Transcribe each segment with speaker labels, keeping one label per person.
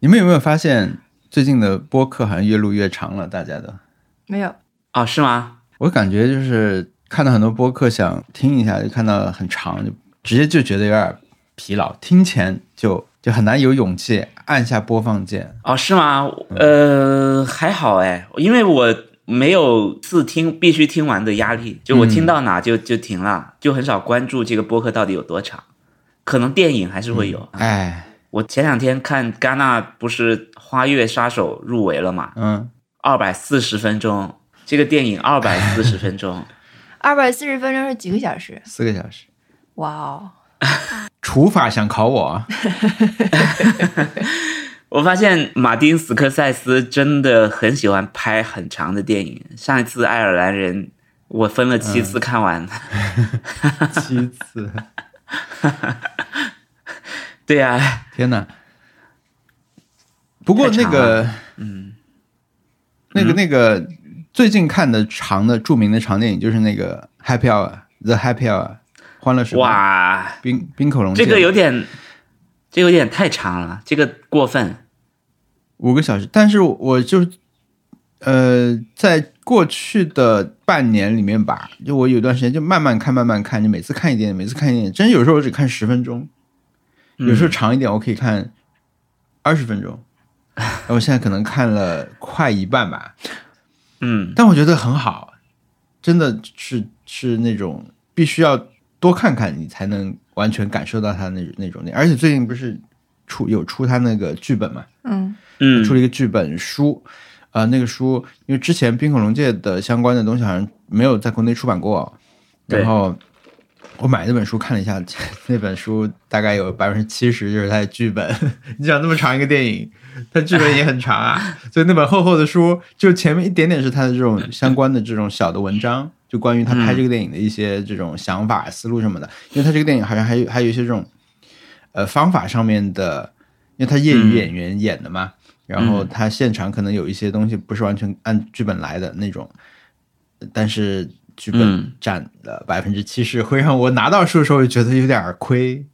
Speaker 1: 你们有没有发现最近的播客好像越录越长了？大家的，
Speaker 2: 没有，
Speaker 3: 啊，是吗？
Speaker 1: 我感觉就是看到很多播客想听一下，就看到很长，就直接就觉得有点疲劳，听前就就很难有勇气按下播放键。
Speaker 3: 哦，是吗？呃，还好哎，因为我没有次听必须听完的压力，就我听到哪就、就停了，就很少关注这个播客到底有多长。可能电影还是会有。
Speaker 1: 哎，
Speaker 3: 我前两天看戛纳不是《花月杀手》入围了嘛，
Speaker 1: 嗯，
Speaker 3: 二百四十分钟，这个电影二百四十分钟，
Speaker 2: 二百四十分钟是几个小时？
Speaker 1: 四个小时，
Speaker 2: 哇哦，
Speaker 1: 除法想考我啊？
Speaker 3: 我发现马丁·斯科塞斯真的很喜欢拍很长的电影。上一次《爱尔兰人》，我分了 七次看完。
Speaker 1: 七次，
Speaker 3: 对呀、
Speaker 1: 天哪！不过
Speaker 3: 太
Speaker 1: 那
Speaker 3: 长
Speaker 1: 个，嗯，那个那个最近看的长的著名的长电影就是那个《Happy Hour》《The Happy Hour》欢乐时光。
Speaker 3: 哇，
Speaker 1: 冰冰口龙
Speaker 3: 这个
Speaker 1: 剑
Speaker 3: 有点，这个有点太长了，这个过分。
Speaker 1: 五个小时，但是我就呃，在过去的半年里面吧，就我有段时间就慢慢看，慢慢看，就每次看一点，每次看一点，真有时候我只看十分钟，有时候长一点，我可以看二十分钟。然后我现在可能看了快一半吧，
Speaker 3: 嗯，
Speaker 1: 但我觉得很好，真的是是那种必须要多看看你才能完全感受到它那那种而且最近不是出有出他那个剧本嘛，
Speaker 2: 嗯
Speaker 3: 嗯
Speaker 1: 出了一个剧本书，呃，那个书因为之前冰火龙界的相关的东西好像没有在国内出版过，
Speaker 3: 对
Speaker 1: 然后我买那本书看了一下，那本书大概有百分之七十就是它的剧本。 你想那么长一个电影，它剧本也很长 啊，所以那本厚厚的书就前面一点点是它的这种相关的这种小的文章。就关于他拍
Speaker 3: 嗯
Speaker 1: 这个电影的一些这种想法、思路什么的，因为他这个电影好像还有还有一些这种，呃，方法上面的，因为他业
Speaker 3: 嗯
Speaker 1: 余演员演的嘛，然后他现场可能有一些东西不是完全按剧本来的那种，但是剧本
Speaker 3: 嗯
Speaker 1: 占了百分之七十，会让我拿到书的时候觉得有点儿亏，因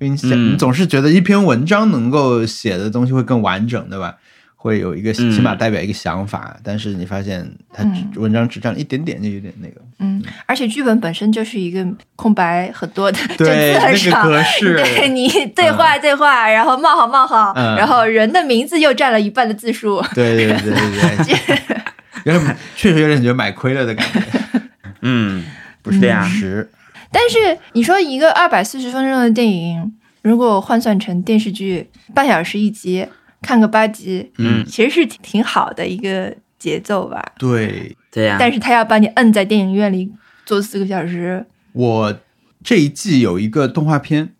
Speaker 1: 为你想，
Speaker 3: 嗯
Speaker 1: 你总是觉得一篇文章能够写的东西会更完整，对吧？会有一个
Speaker 3: 嗯
Speaker 1: 起码代表一个想法，但是你发现他只文章只占了一点点，就有点那个。
Speaker 2: 嗯，而且剧本本身就是一个空白很 多的，整
Speaker 1: 对
Speaker 2: 字很
Speaker 1: 那
Speaker 2: 少。
Speaker 1: 个格式
Speaker 2: 对你对话对话，然后冒号冒号，
Speaker 1: 嗯
Speaker 2: 然后人的名字又占了一半的 字数。
Speaker 1: 对对对对对，有点确实有点觉得买亏了的感觉，
Speaker 3: 嗯，
Speaker 1: 不是
Speaker 3: 对啊
Speaker 1: 很实。
Speaker 2: 但是你说一个二百四十分钟的电影，如果换算成电视剧，半小时一集，看个八集，
Speaker 1: 嗯，
Speaker 2: 其实是挺挺好的一个节奏吧。
Speaker 1: 对，
Speaker 3: 对呀、
Speaker 2: 但是他要把你摁在电影院里坐四个小时，
Speaker 1: 我这一季有一个动画片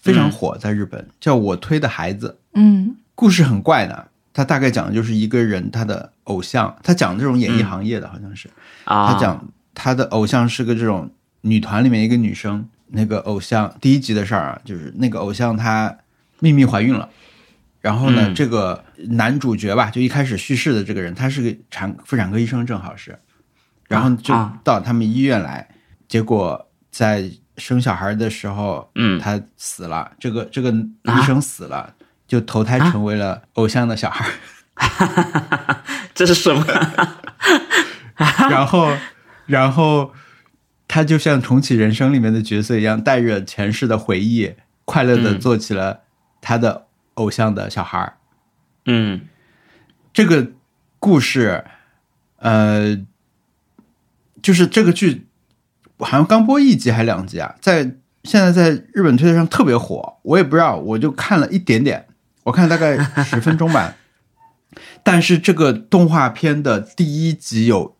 Speaker 1: 非常火，在日本、叫《我推的孩子》，
Speaker 2: 嗯
Speaker 1: 故事很怪的。它大概讲的就是一个人他的偶像，他讲这种演艺行业的，好像是、
Speaker 3: 啊，
Speaker 1: 他讲他的偶像是个这种女团里面一个女生。那个偶像第一集的事儿啊，就是那个偶像她秘密怀孕了，然后呢，
Speaker 3: 嗯
Speaker 1: 这个男主角吧，就一开始叙事的这个人，他是个产妇产科医生，正好是，然后就
Speaker 3: 啊
Speaker 1: 到他们医院来，结果在生小孩的时候，
Speaker 3: 嗯啊
Speaker 1: 他死了，这个这个医生死了，就投胎成为了偶像的小孩，
Speaker 3: 这是什么？
Speaker 1: 然后然后他就像重启人生里面的角色一样，带着前世的回忆，快乐的
Speaker 3: 嗯
Speaker 1: 做起了他的偶像的小孩儿。
Speaker 3: 嗯
Speaker 1: 这个故事，呃，就是这个剧好像刚播一集还两集啊，在现在在日本推特上特别火，我也不知道，我就看了一点点，我看了大概十分钟吧。但是这个动画片的第一集有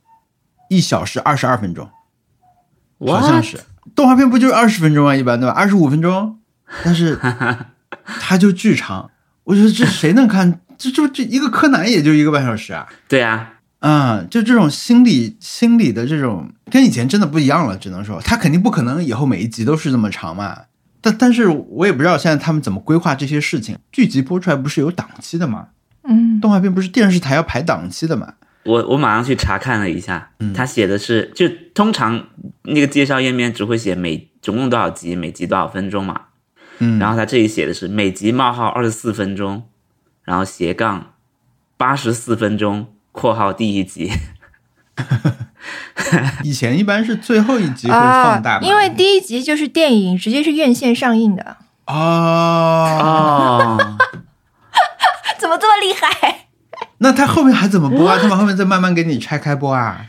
Speaker 1: 一小时二十二分钟，好像
Speaker 3: What？
Speaker 1: 是动画片不就是二十分钟啊，一般对吧？二十五分钟，但 是它就巨长，我觉得这谁能看？这就这一个柯南也就一个半小时啊。
Speaker 3: 对呀、
Speaker 1: 嗯，就这种心理心理的这种，跟以前真的不一样了，只能说他肯定不可能以后每一集都是这么长嘛。但但是我也不知道现在他们怎么规划这些事情。剧集播出来不是有档期的吗？
Speaker 2: 嗯
Speaker 1: 动画片不是电视台要排档期的吗？
Speaker 3: 我我马上去查看了一下，
Speaker 1: 嗯
Speaker 3: 他写的是就通常那个介绍页面只会写每总共多少集，每集多少分钟嘛，
Speaker 1: 嗯
Speaker 3: 然后他这里写的是每集冒号二十四分钟，然后斜杠八十四分钟
Speaker 1: 哦
Speaker 3: （ 括号第一集
Speaker 1: 以前一般是最后一集会
Speaker 2: 啊
Speaker 1: 放大，版，
Speaker 2: 因为第一集就是电影，直接是院线上映的，
Speaker 1: 哦）。
Speaker 3: 哦，
Speaker 2: 怎么这么厉害？
Speaker 1: 那他后面还怎么播啊？他们后面再慢慢给你拆开播啊？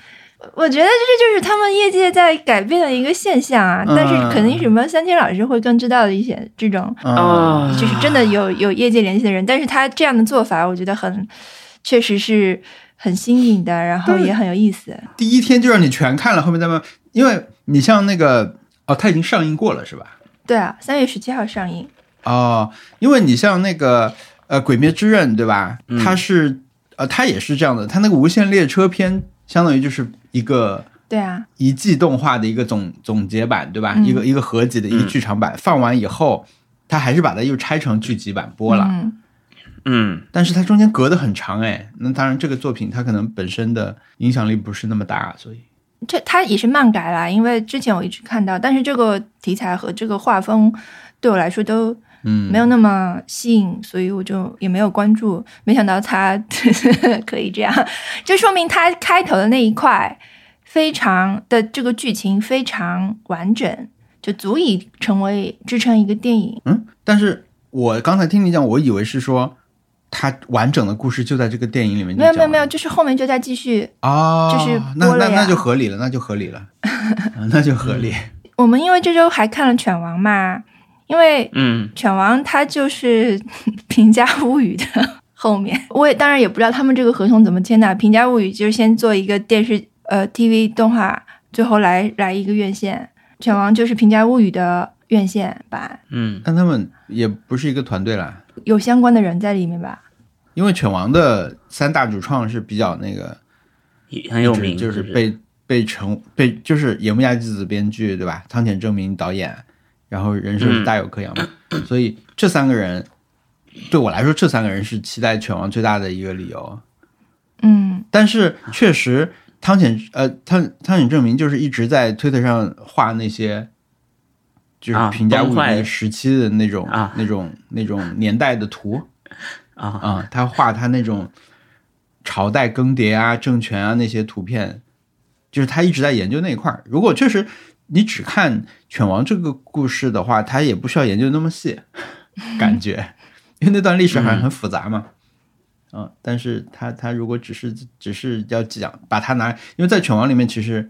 Speaker 2: 我觉得这就是他们业界在改变的一个现象啊，
Speaker 1: 嗯
Speaker 2: 但是肯定什么三千老师会更知道的一些这种，
Speaker 1: 啊，
Speaker 3: 哦，
Speaker 2: 就是真的有有业界联系的人，但是他这样的做法，我觉得很，确实是很新颖的，然后也很有意思。
Speaker 1: 第一天就让你全看了，后面再慢慢，因为你像那个哦，它已经上映过了是吧？
Speaker 2: 对啊，三月十七号上映，
Speaker 1: 哦，因为你像那个呃，《鬼灭之刃》对吧？
Speaker 3: 嗯
Speaker 1: 它是呃，它也是这样的，它那个无限列车篇相当于就是一个
Speaker 2: 对啊，
Speaker 1: 一季动画的一个总总结版，对吧？
Speaker 2: 嗯
Speaker 1: 一个一个合集的一个
Speaker 3: 嗯
Speaker 1: 剧场版，放完以后，它还是把它又拆成剧集版播了。
Speaker 2: 嗯，
Speaker 3: 嗯
Speaker 1: 但是它中间隔得很长哎，那当然这个作品它可能本身的影响力不是那么大，所以
Speaker 2: 这它也是漫改啦，因为之前我一直看到，但是这个题材和这个画风对我来说都
Speaker 1: 嗯，
Speaker 2: 没有那么吸引，所以我就也没有关注。没想到他 可以这样，就说明他开头的那一块非常的这个剧情非常完整，就足以成为支撑一个电影。
Speaker 1: 嗯，但是我刚才听你讲，我以为是说它完整的故事就在这个电影里面就
Speaker 2: 没有
Speaker 1: 讲
Speaker 2: 没有没有，
Speaker 1: 了
Speaker 2: 就是后面就在继续。
Speaker 1: 哦，
Speaker 2: 就是
Speaker 1: 那
Speaker 2: 播了
Speaker 1: 那那
Speaker 2: 呀
Speaker 1: 就合理了，那就合理了， 嗯那就合理，
Speaker 2: 我们因为这周还看了《犬王》嘛，因为
Speaker 3: 嗯
Speaker 2: 《犬王》它就是 《平家物语》的后面。我也当然也不知道他们这个合同怎么签的，《平家物语》就是先做一个电视呃 TV 动画，最后来来一个院线，《犬王》就是《平家物语》的院线版，
Speaker 3: 嗯
Speaker 1: 但他们也不是一个团队啦，
Speaker 2: 有相关的人在里面吧？
Speaker 1: 因为犬王的三大主创是比较那个，
Speaker 3: 也很有
Speaker 1: 就是
Speaker 3: 名，
Speaker 1: 就是是
Speaker 3: 不是
Speaker 1: 被被成被就是野木亚纪子编剧对吧？汤浅证明导演，然后人设是
Speaker 3: 嗯
Speaker 1: 大有克洋嘛，所以这三个人对我来说，这三个人是期待犬王最大的一个理由。
Speaker 2: 嗯，
Speaker 1: 但是确实，汤浅呃汤汤浅证明就是一直在推特上画那些，就是
Speaker 3: 啊
Speaker 1: 评价物
Speaker 3: 崩
Speaker 1: 语
Speaker 3: 坏
Speaker 1: 那时期的那种、
Speaker 3: 啊
Speaker 1: 那种那种年代的图
Speaker 3: 啊
Speaker 1: 啊、他画他那种朝代更迭啊、政权啊那些图片，就是他一直在研究那一块儿。如果确实你只看犬王这个故事的话，他也不需要研究那么细，感觉，因为那段历史好像很复杂嘛。嗯，但是他他如果只是只是要讲把它拿，因为在犬王里面其实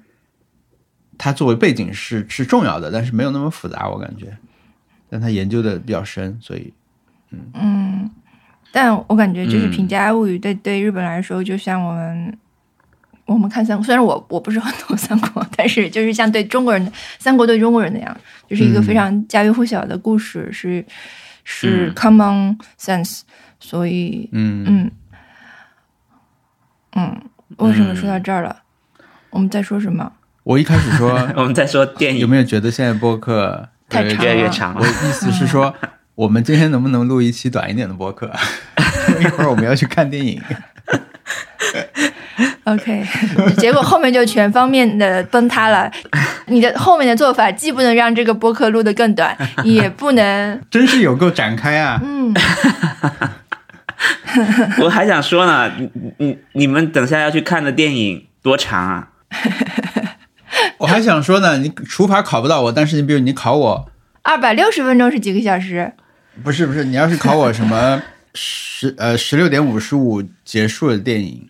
Speaker 1: 它作为背景是是重要的，但是没有那么复杂，我感觉。但他研究的比较深，所以
Speaker 2: 但我感觉就是《
Speaker 3: 嗯
Speaker 2: 平家物语》对对日本来说，就像我们我们看三国，虽 然我我不是很懂三国，但是就是像对中国人三国对中国人那样，就是一个
Speaker 1: 嗯
Speaker 2: 非常家喻户晓的故事，是是
Speaker 3: 嗯
Speaker 2: common sense，所以
Speaker 1: 嗯
Speaker 2: 嗯嗯，为什么说到这儿
Speaker 3: 嗯
Speaker 2: 了？我们在说什么？
Speaker 1: 我一开始
Speaker 3: 我
Speaker 1: 说
Speaker 3: 们在说电
Speaker 1: 有
Speaker 3: 影
Speaker 1: 没有觉得现在播客
Speaker 2: 太
Speaker 1: 对
Speaker 2: 长
Speaker 3: 越来越哎长
Speaker 1: 我
Speaker 3: 了，
Speaker 1: 意思是 说，我们今天能不能录一期短一点的播客？一会儿我们要去看电影。
Speaker 2: OK，结 果后面就全方面的崩塌 了。你的后面的做法既不能让这个播客录得更 短，也不能
Speaker 1: 真是有够展开啊！
Speaker 2: 嗯。
Speaker 3: 我还想说呢，你你你们等下要去看的电影多长啊？
Speaker 1: 我还想说呢，你除法考不到我，但是你比如你考我，
Speaker 2: 二百六十分钟是几个小时？
Speaker 1: 不是不是，你要是考我什 么十呃十六点五十五结束的电影，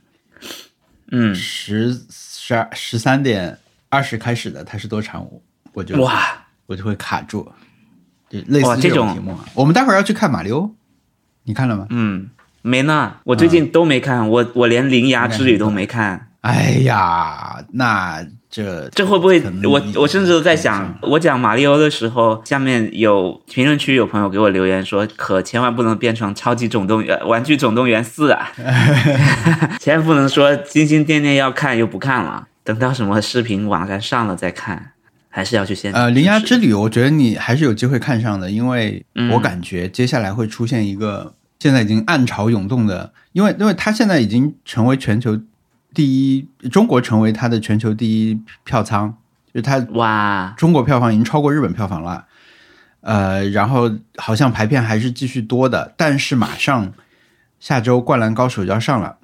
Speaker 3: 嗯，
Speaker 1: 十十二十三点二十开始的，它是多长？我我就
Speaker 3: 哇，
Speaker 1: 我就会卡住，就类
Speaker 3: 哇
Speaker 1: 似
Speaker 3: 这
Speaker 1: 种
Speaker 3: 种
Speaker 1: 题目啊。我们待会儿要去看马里奥，你看了吗？
Speaker 3: 嗯，没呢，我最
Speaker 1: 啊
Speaker 3: 近都没看，我我连《铃芽之旅》都没看，
Speaker 1: 哎呀，那这
Speaker 3: 这会不会
Speaker 1: 可能
Speaker 3: 我
Speaker 1: 你
Speaker 3: 我甚至都在想，我讲马里欧的时候，下面有评论区有朋友给我留言说，可千万不能变成《超级总动员》《玩具总动员 四》啊，千万不能说心心念念要看又不看了，等到什么视频网站上了再看，还是要去先
Speaker 1: 呃《铃芽之旅》，我觉得你还是有机会看上的，因为
Speaker 3: 嗯
Speaker 1: 我感觉接下来会出现一个现在已经暗潮涌动的，因为因为它现在已经成为全球第一，中国成为它的全球第一票仓，就是它
Speaker 3: 哇，
Speaker 1: 中国票房已经超过日本票房了，呃，然后好像排片还是继续多的，但是马上下周《灌篮高手》就要上了，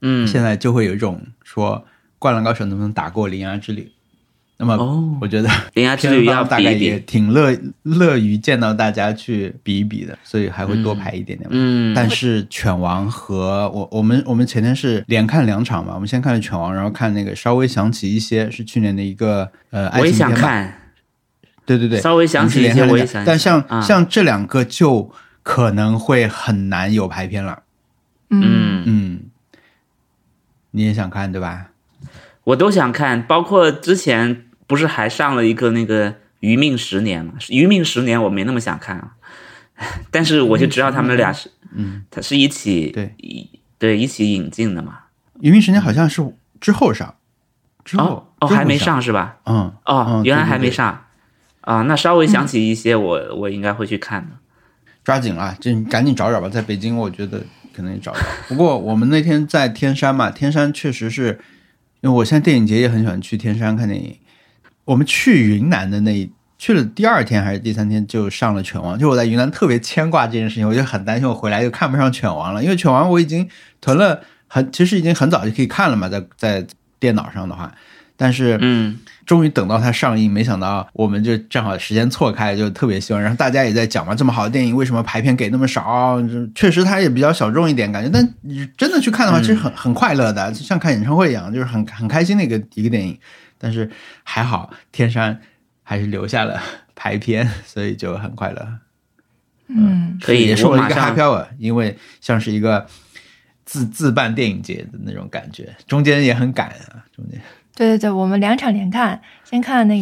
Speaker 3: 嗯，
Speaker 1: 现在就会有一种说《灌篮高手》能不能打过《铃芽之旅》。那么，
Speaker 3: 哦，
Speaker 1: 我觉得
Speaker 3: 铃芽之旅
Speaker 1: 片
Speaker 3: 要
Speaker 1: 方大
Speaker 3: 比
Speaker 1: 概
Speaker 3: 一
Speaker 1: 也
Speaker 3: 比，
Speaker 1: 挺乐乐于见到大家去比一比的，所以还会多
Speaker 3: 嗯
Speaker 1: 排一点点。
Speaker 3: 嗯，
Speaker 1: 但是犬王和我我们我们前天是连看两场嘛，我们先看了犬王，然后看那个稍微想起一些是去年的一个呃爱
Speaker 3: 我也
Speaker 1: 情
Speaker 3: 想
Speaker 1: 片吧，
Speaker 3: 看，
Speaker 1: 对对对，
Speaker 3: 稍微想起
Speaker 1: 我
Speaker 3: 一
Speaker 1: 们是
Speaker 3: 些，
Speaker 1: 连看
Speaker 3: 我也
Speaker 1: 两场
Speaker 3: 想起，
Speaker 1: 但像、
Speaker 3: 啊
Speaker 1: 像这两个就可能会很难有排片了，
Speaker 2: 嗯，
Speaker 3: 嗯，
Speaker 1: 嗯，你也想看对吧？
Speaker 3: 我都想看，包括之前不是还上了一个那个《余命十年》嘛，《余命十年》我没那么想看啊， 但是我就知道他们俩是，
Speaker 1: 嗯，
Speaker 3: 他是一起
Speaker 1: 对
Speaker 3: 一对一起引进的嘛。
Speaker 1: 《移民时间》好像是之后上，之后
Speaker 3: 哦哦，
Speaker 1: 之后
Speaker 3: 还没
Speaker 1: 上，
Speaker 3: 上是吧？
Speaker 1: 嗯，
Speaker 3: 哦，
Speaker 1: 嗯
Speaker 3: 原来
Speaker 1: 对对
Speaker 3: 还没
Speaker 1: 对
Speaker 3: 上啊，那稍微想起一些我，我应该会去看的。
Speaker 1: 抓紧了，这你赶紧找找吧，在北京我觉得可能也找不到。 不过我们那天在天山嘛，天山确实是因为我现在电影节也很喜欢去天山看电影。我们去云南的那一去了第二天还是第三天就上了犬王，就我在云南特别牵挂这件事情，我就很担心我回来就看不上犬王了，因为犬王我已经囤了很，其实已经很早就可以看了嘛，在在电脑上的话，但是
Speaker 3: 嗯，
Speaker 1: 终于等到它上映，没想到我们就正好时间错开，就特别希望。然后大家也在讲嘛，这么好的电影为什么排片给那么少？这确实它也比较小众一点感觉，但你真的去看的话，
Speaker 3: 嗯
Speaker 1: 其实很很快乐的，就像看演唱会一样，就是很很开心的一个一个电影。但是还好，天山还是留下了排片，所以就很快乐。
Speaker 2: 嗯，
Speaker 3: 可以
Speaker 1: 也是我
Speaker 3: 我
Speaker 1: 的一
Speaker 3: 马
Speaker 1: 个
Speaker 3: 上
Speaker 1: happy hour，因为像是一个自自办电影节的那种感觉，中间也很赶啊，中间
Speaker 2: 对对对，我们两场连看，先看那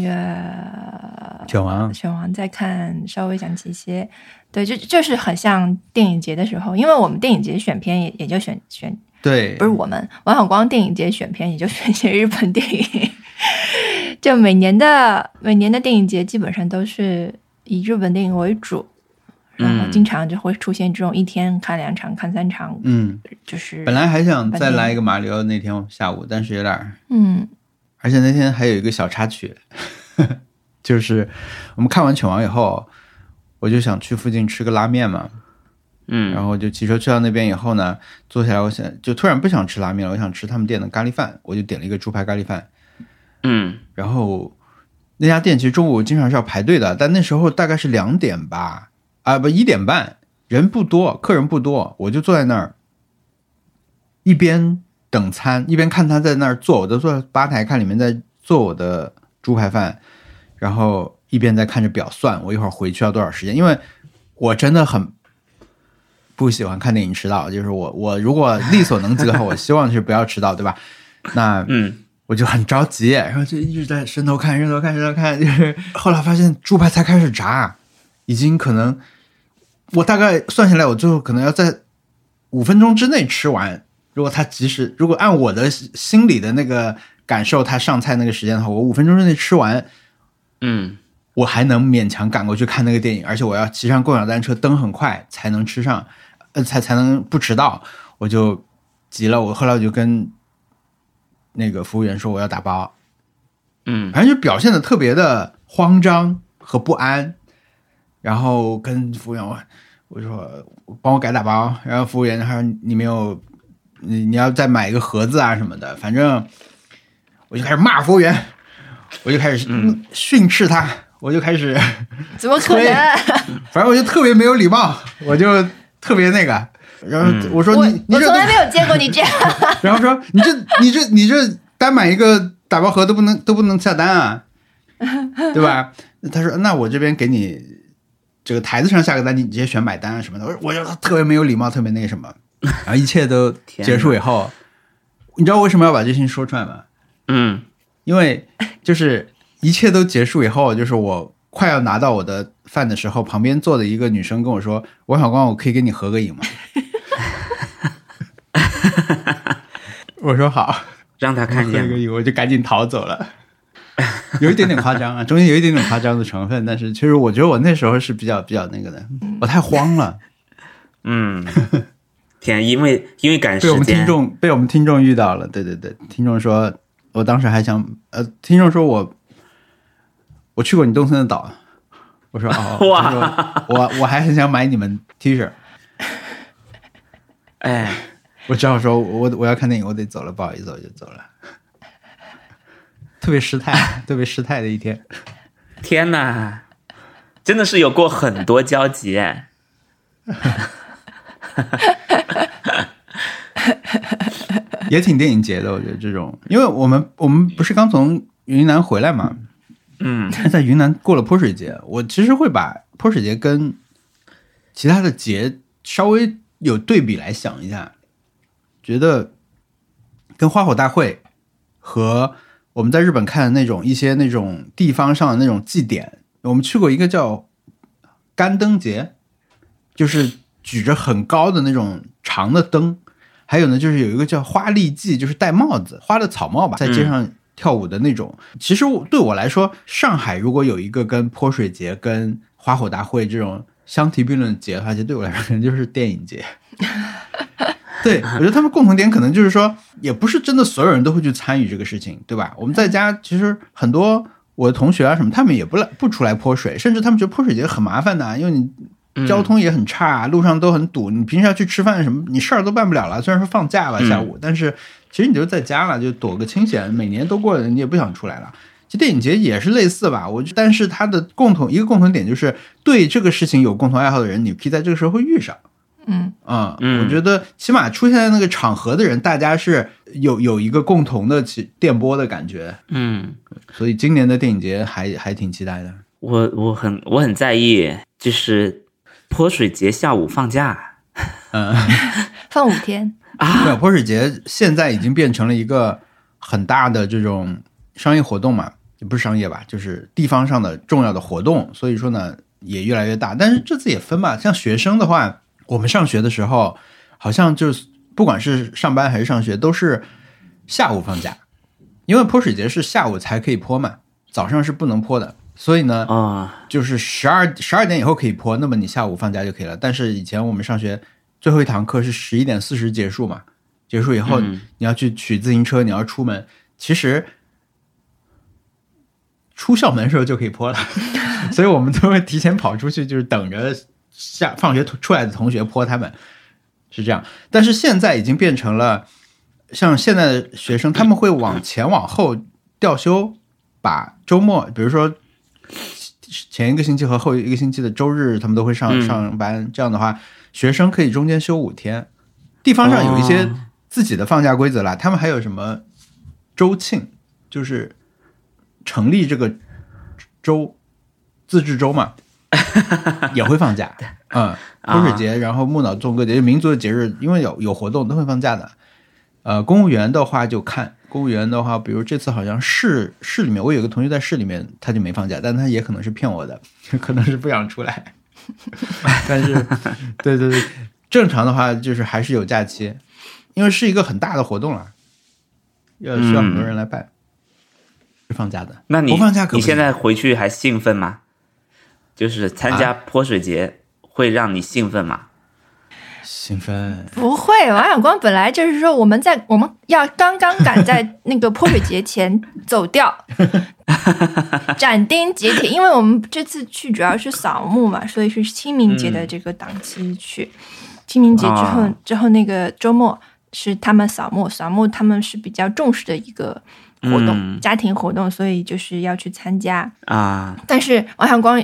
Speaker 2: 个
Speaker 1: 犬王
Speaker 2: 选王再看稍微想起一些，对，就就是很像电影节的时候，因为我们电影节选片也也就选选，
Speaker 1: 对
Speaker 2: 不是我们王小光电影节选片也就选一些日本电影， 就每年的每年的电影节基本上都是以日本电影为主，然后
Speaker 3: 嗯
Speaker 2: 经常就会出现这种一天看两场、看三场，
Speaker 1: 嗯。
Speaker 2: 就是
Speaker 1: 本来还想再
Speaker 2: 半天
Speaker 1: 来一个马里奥那天下午，但是有点儿，
Speaker 2: 嗯
Speaker 1: 而且那天还有一个小插曲， 就是我们看完《犬王》以后，我就想去附近吃个拉面嘛，
Speaker 3: 嗯，
Speaker 1: 然后就骑车去到那边以后呢，坐下来，我想就突然不想吃拉面了，我想吃他们店的咖喱饭，我就点了一个猪排咖喱饭，
Speaker 3: 嗯
Speaker 1: 然后那家店其实中午经常是要排队的，但那时候大概是两点吧，啊不一点半，人不多，客人不多，我就坐在那儿，一边等餐，一边看他在那儿做，我就坐在吧台看里面在做我的猪排饭，然后一边在看着表算我一会儿回去要多少时间，因为我真的很。不喜欢看电影迟到，就是我我如果力所能及的话，我希望是不要迟到，对吧？那
Speaker 3: 嗯，
Speaker 1: 我就很着急，然后就一直在伸头看、伸头看、伸头看，就是后来发现猪排才开始炸，已经可能我大概算下来，我最后可能要在五分钟之内吃完。如果他及时，如果按我的心里的那个感受，他上菜那个时间的话，我五分钟之内吃完，
Speaker 3: 嗯
Speaker 1: 我还能勉强赶过去看那个电影，而且我要骑上共享单车，蹬很快才能吃上，呃，才才能不迟到，我就急了。我后来我就跟那个服务员说我要打包，
Speaker 3: 嗯
Speaker 1: 反正就表现的特别的慌张和不安，然后跟服务员我我说帮我改打包，然后服务员他说你没有，你你要再买一个盒子啊什么的，反正我就开始骂服务员，我就开始训斥他，我就开始。
Speaker 2: 怎么可
Speaker 1: 对
Speaker 2: 能？
Speaker 1: 反正我就特别没有礼貌，我就特别那个。然后我说
Speaker 2: 我
Speaker 1: 你、你
Speaker 2: 我
Speaker 1: 这
Speaker 2: 从
Speaker 1: 都，
Speaker 2: 来没有见过你这样。
Speaker 1: 然后说你这你这你这单买一个打包盒都不能都不能下单啊，对吧？他说那我这边给你这个台子上下个单，你直接选买单啊什么的。我我就特别没有礼貌，特别那个什 么。然后一切都
Speaker 3: 天哪
Speaker 1: 结束以后，你知道为什么要把这事情说出来吗？
Speaker 3: 嗯
Speaker 1: 因为就是一切都结束以后，就是我快要拿到我的饭的时候，旁边坐的一个女生跟我说：“王小光，我可以跟你合个影吗？” 我说好，
Speaker 3: 让他看
Speaker 1: 合 了
Speaker 3: 见
Speaker 1: 个
Speaker 3: 了，
Speaker 1: 影，我就赶紧逃走了。有一点点夸张啊，中间有一点点夸张的成分，但是其实我觉得我那时候是比较比较那个的，我太慌了，
Speaker 3: 嗯，天，因为因为赶时
Speaker 1: 被我们听
Speaker 3: 间，
Speaker 1: 众被我们听众遇到了，对对对，听众说，我当时还想，呃，听众说我我去过你东村的岛，我 说哦，
Speaker 3: 哇
Speaker 1: 他说我我还很想买你们 T 恤，
Speaker 3: 哎，
Speaker 1: 我只好说我我要看电影，我得走了，不好意思，我就走了。 特别失态，特别失态的一天。
Speaker 3: 天哪，真的是有过很多交集哎。
Speaker 1: 也挺电影节的，我觉得这种，因为我们我们不是刚从云南回来嘛，
Speaker 3: 嗯，
Speaker 1: 但在云南过了泼水节，我其实会把泼水节跟其他的节稍微有对比来想一下，觉得跟花火大会和我们在日本看的那种一些那种地方上的那种祭典，我们去过一个叫干灯节，就是举着很高的那种长的灯。还有呢，就是有一个叫花丽季，就是戴帽子，花的草帽吧，在街上跳舞的那种。其实我对我来说，上海如果有一个跟泼水节、跟花火大会这种相提并论的节的话，其实对我来说可能就是电影节。 对，我觉得他们共同点可能就是说，也不是真的所有人都会去参与这个事情，对吧？我们在家其实很多我的同学啊什么，他们也不来不出来泼水，甚至他们觉得泼水节很麻烦的、因为你
Speaker 3: 嗯
Speaker 1: 交通也很差，啊路上都很堵，你平时要去吃饭什么，你事儿都办不了了。虽然说放假了
Speaker 3: 嗯
Speaker 1: 下午，但是其实你就在家了，就躲个清闲，每年都过的，你也不想出来了。其实电影节也是类似吧，我觉得但是它的共同一个共同点就是对这个事情有共同爱好的人，你可以在这个时候会遇上。
Speaker 2: 嗯
Speaker 1: 啊、
Speaker 3: 嗯
Speaker 1: 我觉得起码出现在那个场合的人，大家是有有一个共同的其电波的感觉，
Speaker 3: 嗯，
Speaker 1: 所以今年的电影节还还挺期待的。
Speaker 3: 我我很我很在意，就是泼水节下午放假
Speaker 1: 嗯，
Speaker 2: 放五天，
Speaker 3: 啊，
Speaker 1: 对，泼水节现在已经变成了一个很大的这种商业活动嘛，也不是商业吧，就是地方上的重要的活动，所以说呢也越来越大。但是这次也分吧，像学生的话，我们上学的时候好像就是不管是上班还是上学，都是下午放假，因为泼水节是下午才可以泼嘛，早上是不能泼的。所以呢，
Speaker 3: 哦，
Speaker 1: 就是十二十二点以后可以泼，那么你下午放假就可以了。但是以前我们上学最后一堂课是十一点四十结束嘛，结束以后
Speaker 3: 嗯
Speaker 1: 你要去取自行车，你要出门，其实出校门的时候就可以泼了， 所以我们都会提前跑出去，就是等着下放学出来的同学泼他们，是这样。但是现在已经变成了，像现在的学生他们会往前往后调休，把周末，比如说前一个星期和后一个星期的周日，他们都会上、
Speaker 3: 嗯
Speaker 1: 上班。这样的话，学生可以中间休五天。地方上有一些
Speaker 3: 哦
Speaker 1: 自己的放假规则啦，他们还有什么州庆，就是成立这个州自治州嘛，也会放假。嗯，泼水节，然后木脑纵歌节，就民族的节日，因为有有活动都会放假的。呃，公务员的话就看公务员的话，比如这次好像市市里面，我有个同学在市里面，他就没放假，但他也可能是骗我的， 可能是不想出来。 但是，对对对，正常的话就是还是有假期，因为是一个很大的活动了，要需要很多人来办，是放假的。
Speaker 3: 那你
Speaker 1: 不放假可不
Speaker 3: 你
Speaker 1: 行
Speaker 3: 现在回去还兴奋吗？就是参加泼水节会让你兴奋吗？
Speaker 1: 兴奋，
Speaker 2: 不会，王小光本来就是说我们在我们要刚刚赶在那个泼水节前走 掉，斩钉截铁，因为我们这次去主要是扫墓嘛，所以是清明节的这个档期去。清明节之后
Speaker 3: 啊
Speaker 2: 之后那个周末是他们扫墓，扫墓他们是比较重视的一个活动，
Speaker 3: 嗯
Speaker 2: 家庭活动，所以就是要去参加。
Speaker 3: 啊，
Speaker 2: 但是王小光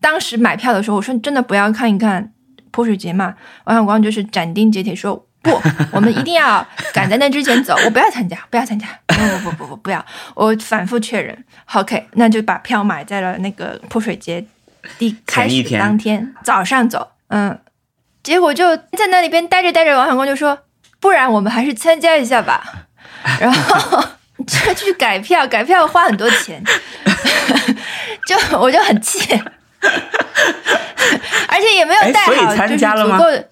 Speaker 2: 当时买票的时候，我说真的不要看一看泼水节嘛。王小光就是斩钉截铁说 不，我们一定要赶在那之前走，我不要参加，不 要参加，不不不不不不要。我反复确认，OK，那就把票买在了那个泼水节第开
Speaker 3: 前一
Speaker 2: 始
Speaker 3: 天
Speaker 2: 当天早上走，嗯。结果就在那里边待着待着，王小光就说：“不然我们还是参加一下吧。”然后 就去改票，改票花很多钱， 就我就很 气，而且也没有带
Speaker 3: 哎
Speaker 2: 好，
Speaker 3: 所以
Speaker 2: 就是
Speaker 3: 参
Speaker 2: 足
Speaker 3: 加了吗
Speaker 2: 够的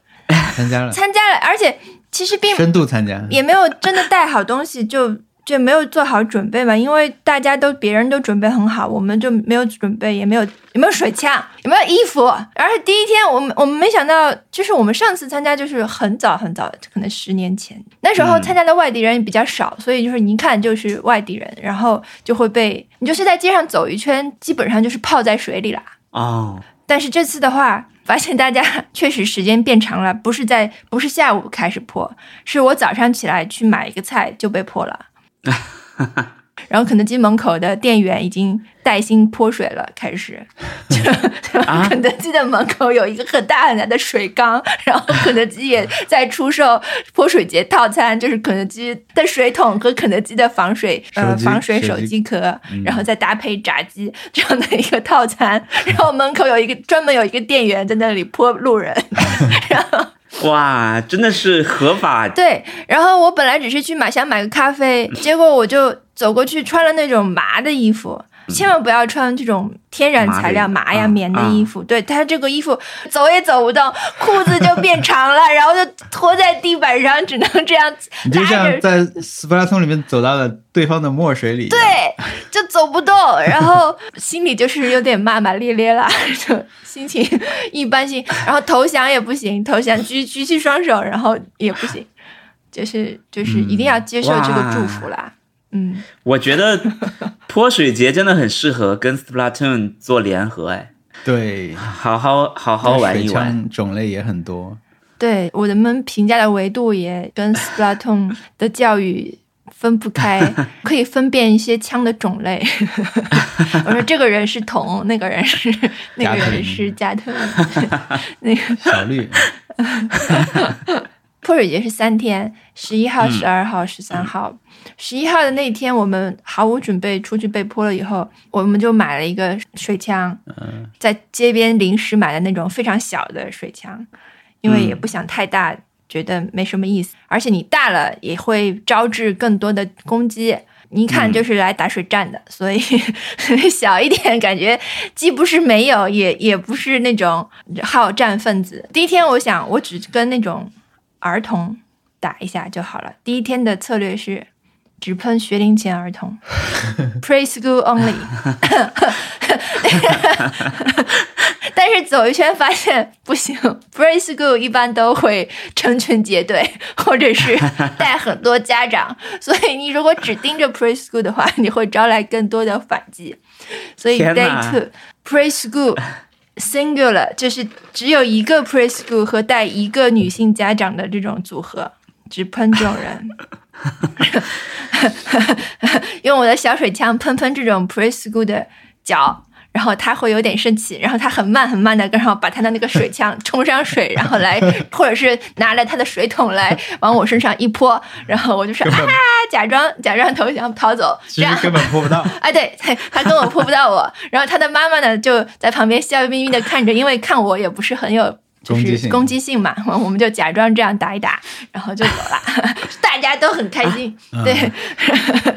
Speaker 1: 参加了，
Speaker 2: 参加了，而且其实并
Speaker 1: 深度参加，
Speaker 2: 也没有真的带好东西，就就没有做好准备嘛，因为大家都别人都准备很好，我们就没有准备，也没有也没有水枪，也没有衣服，而且第一天我们我们没想到，就是我们上次参加就是很早很早，可能十年前，那时候
Speaker 3: 嗯
Speaker 2: 参加的外地人比较少，所以就是你一看就是外地人，然后就会被你就是在街上走一圈，基本上就是泡在水里啦。
Speaker 3: 哦，
Speaker 2: 但是这次的话，发现大家 确实时间变长了，不是在不是下午开始破，是我早上起来去买一个菜就被 破了。然后肯德基门口的店员已经带薪泼水了，开 始。就
Speaker 3: 啊
Speaker 2: 肯德基的门口有一个很大很大的水缸，然后肯德基也在出售泼水节套餐，就是肯德基的水桶和肯德基的防水
Speaker 1: 手
Speaker 2: 呃
Speaker 1: 机
Speaker 2: 防水
Speaker 1: 手
Speaker 2: 手
Speaker 1: 机嗯
Speaker 2: 机壳，然后再搭配炸鸡这样的一个套餐。然后门口有一个专门有一个店员在那里泼路人，
Speaker 3: 哇，真的是合法
Speaker 2: 对，然后我本来只是去买想买个咖啡，结果我就走过去穿了那种麻的衣服。千万不要穿这种天然材料
Speaker 3: 麻的
Speaker 2: 麻
Speaker 3: 啊
Speaker 2: 呀、棉的衣服，对它这个衣服走也走不动，裤子就变长了，然后就拖在地板上，只能这样
Speaker 1: 你就
Speaker 2: 拉
Speaker 1: 像
Speaker 2: 着，
Speaker 1: 在斯普拉通里面走到了对方的墨水里。对，
Speaker 2: 对，就走不动，然后心里就是有点骂骂咧咧啦， 就心情一般性，然后投降也不行，投降举举起双手，然后也不行，就是就是一定要接受这个祝福啦。嗯，
Speaker 3: 我觉 得泼水节真的很适合跟 Splatoon 做联合，哎，
Speaker 1: 对，
Speaker 3: 好好好好玩一玩。
Speaker 1: 水枪种类也很多。
Speaker 2: 对，我们评价的维度也跟 Splatoon 的教育分不开，可以分辨一些枪的种类。 我说这个人是铜，那个人是那个人是加特林，那个
Speaker 1: 小绿，
Speaker 2: 泼水节是三天，十一号、十二号、十三号。十一号的那天，我们毫无准备出去被泼了以后，我们就买了一个水枪，在街边临时买的那种非常小的水枪，因为也不想太大，觉得没什么意思。而且你大了也会招致更多的攻击。你一看就是来打水战的，所以 小一点，感觉既不是没有，也也不是那种好战分子。第一天，我想我只跟那种儿童打一下就好了。第一天的策略是只喷学龄前儿 童，preschool only。但是走一圈发现不行，preschool 一般都会成群结队，或者 是带很多家长，所以你如果只盯着 preschool 的话，你会招来更多的反击。所以
Speaker 3: 天
Speaker 2: day
Speaker 3: 哪
Speaker 2: two preschool singular 就是只有一个 preschool 和带一个女性家长的这种组合，只喷这种人。 用我的小水枪喷喷这种 preschool 的脚，然后他会有点生气，然后他很慢很慢的，然后把他的那个水枪冲上水，然后来，或者是拿了他的水桶来往我身上一泼，然后我就说
Speaker 1: 根
Speaker 2: 啊
Speaker 1: 本，
Speaker 2: 假装假装投降逃走，这
Speaker 1: 其
Speaker 2: 样
Speaker 1: 实根本泼不到。
Speaker 2: 啊，对，他他跟我扑不到我， 然后他的妈妈呢就在旁边笑眯眯的看着，因为看我也不是很有。就
Speaker 1: 攻击
Speaker 2: 是
Speaker 1: 性
Speaker 2: 攻击性嘛， 我们就假装这样打一打，然后就走了， 大家都很开心。
Speaker 1: 啊嗯
Speaker 2: 对，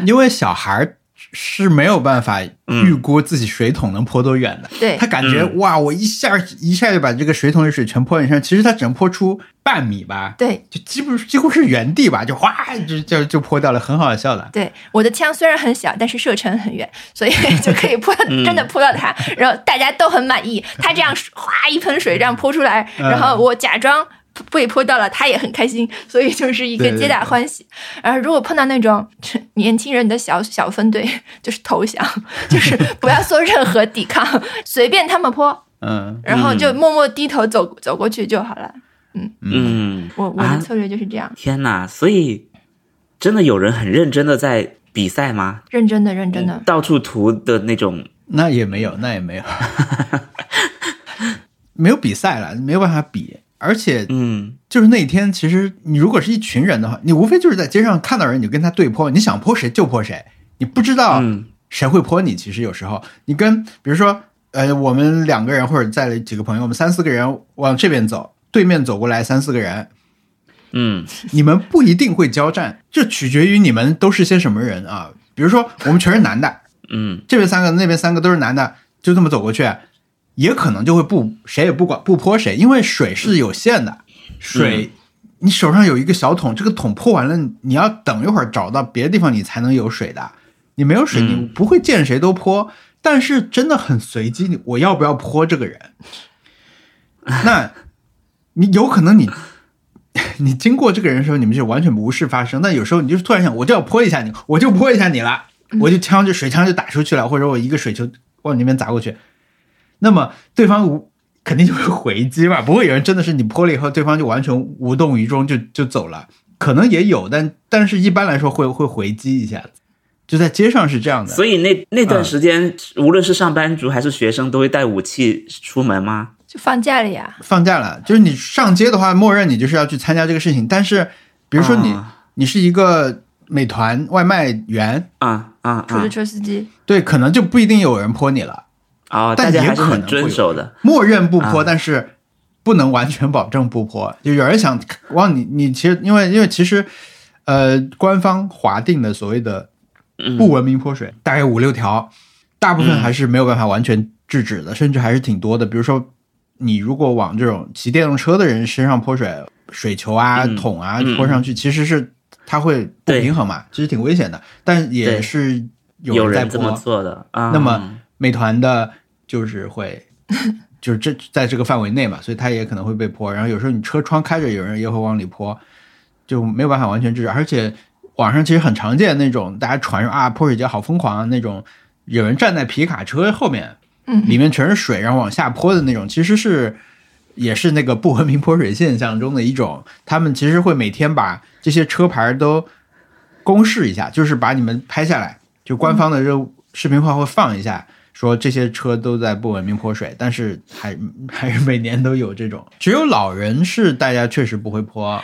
Speaker 1: 因为小孩儿是没有办法预估自己水桶能泼多远的。
Speaker 2: 对
Speaker 1: 他感觉、
Speaker 3: 嗯
Speaker 1: 哇，我一下一下就把这个水桶里水全泼到你身上，其实他只能泼出半米吧，
Speaker 2: 对
Speaker 1: 就基本几乎是原地吧，就哗就就就泼掉了，很好笑的。
Speaker 2: 对，我的枪虽然很小，但是射程很远，所以 就可以扑到，
Speaker 1: 嗯
Speaker 2: 真的扑到他，然后大家都很满意。他这样哗一盆水这样泼出来，
Speaker 1: 嗯
Speaker 2: 然后我假装被泼到了，他也很开心，所以就是一个
Speaker 1: 对对
Speaker 2: 皆大欢喜。然后如果碰到那种年轻人的小小分队，就是投降，就是不要做任何抵抗，随便他们泼，
Speaker 1: 嗯，
Speaker 2: 然后就
Speaker 3: 嗯
Speaker 2: 默默低头走走过去就好了。
Speaker 3: 嗯，
Speaker 2: 我我
Speaker 3: 啊
Speaker 2: 的策略就是这样，
Speaker 3: 天哪！所以真的有人很认真的在比赛吗？
Speaker 2: 认真的，认真
Speaker 1: 嗯
Speaker 2: 的。
Speaker 3: 到处涂的那种，
Speaker 1: 那也没有，
Speaker 3: 嗯
Speaker 1: 那也没有， 没有比赛了，没有办法比，而且
Speaker 3: 嗯
Speaker 1: 就是那天，其实你如果是一群人的话，你无非就是在街上看到人你就跟他对泼，你想泼谁就泼谁，你不知道
Speaker 3: 嗯
Speaker 1: 谁会泼你。其实有时候你跟比如说呃，我们两个人或者在几个朋友，我们三四个人往这边走，对面走过来三四个人，
Speaker 3: 嗯
Speaker 1: 你们不一定会交战，这取决于你们都是些什么人啊。比如说我们全是男的，
Speaker 3: 嗯
Speaker 1: 这边三个那边三个都是男的，就这么走过去，也可能就会不谁也不管不泼谁，因为水是有限的，水、你手上有一个小桶，这个桶泼完了，你要等一会儿找到别的地方你才能有水的，你没有水你不会见谁都泼，但是真的很随机，你我要不要泼这个人？那你有可能你你经过这个人的时候，你们就完全无事发生。但有时候你就是突然想，我就要泼一下你，我就泼一下你了，
Speaker 3: 嗯
Speaker 1: 我就枪就水枪就打出去了，或者我一个水球往你那边砸过去，那么对方无肯定就会回击嘛，不会有人真的是你泼了以后，对方就完全无动于衷就就走了，可能也有，但但是一般来说会会回击一下子，就在街上是这样的。
Speaker 3: 所以那那段时间，无论是上班族还是学生，都会带武器出门吗？
Speaker 2: 就放假了呀，
Speaker 1: 放假了，就是你上街的话，默认你就是要去参加这个事情。但是，比如说你、
Speaker 3: 啊
Speaker 1: 你是一个美团外卖员，
Speaker 3: 啊啊
Speaker 2: 出租
Speaker 3: 啊！
Speaker 2: 车司机。
Speaker 1: 对，可能就不一定有人泼你了，
Speaker 3: 哦，
Speaker 1: 但
Speaker 3: 大家
Speaker 1: 也
Speaker 3: 还是
Speaker 1: 可
Speaker 3: 很
Speaker 1: 能会
Speaker 3: 遵
Speaker 1: 有
Speaker 3: 守的。
Speaker 1: 默认不泼，
Speaker 3: 啊
Speaker 1: 但是不能完全保证不泼。就有人想往你你其实因为因为其实呃，官方划定的所谓的不
Speaker 3: 嗯，
Speaker 1: 文明泼水、大概五六条，大部分还是没有办法完全制止的，甚至还是挺多的。比如说，你如果往这种骑电动车的人身上泼水，水球啊、
Speaker 3: 嗯
Speaker 1: 桶啊
Speaker 3: 嗯
Speaker 1: 泼上去，其实是它会不
Speaker 3: 对
Speaker 1: 平衡嘛，其实挺危险的。但也
Speaker 3: 对
Speaker 1: 是
Speaker 3: 有
Speaker 1: 人在
Speaker 3: 人这么
Speaker 1: 泼，
Speaker 3: 做的啊。
Speaker 1: 那么美团的就是会。就是这在这个范围内嘛，所以它也可能会被泼。然后有时候你车窗开着，有人也会往里泼，就没有办法完全制止。而且网上其实很常见那种大家传说啊泼水节好疯狂啊那种，有人站在皮卡车后面，
Speaker 2: 嗯
Speaker 1: 里面全是水，然后往下泼的那种，其实是也是那个不文明泼水现象中的一种。他们其实会每天把这些车牌都公示一下，就是把你们拍下来，就官方的这个视频化会放一下。说这些车都在不文明泼水，但是还 还是每年都有这种。只有老人是大家确实不会泼，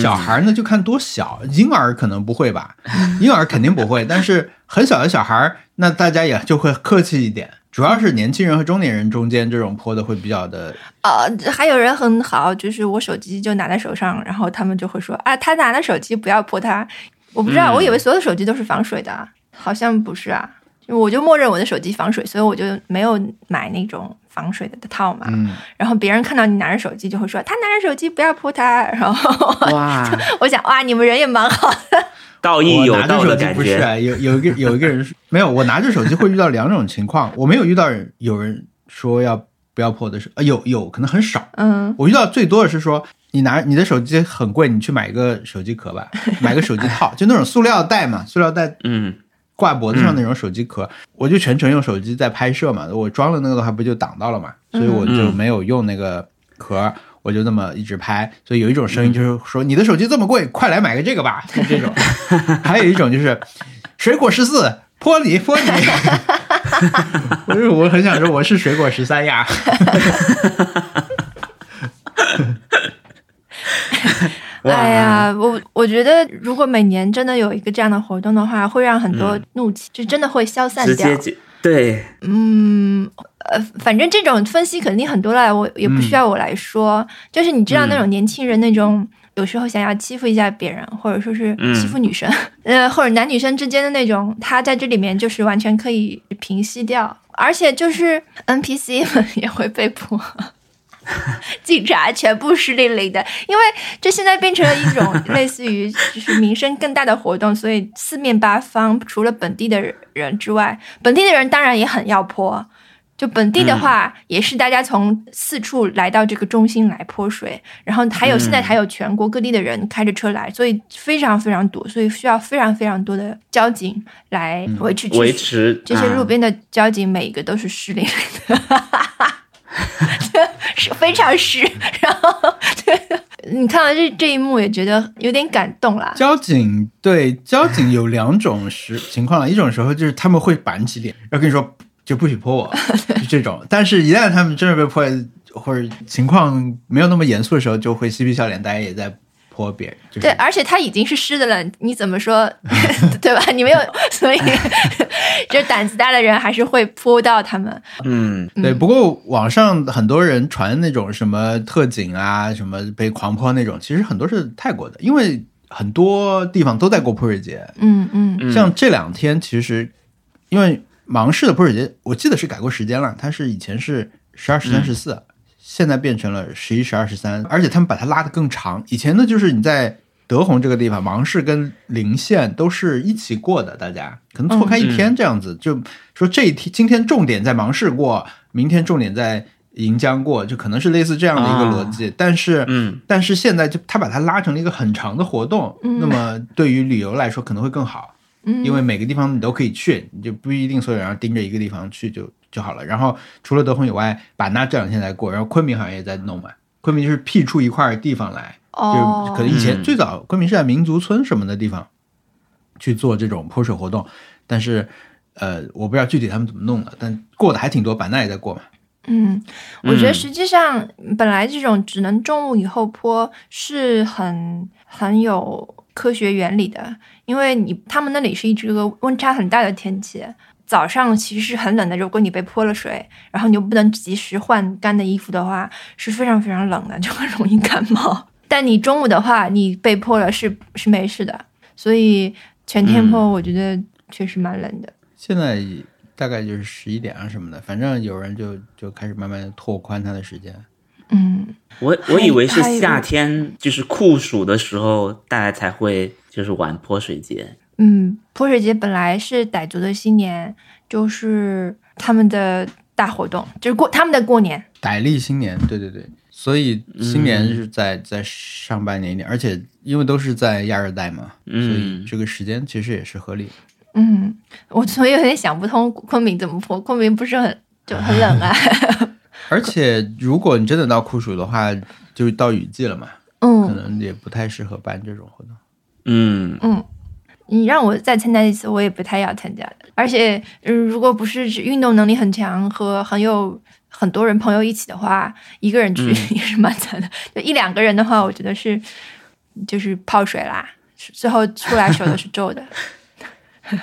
Speaker 1: 小孩呢就看多小，婴儿可能不会吧，婴儿肯定不会，但是很小的小孩儿，那大家也就会客气一点。主要是年轻人和中年人中间这种泼的会比较的，
Speaker 2: 呃，还有人很好，就是我手机就拿在手上，然后他们就会说啊，他拿了手机不要泼他。我不知道，
Speaker 3: 嗯
Speaker 2: 我以为所有手机都是防水的，好像不是啊。就我就默认我的手机防水，所以我就没有买那种防水的套嘛。
Speaker 1: 嗯，
Speaker 2: 然后别人看到你拿着手机就会说他拿着手机不要泼他。然后
Speaker 3: 嗯哇，
Speaker 2: 我想哇，你们人也蛮好的。
Speaker 3: 道义
Speaker 1: 我
Speaker 3: 哎有
Speaker 1: 拿着
Speaker 3: 道
Speaker 1: 手
Speaker 3: 的
Speaker 1: 机
Speaker 3: 感
Speaker 1: 不是
Speaker 3: 觉。
Speaker 1: 啊有有一个有一个人没有，我拿着手机会遇到两种情况，我没有遇到人有人说要不要泼的是，呃，有有可能很少，
Speaker 2: 嗯，
Speaker 1: 我遇到最多的是说，你拿你的手机很贵，你去买一个手机壳吧，买个手机套，就那种塑料袋嘛，塑料袋
Speaker 3: 嗯，
Speaker 1: 挂脖子上那种手机壳，我就全程用手机在拍摄嘛，我装了那个的话不就挡到了嘛，所以我就没有用那个壳。我就那么一直拍，所以有一种声音就是说：“你的手机这么贵，快来买个这个吧。” 就这种，还有一种就是水果十四泼你泼你， 我就我很想说我是水果十三呀，
Speaker 3: 哇
Speaker 2: 哎呀，我我觉得如果每年真的有一个这样的活动的话，会让很多怒气、就真的会消散
Speaker 3: 嗯直
Speaker 2: 掉
Speaker 3: 接。就对，
Speaker 2: 嗯，呃，反正这种分析肯定很多了，我也不需要我来说。就是你知道那种年轻人那种，有时候想要欺负一下别人，或者说是
Speaker 3: 嗯
Speaker 2: 欺负女生， 呃，或者男女生之间的那种，他在这里面就是完全可以平息掉。而且就是 NPC 们也会被迫， 警察全部湿淋淋的，因为这现在变成了一种类似于就是民生更大的活动，所以四面八方除了本地的人之外，本地的人当然也很要泼。就本地的话，也是大家从四处来到这个中心来泼水，然后还有现在还有全国各地的人开着车来，所以非常非常堵，所以需要非常非常多的交警来维持秩序
Speaker 3: 维持
Speaker 2: 这
Speaker 1: 嗯
Speaker 2: 些路
Speaker 3: 啊
Speaker 2: 边的交警每一个都是湿淋淋的， 是非常湿。然后，对，你看到这这一幕也觉得有点感动啦。
Speaker 1: 交警对交警有两种时情况了，一种时候就是他们会板起脸，然后跟你说就不许泼我，就这种。但是，一旦他们真的被泼，或者情况没有那么严肃的时候，就会嬉皮笑脸，大家也在泼别人。就是、
Speaker 2: 对，而且它已经是湿的了，你怎么说， 对吧？你没有， 所以就胆子大的人还是会泼到他们。
Speaker 3: 嗯，
Speaker 1: 对，不过网上很多人传那种什么特警啊，什么被狂泼那种，其实很多是泰国的，因为很多地方都在过泼水节，
Speaker 2: 嗯嗯
Speaker 3: 嗯
Speaker 1: 像这两天其实，因为芒市的泼水节，我记得是改过时间了，它是以前是十二、十三、十四，现在变成了十一、十二、十三，而且他们把它拉得更长。以前呢，就是你在德宏这个地方，芒市跟临县都是一起过的，大家可能错开一天这样子，就说这一天今天重点在芒市过，明天重点在盈江过，就可能是类似这样的一个逻辑，但是
Speaker 3: 嗯，
Speaker 1: 但是现在就他把它拉成了一个很长的活动，
Speaker 2: 嗯
Speaker 1: 那么对于旅游来说可能会更好。
Speaker 2: 嗯，
Speaker 1: 因为每个地方你都可以去，你就不一定所有人要盯着一个地方去就就好了。然后除了德宏以外，版纳这两天在过，然后昆明好像也在弄嘛。昆明就是辟出一块地方来，
Speaker 2: 哦
Speaker 1: 就，可能以前
Speaker 3: 嗯
Speaker 1: 最早昆明是在民族村什么的地方去做这种泼水活动，但是呃，我不知道具体他们怎么弄的，但过的还挺多，版纳也在过嘛。
Speaker 2: 嗯，我觉得
Speaker 3: 嗯
Speaker 2: 实际上本来这种只能种物以后播是很很有科学原理的，因为你他们那里是一直个温差很大的天气。早上其实是很冷的，如果你被泼了水，然后你又不能及时换干的衣服的话，是非常非常冷的，就很容易感冒。但你中午的话，你被泼了是是没事的，所以全天泼，我觉得确实蛮冷的。
Speaker 1: 现在大概就是十一点啊什么的，反正有人就就开始慢慢地拓宽它的时间。
Speaker 2: 嗯，
Speaker 3: 我我以为是
Speaker 2: 还有
Speaker 3: 夏天，就是酷暑的时候，大家才会就是玩泼水节。
Speaker 2: 嗯，泼水节本来是傣族的新年，就是他们的大活动，就是过他们的过年。
Speaker 1: 傣历新年，对对对，所以新年
Speaker 2: 嗯
Speaker 1: 是在、在上半年一点，而且因为都是在亚热带嘛，
Speaker 3: 嗯
Speaker 1: 所以这个时间其实也是合理的。
Speaker 2: 嗯，我所以有点想不通昆明怎么泼，昆明不是很就很冷啊。
Speaker 1: 而且如果你真的到酷暑的话，就到雨季了嘛，可
Speaker 2: 嗯
Speaker 1: 能也不太适合办这种活动。
Speaker 3: 嗯，
Speaker 2: 嗯，你让我再参加一次，我也不太要参加的。而且，嗯，如果不是运动能力很强和很有很多人朋友一起的话，一个人去
Speaker 1: 嗯
Speaker 2: 也是蛮惨的。就一两个人的话，我觉得是就是泡水啦，是最后出来手都是皱的。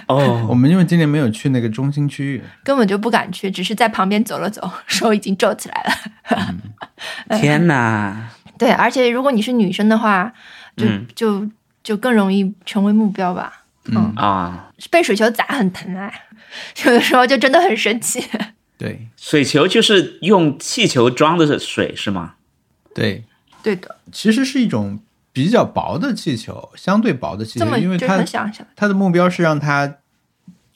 Speaker 1: 我
Speaker 3: 哦，
Speaker 1: 们因为今年没有去那个中心区域，
Speaker 2: 根本就不敢去，只是在旁边走了走， 手已经皱起来了。
Speaker 3: 天哪！
Speaker 2: 对，而且如果你是女生的话，就、
Speaker 3: 嗯
Speaker 2: 就就更容易成为目标吧。
Speaker 1: 嗯，
Speaker 2: 哎
Speaker 3: 啊，
Speaker 2: 被水球砸很疼啊， 有的时候就真的很生气。
Speaker 1: 对
Speaker 3: 水球就是用气球装的水是吗？
Speaker 1: 对，
Speaker 2: 对的，
Speaker 1: 其实是一种比较薄的气球，相对薄的气
Speaker 2: 这
Speaker 1: 球，
Speaker 2: 么
Speaker 1: 因为
Speaker 2: 就是
Speaker 1: 它
Speaker 2: 很想想
Speaker 1: 它的目标是让它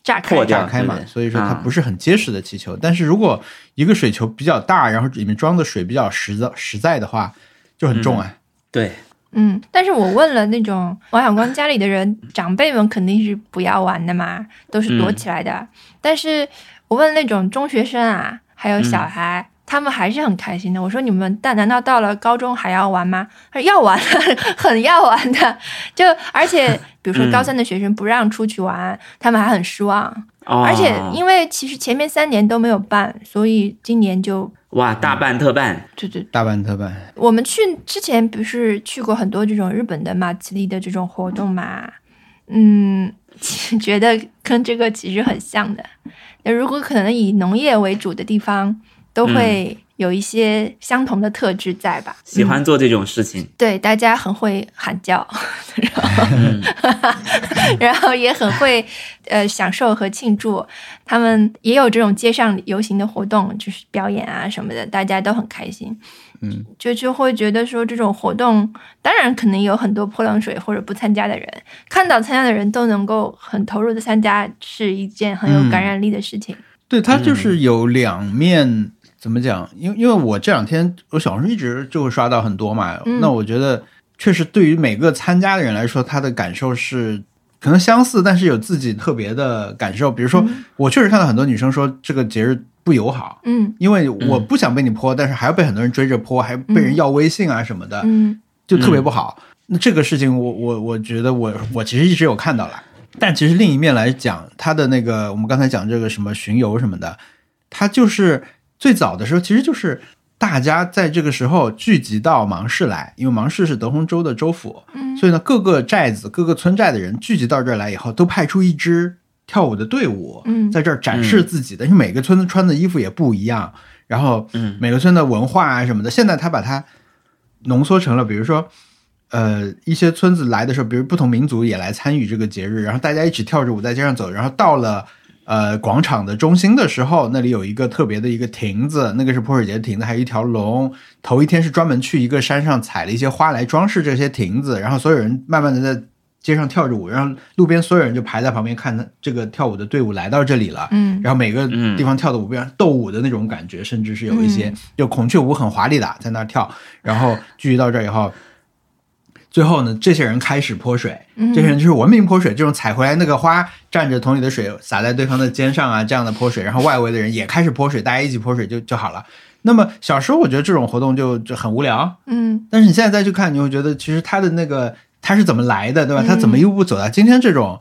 Speaker 2: 炸开
Speaker 3: 破掉
Speaker 1: 炸开嘛
Speaker 3: 对，对
Speaker 1: 所以说它
Speaker 3: 啊
Speaker 1: 不是很结实的气球。但是如果一个水球比较大，然后里面装的水比较实在实在的话，就很重啊。
Speaker 3: 对，
Speaker 2: 嗯，但是我问了那种王小光家里的人，长辈们肯定是不要玩的嘛，都是躲起来的。但是我问那种中学生啊，还有小孩，他们还是很开心的。我说你们但难道到了高中还要玩吗？他说要玩，啊很要玩的。就而且比如说高三的学生不让出去玩，他们还很失望。
Speaker 3: 哦，
Speaker 2: 而且因为其实前面三年都没有办，所以今年就
Speaker 3: 哇，
Speaker 1: 嗯
Speaker 3: 大办特办，
Speaker 2: 对对
Speaker 1: 大办特办，
Speaker 2: 我们去之前不是去过很多这种日本的马其利的这种活动嘛，嗯，其实觉得跟这个其实很像的。那如果可能以农业为主的地方，都会有一些相同的特质在吧？
Speaker 3: 喜欢做这种事情。
Speaker 2: 对，大家很会喊叫，
Speaker 3: 嗯
Speaker 2: 然后也很会呃享受和庆祝。他们也有这种街上游行的活动，就是表演啊什么的，大家都很开心。
Speaker 1: 嗯，
Speaker 2: 就就会觉得说这种活动，当然肯定有很多泼冷水或者不参加的人，看到参加的人都能够很投入的参加，是一件很有感染力的事情。
Speaker 1: 对，它
Speaker 3: 嗯
Speaker 1: 就是有两面。怎么讲？因为因为我这两天我小红书一直就会刷到很多嘛，
Speaker 2: 嗯
Speaker 1: 那我觉得确实对于每个参加的人来说，他的感受是可能相似，但是有自己特别的感受。比如说，
Speaker 3: 嗯
Speaker 1: 我确实看到很多女生说这个节日不友好，
Speaker 2: 嗯
Speaker 1: 因为我不想被你泼，但是还要被很多人追着泼，还被人要微信啊什么的，
Speaker 2: 嗯
Speaker 1: 就特别不好。那这个事情我，我我觉得我我其实一直有看到了，但其实另一面来讲，它的那个我们刚才讲这个什么巡游什么的，它就是最早的时候，其实就是大家在这个时候聚集到芒市来，因为芒市是德宏州的州府，
Speaker 2: 嗯
Speaker 1: 所以呢，各个寨子、各个村寨的人聚集到这儿来以后，都派出一支跳舞的队伍，
Speaker 2: 嗯
Speaker 1: 在这儿展示自己的，因为每个村子穿的衣服也不一样，然后
Speaker 3: 嗯
Speaker 1: 每个村的文化啊什么的，现在他把它浓缩成了，比如说。呃，一些村子来的时候，比如不同民族也来参与这个节日，然后大家一起跳着舞在街上走，然后到了呃广场的中心的时候，那里有一个特别的一个亭子，那个是泼水节的亭子，还有一条龙，头一天是专门去一个山上采了一些花来装饰这些亭子，然后所有人慢慢的在街上跳着舞，然后路边所有人就排在旁边看他这个跳舞的队伍来到这里了。
Speaker 2: 嗯
Speaker 1: 然后每个地方跳的舞不一样，斗舞的那种感觉，甚至是有
Speaker 2: 嗯
Speaker 1: 一些就孔雀舞很华丽的在那儿跳，然后聚集到这儿以后，最后呢，这些人开始泼水，
Speaker 2: 嗯
Speaker 1: 这些人就是文明泼水，这种采回来那个花蘸着桶里的水洒在对方的肩上啊，这样的泼水，然后外围的人也开始泼水，大家一起泼水就就好了。那么小时候我觉得这种活动就就很无聊，
Speaker 2: 嗯
Speaker 1: 但是你现在再去看，你会觉得其实它的那个它是怎么来的，对吧？
Speaker 2: 嗯
Speaker 1: 它怎么一步步走到今天这种？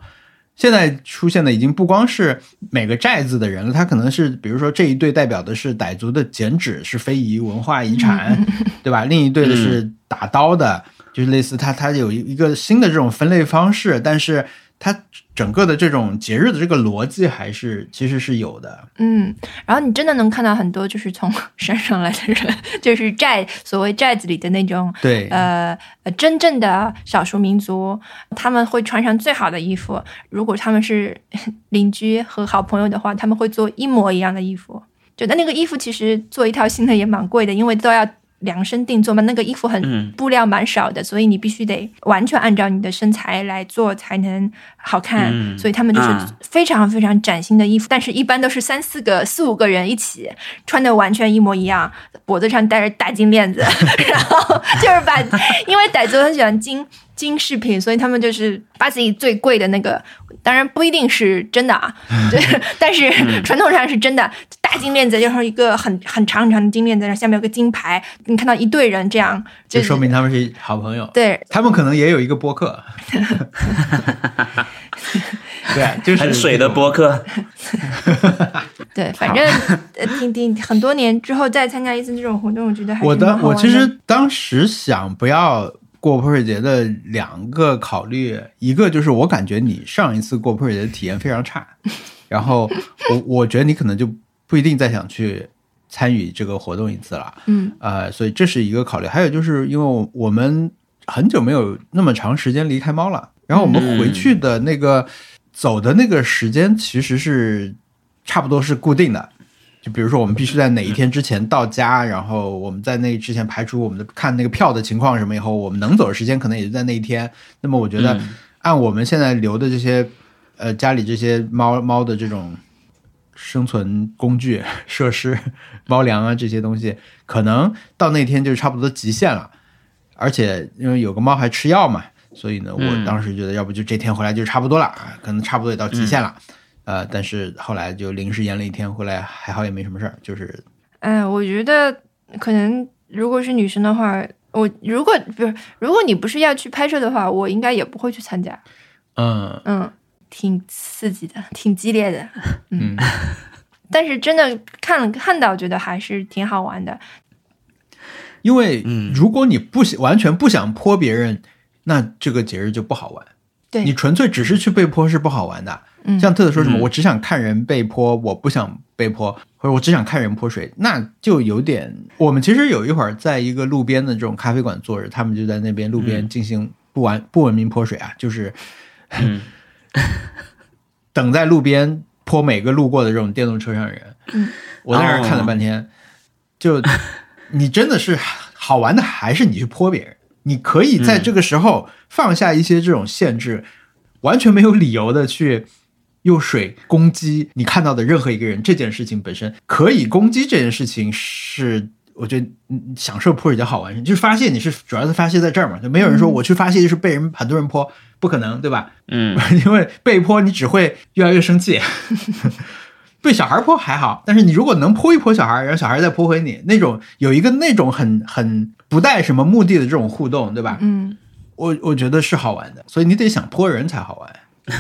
Speaker 1: 现在出现的已经不光是每个寨子的人了，他可能是比如说这一队代表的是傣族的剪纸，是非遗文化遗产，
Speaker 2: 嗯
Speaker 1: 对吧？另一队的是打刀的，就是类似它它有一一个新的这种分类方式，但是它整个的这种节日的这个逻辑还是其实是有的。
Speaker 2: 嗯，然后你真的能看到很多就是从 山上来的人，就是寨所谓寨子里的那种
Speaker 1: 对，
Speaker 2: 呃呃真正的少数民族，他们会穿上最好的衣服。如果他们是 邻居和好朋友的话，他们会做一模一样的衣服。就但那个衣服其实做一套新的也蛮贵的，因为都要量身定做嘛。那个衣服很、
Speaker 3: 嗯
Speaker 2: 布料蛮少的，所以你必须得完全按照你的身材来做才能好看。
Speaker 3: 嗯
Speaker 2: 所以他们就是
Speaker 3: 啊
Speaker 2: 非常非常崭新的衣服，但是一般都是三四个、四五个人一起穿的完全一模一样，脖子上戴着大金链子， 然后就是把，因为傣族很喜欢金金饰品，所以他们就是把自己最贵的那个，当然不一定是真的啊， 对，但是传统上是真的，大金链子就是一个很很长很长的金链子，然后下面有个金牌，你看到一队人这样，就
Speaker 1: 就是说明他们是好朋友。
Speaker 2: 对，
Speaker 1: 他们可能也有一个播 客，对，就是
Speaker 3: 很水的播客，
Speaker 2: 对，反正呃挺挺很多年之后再参加一次这种活动，我觉得还是
Speaker 1: 我
Speaker 2: 蛮
Speaker 1: 当
Speaker 2: 好
Speaker 1: 我
Speaker 2: 玩的
Speaker 1: 其实当时想不要过泼水节的两个考虑，一个就是我感觉你上一次过泼水节的体验非常差，然后我我觉得你可能就不一定再想去参与这个活动一次了。
Speaker 2: 嗯
Speaker 1: 呃，所以这是一个考虑。还有就是因为我我们很久没有那么长时间离开猫了，然后我们回去的那个、走的那个时间其实是差不多是固定的。就比如说，我们必须在哪一天之前到家，然后我们在那之前排除我们的看那个票的情况什么以后，我们能走的时间可能也就在那一天。那么我觉得
Speaker 3: 嗯，
Speaker 1: 按我们现在留的这些，呃，家里这些猫猫的这种生存工具、 设施、猫粮啊这些东西，可能到那天就差不多极限了。而且因为有个猫还吃药嘛，所以呢，我
Speaker 3: 嗯
Speaker 1: 当时觉得要不就这天回来就差不多了，啊，可能差不多也到极限了。呃，但是后来就临时延了一天回来，还好也没什么事儿，就是
Speaker 2: 哎，我觉得可能如果是女生的话，我如果不是如果你不是要去拍摄的话，我应该也不会去参加。
Speaker 1: 嗯
Speaker 2: 嗯，挺刺激的，挺激烈的，
Speaker 1: 嗯，
Speaker 2: 但是真的看看到觉得还是挺好玩的。
Speaker 1: 因为
Speaker 3: 嗯
Speaker 1: 如果你不喜完全不想泼别人，那这个节日就不好玩。
Speaker 2: 对
Speaker 1: 你纯粹只是去被泼是不好玩的。
Speaker 2: 嗯
Speaker 1: 像特特说什么，
Speaker 3: 嗯
Speaker 1: 我只想看人被泼，我不想被泼，或者我只想看人泼水，那就有点。我们其实有一会儿在一个路边的这种咖啡馆坐着，他们就在那边路边进行不完、不文明泼水啊，就是
Speaker 3: 嗯，
Speaker 1: 等在路边泼每个路过的这种电动车上的人。
Speaker 2: 嗯
Speaker 1: 我在那儿
Speaker 3: 哦
Speaker 1: 看了半天，就你真的是好玩的，还是你去泼别人？你可以在这个时候放下一些这种限制，完全没有理由的去用水攻击你看到的任何一个人。这件事情本身可以攻击，这件事情是。我觉得嗯享受泼水节好玩，就是发泄，你是主要是发泄在这儿嘛，就没有人说我去发泄就是被人很多人泼，不可能对吧？
Speaker 3: 嗯，
Speaker 1: 因为被泼你只会越来越生气。被小孩泼还好，但是你如果能泼一泼小孩，然后小孩再泼回你，那种有一个那种很很不带什么目的的这种互动，对吧？
Speaker 2: 嗯
Speaker 1: 我我觉得是好玩的，所以你得想泼人才好玩。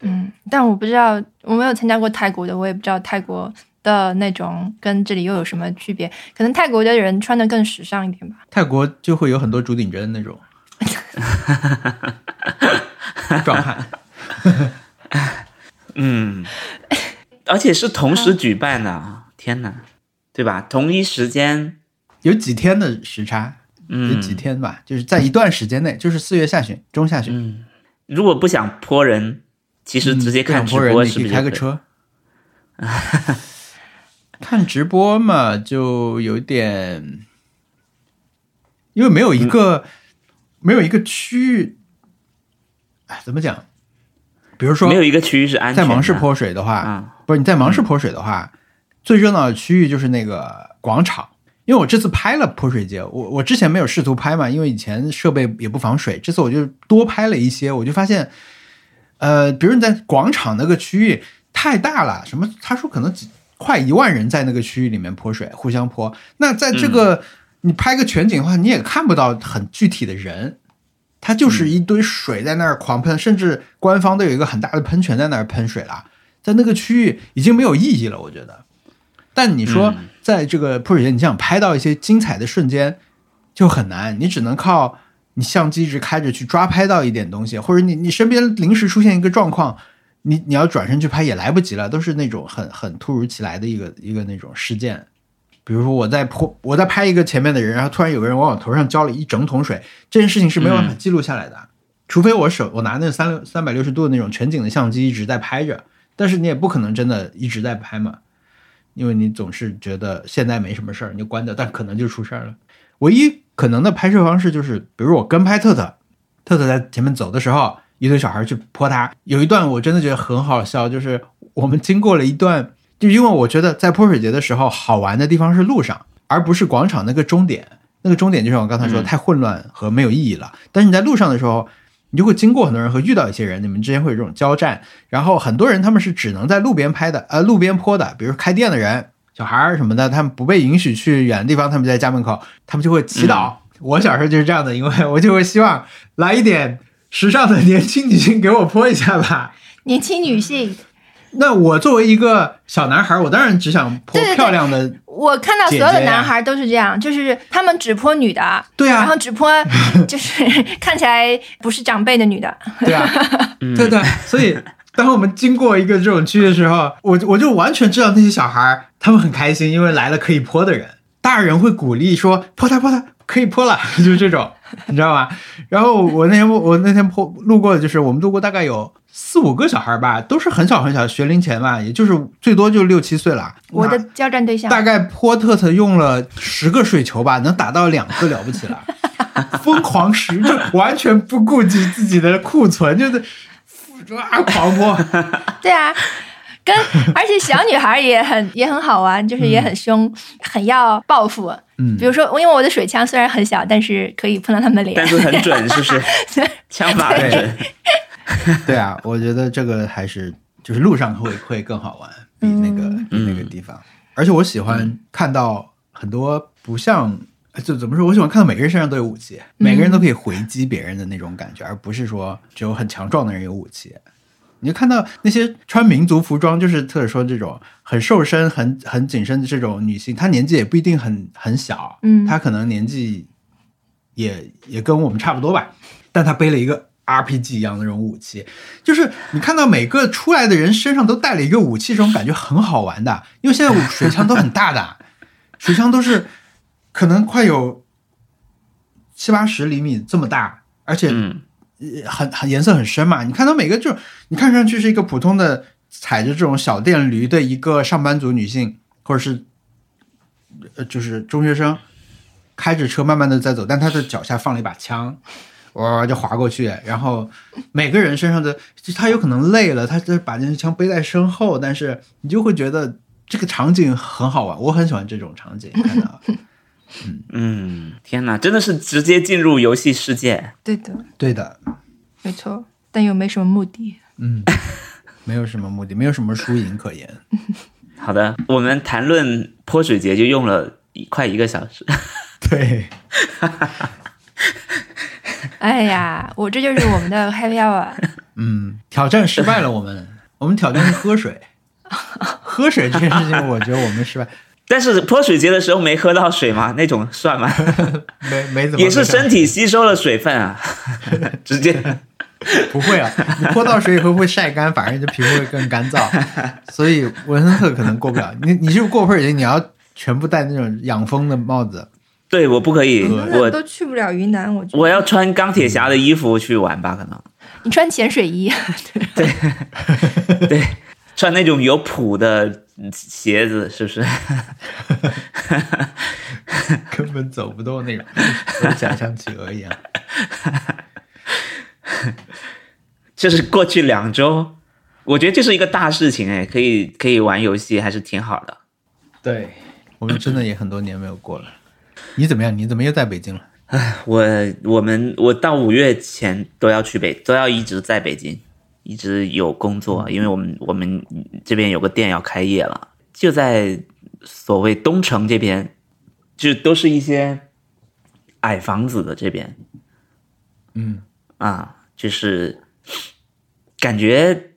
Speaker 2: 嗯，但我不知道，我没有参加过泰国的，我也不知道泰国的那种跟这里又有什么区别。可能泰国的人穿的更时尚一点吧。
Speaker 1: 泰国就会有很多竹顶针那 种壮汉，
Speaker 3: 嗯，而且是同时举办的，啊
Speaker 2: 嗯
Speaker 3: 天哪，对吧？同一时间，
Speaker 1: 有几天的时差，有
Speaker 3: 嗯，
Speaker 1: 几天吧，就是在一段时间内，就是四月下旬、中下旬，
Speaker 3: 嗯，如果不想泼人，其实直接看
Speaker 1: 嗯
Speaker 3: 直
Speaker 1: 不想
Speaker 3: 播
Speaker 1: 泼人，
Speaker 3: 是
Speaker 1: 你
Speaker 3: 不
Speaker 1: 可
Speaker 3: 是
Speaker 1: 以开个
Speaker 3: 就可以？
Speaker 1: 车。看直播嘛，就有点，因为没有一个、
Speaker 3: 嗯
Speaker 1: 没有一个区域，哎，怎么讲？比如说
Speaker 3: 没，有一个区域是安全
Speaker 1: 在
Speaker 3: 的。
Speaker 1: 芒市泼水的话，
Speaker 3: 啊，
Speaker 1: 不是你在芒市泼水的话，最热闹的区域就是那个广场，因为我这次拍了泼水节，我我之前没有试图拍嘛，因为以前设备也不防水，这次我就多拍了一些，我就发现，呃，比如你在广场那个区域太大了，什么他说可能几快一万人在那个区域里面泼水，互相泼。那在这个、你拍个全景的话，你也看不到很具体的人，它就是一堆水在那儿狂喷，甚至官方都有一个很大的喷泉在那儿喷水了，在那个区域已经没有意义了，我觉得。但你说
Speaker 3: 嗯
Speaker 1: 在这个泼水节，你想拍到一些精彩的瞬间就很难，你只能靠你相机一直开着去抓拍到一点东西，或者你你身边临时出现一个状况，你你要转身去拍也来不及了，都是那种很很突如其来的一个一个那种事件。比如说我在泼我在拍一个前面的人，然后突然有个人往我头上浇了一整桶水，这件事情是没有办法记录下来的，除非我手我拿那三六三百六十度的那种全景的相机一直在拍着，但是你也不可能真的一直在拍嘛，因为你总是觉得现在没什么事儿，你就关掉，但可能就出事儿了。唯一可能的拍摄方式就是，比如我跟拍特特，特特在前面走的时候，一堆小孩去泼他。有一段我真的觉得很好笑，就是我们经过了一段，就因为我觉得在泼水节的时候，好玩的地方是路上，而不是广场那个终点。那个终点就像我刚才说，
Speaker 3: 嗯
Speaker 1: 太混乱和没有意义了。但是你在路上的时候，你就会经过很多人和遇到一些人，你们之间会有这种交战。然后很多人他们是只能在路边拍的，呃，路边泼的，比如开店的人、小孩儿什么的，他们不被允许去远的地方，他们就在家门口，他们就会祈
Speaker 2: 嗯
Speaker 1: 祷。我小时候就是这样的，因为我 就会希望来一点时尚的年轻女性给我泼一下吧。
Speaker 2: 年轻女性，
Speaker 1: 那我作为一个小男孩儿，我当然只想泼
Speaker 2: 对对对
Speaker 1: 漂亮的，
Speaker 2: 我看到所有
Speaker 1: 姐
Speaker 2: 的
Speaker 1: 姐呀
Speaker 2: 男孩都是这样，就是他们只泼女的，
Speaker 1: 对啊
Speaker 2: 然后只泼 就是看起来不是长辈的女的，
Speaker 1: 对吧、
Speaker 3: 嗯
Speaker 1: 对对，所以当我们经过一个这种区的时候，我我就完全知道那些小孩儿他们很开心，因为来了可以泼的人，大人会鼓励说泼他泼他，可以泼了， 就是这种，你知道吗？然后我那天我那天泼路过，就是我们路过大概有。四五个小孩儿吧，都是很小很小，学龄前吧，也就是最多就六七岁了。
Speaker 2: 我的
Speaker 1: 那
Speaker 2: 交战对象
Speaker 1: 大概泼特特用了十个水球吧，能打到两个了不起了，疯狂使，就完全不顾及自己的库存，就是啊狂泼。
Speaker 2: 对啊，跟而且小女孩也很 也很好玩，就是也很凶，很要报复。
Speaker 1: 嗯
Speaker 2: 比如说，因为我的水枪虽然很小，但是可以碰到他们的脸。
Speaker 3: 但是很 准，是不是？枪法很准。
Speaker 1: 对啊，我觉得这个还是就是路上会会更好玩，比那个、比那个地方。而且我喜欢看到很多不像。呃就怎么说？我喜欢看到每个人身上都有武器，每个人都可以回击别人的那种感觉，而不是说只有很强壮的人有武器。你就看到那些穿民族服装，就是特说这种很瘦身、很很紧身的这种女性，她年纪也不一定很很小，
Speaker 2: 嗯
Speaker 1: 她可能年纪也也跟我们差不多吧，但她背了一个 RPG 一样的那种武器，就是你看到每个出来的人身上都带了一个武器，这种感觉很好玩的，因为现在我水枪都很大的，水枪都是可能快有七八十厘米这么大，而且
Speaker 3: 嗯，
Speaker 1: 很很颜色很深嘛。你看到每个就是你看上去是一个普通的踩着这种小电驴的一个上班族女性，或者是呃就是中学生，开着车慢慢的在走，但她的脚下放了一把枪。哇，就划过去，然后每个人身上的，就他有可能累了，他就把那支枪背在身后，但是你就会觉得这个场景很好玩，我很喜欢这种场景，看到
Speaker 3: 嗯，天哪，真的是直接进入游戏世界。
Speaker 2: 对的，
Speaker 1: 对的，
Speaker 2: 没错，但又没什么目的。
Speaker 1: 嗯，没有什么目的，没有什么输赢可言。
Speaker 3: 好的，我们谈论泼水节就用了一快一个小时。
Speaker 1: 对，
Speaker 2: 哎呀，我这就是我们的 happy hour。
Speaker 1: 嗯，挑战失败了，我们 我们挑战是喝水，喝水这件事情，我觉得我们失败，
Speaker 3: 但是泼水节的时候没喝到水吗？那种 算吗？
Speaker 1: 没没怎么
Speaker 3: 也是身
Speaker 1: 体
Speaker 3: 体吸收了水分啊， 直接。
Speaker 1: 不会啊，你泼到水以后会晒干，反而你的皮肤会更干燥，所以文森特可能过不了。你你是不是过分人，你要全部戴那种养蜂的帽子，
Speaker 3: 对，我不可以，
Speaker 2: 那
Speaker 3: 我
Speaker 2: 都去不了云南，我觉
Speaker 3: 我
Speaker 2: 得。
Speaker 3: 要穿钢铁侠的衣服去玩吧，可能
Speaker 2: 你穿潜水衣，
Speaker 3: 穿那种有蹼的鞋子，是不是？
Speaker 1: 根本走不动那种，跟假象企鹅一 样。
Speaker 3: 就是过去两周，我觉得这是一个大事情哎，可以可以玩游戏还是挺好的。
Speaker 1: 对，我们真的也很多年没有过了。你怎么样？你怎么又在北京了？
Speaker 3: 我我们我到五月前都要去北，都要一直在北京，一直有工作，
Speaker 1: 嗯
Speaker 3: 因为我们我们这边有个店要开业了，就在所谓东城这边，就都是一些矮房子的这边
Speaker 1: 嗯，
Speaker 3: 啊，就是感觉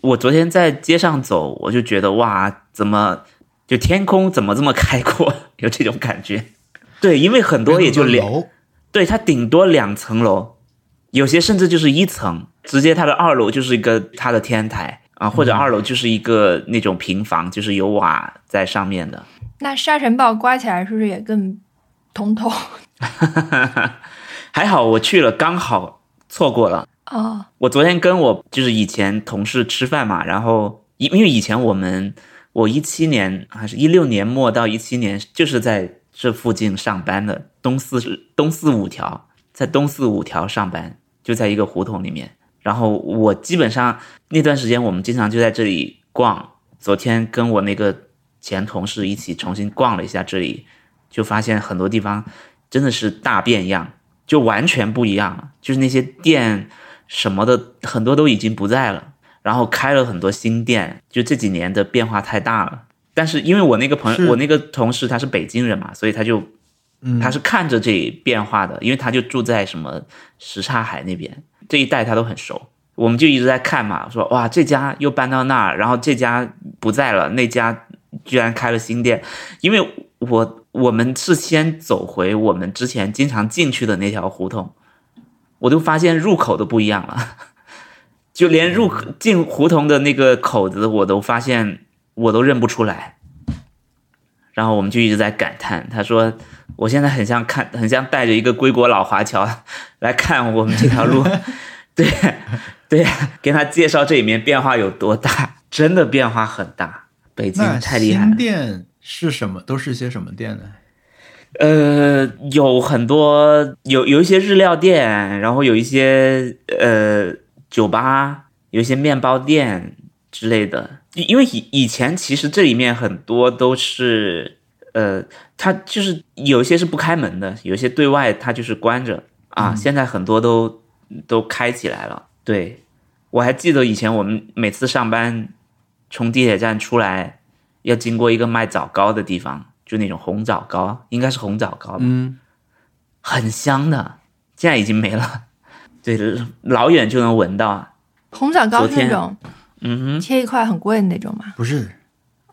Speaker 3: 我昨天在街上走，我就觉得哇，怎么就天空怎么这么开阔， 有这种感觉。对，因为很多也就两
Speaker 1: 楼，
Speaker 3: 对，它顶多两层楼，有些甚至就是一层，直接它的二楼就是一个它的天台啊，或者二楼就是一个那种平房，就是有瓦在上面的。
Speaker 2: 那沙尘暴刮起来是不是也更通透？
Speaker 3: 还好我去了，刚好错过了。
Speaker 2: 哦，
Speaker 3: 我昨天跟我就是以前同事吃饭嘛，然后因因为以前我们我一七年还是一六年末到一七年，就是在这附近上班的东四东四五条，在东四五条上班，就在一个胡同里面。然后我基本上那段时间，我们经常就在这里逛。昨天跟我那个前同事一起重新逛了一下这里，就发现很多地方真的是大变样，就完全不一样了。就是那些店什么的，很多都已经不在了，然后开了很多新店，就这几年的变化太大了。但是因为我那个朋
Speaker 1: 是
Speaker 3: 友，我那个同事他是北京人嘛，所以他就
Speaker 1: 嗯，
Speaker 3: 他是看着这变化的，因为他就住在什么什刹海那边这一带，他都很熟。我们就一直在看嘛，说哇这家又搬到那儿，然后这家不在了，那家居然开了新店。因为我我们是先走回我们之前经常进去的那条胡同，我都发现入口都不一样了， 就连入口
Speaker 1: 嗯
Speaker 3: 进胡同的那个口子我都发现我都认不出来。然后我们就一直在感叹，他说我现在很像看，很像带着一个归国老华侨来看我们这 条路，对对，给他介绍这里面变化有多大，真的变化很大，北京
Speaker 1: 那
Speaker 3: 太厉害了
Speaker 1: 新。店是什么？都是些什么店呢？
Speaker 3: 呃，有很多有有一些日料店，然后有一些呃酒吧，有一些面包店之类的。因因为以以前其实这里面很多都是呃，它就是有一些是不开门的，有一些对外它就是关着啊。现在很多都都开起来了。对，我还记得以前我们每次上班从地铁站出来，要经过一个卖枣糕的地方，就那种红枣糕，应该是红枣糕吧，
Speaker 1: 嗯，
Speaker 3: 很香的，现在已经没了。对，老远就能闻到。
Speaker 2: 红枣糕
Speaker 3: 昨
Speaker 2: 是那
Speaker 3: 天
Speaker 2: 种
Speaker 3: 嗯
Speaker 2: 切一块很贵的那种吗？
Speaker 1: 不是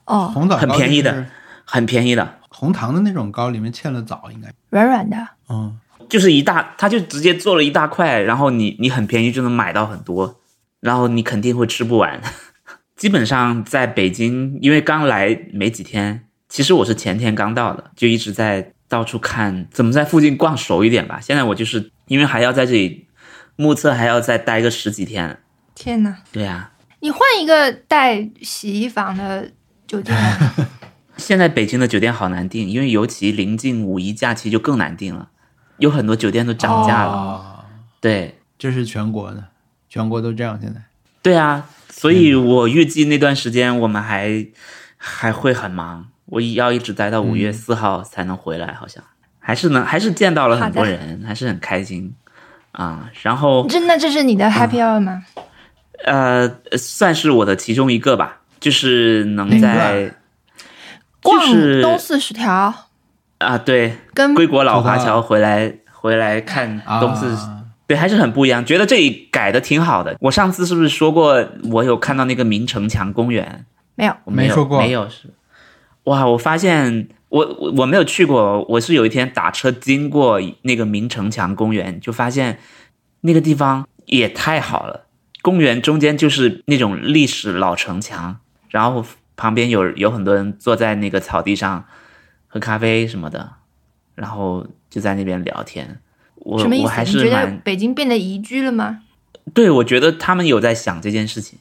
Speaker 2: 哦，
Speaker 1: 红枣，
Speaker 3: 很便宜的，哼，很便宜的，
Speaker 1: 红糖的那种糕，里面嵌了枣，应该，
Speaker 2: 软软的。
Speaker 1: 嗯，
Speaker 3: 就是一大，他就直接做了一大块，然后你你很便宜就能买到很多，然后你肯定会吃不完。 基本上在北京，因为刚来没几天，其实我是前天刚到的，就一直在到处看怎么在附近逛熟一点吧。现在我就是因为还要在这里，目测还要再待个十几天。
Speaker 2: 天哪！
Speaker 3: 对啊呀、
Speaker 2: 你换一个带洗衣房的酒 店，
Speaker 3: 现在北京的酒店好难订，因为尤其临近五一假期就更难订了，有很多酒店都涨价了。
Speaker 1: 哦，
Speaker 3: 对，
Speaker 1: 这是全国的，全国都这样现在。
Speaker 3: 对啊，所以
Speaker 2: 嗯
Speaker 3: 我预计那段时间我们还还会很忙，我要一直待到五月四号才能回来，好像还是能还是见到了很多人，还是很开心啊、然后
Speaker 2: 这那这是你的
Speaker 3: 嗯
Speaker 2: happy hour 吗？
Speaker 3: 呃，算是我的其中一个吧，就是能
Speaker 1: 明
Speaker 3: 在
Speaker 2: 逛
Speaker 3: 就是
Speaker 2: 东四十条，
Speaker 3: 啊、对
Speaker 2: 跟
Speaker 3: 归国老华
Speaker 1: 知道
Speaker 3: 侨回来回来看东四。
Speaker 1: 啊、
Speaker 3: 对，还是很不一样。觉得这里改的挺好的。我上次是不是说过，我有看到那个明城墙公园？
Speaker 2: 没有。
Speaker 3: 我没有
Speaker 1: 没说过
Speaker 3: 没有是。哇，我发现我我我没有去过，我是有一天打车经过那个明城墙公园，就发现那个地方也太好了。公园中间就是那种历史老城墙，然后旁边有有很多人坐在那个草地上喝咖啡什么的，然后就在那边聊天。我
Speaker 2: 什么意
Speaker 3: 我
Speaker 2: 思？
Speaker 3: 还
Speaker 2: 你
Speaker 3: 是
Speaker 2: 觉得
Speaker 3: 蛮啊
Speaker 2: 北京变得宜居了吗？
Speaker 3: 对，我觉得他们有在想这件事情，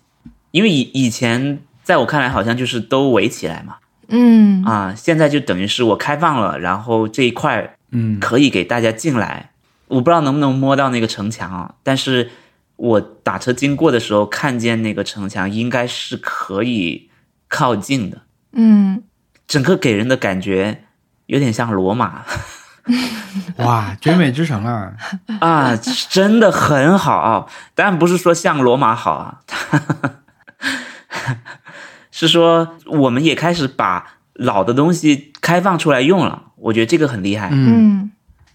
Speaker 3: 因为以以前在我看来好像就是都围起来嘛，
Speaker 2: 嗯，
Speaker 3: 啊，现在就等于是我开放了，然后这一块
Speaker 1: 嗯，
Speaker 3: 可以给大家进来。我不知道能不能摸到那个城墙啊，但是我打车经过的时候看见那个城墙，应该是可以靠近的。
Speaker 2: 嗯，
Speaker 3: 整个给人的感觉有点像罗马
Speaker 1: 哇，绝美之城 啊！
Speaker 3: 啊，真的很好。当然不是说像罗马好啊， 是说我们也开始把老的东西开放出来用了。我觉得这个很厉害。
Speaker 1: 嗯
Speaker 2: 嗯，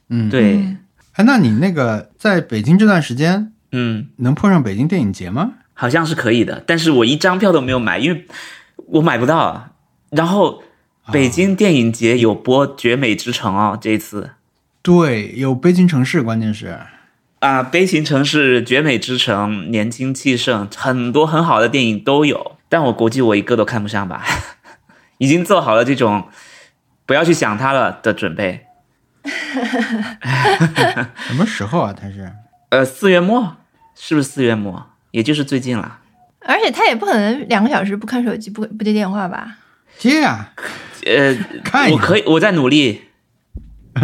Speaker 1: 嗯，。
Speaker 3: 对，
Speaker 1: 哎，那你那个在北京这段时间，
Speaker 3: 嗯
Speaker 1: 能碰上北京电影节吗？
Speaker 3: 好像是可以的，但是我一张票都没有买，因为我买不到啊。然后北京电影节有播《绝美之城》哦，这一次
Speaker 1: 对，有北京城市，关键是，
Speaker 3: 啊，悲情城市》《绝美之城》《年轻气盛》很多很好的电影都有，但我估计我一个都看不上吧。 已经做好了这种不要去想它了的准备。
Speaker 1: 什么时候啊？它是
Speaker 3: 呃，四月末是不是四月末？也就是最近了。
Speaker 2: 而且他也不可能两个小时不看手机不不接电话吧？
Speaker 1: 接呀、
Speaker 3: 呃，
Speaker 1: 啊看一
Speaker 3: 我
Speaker 1: 看
Speaker 3: 可以，我在努力，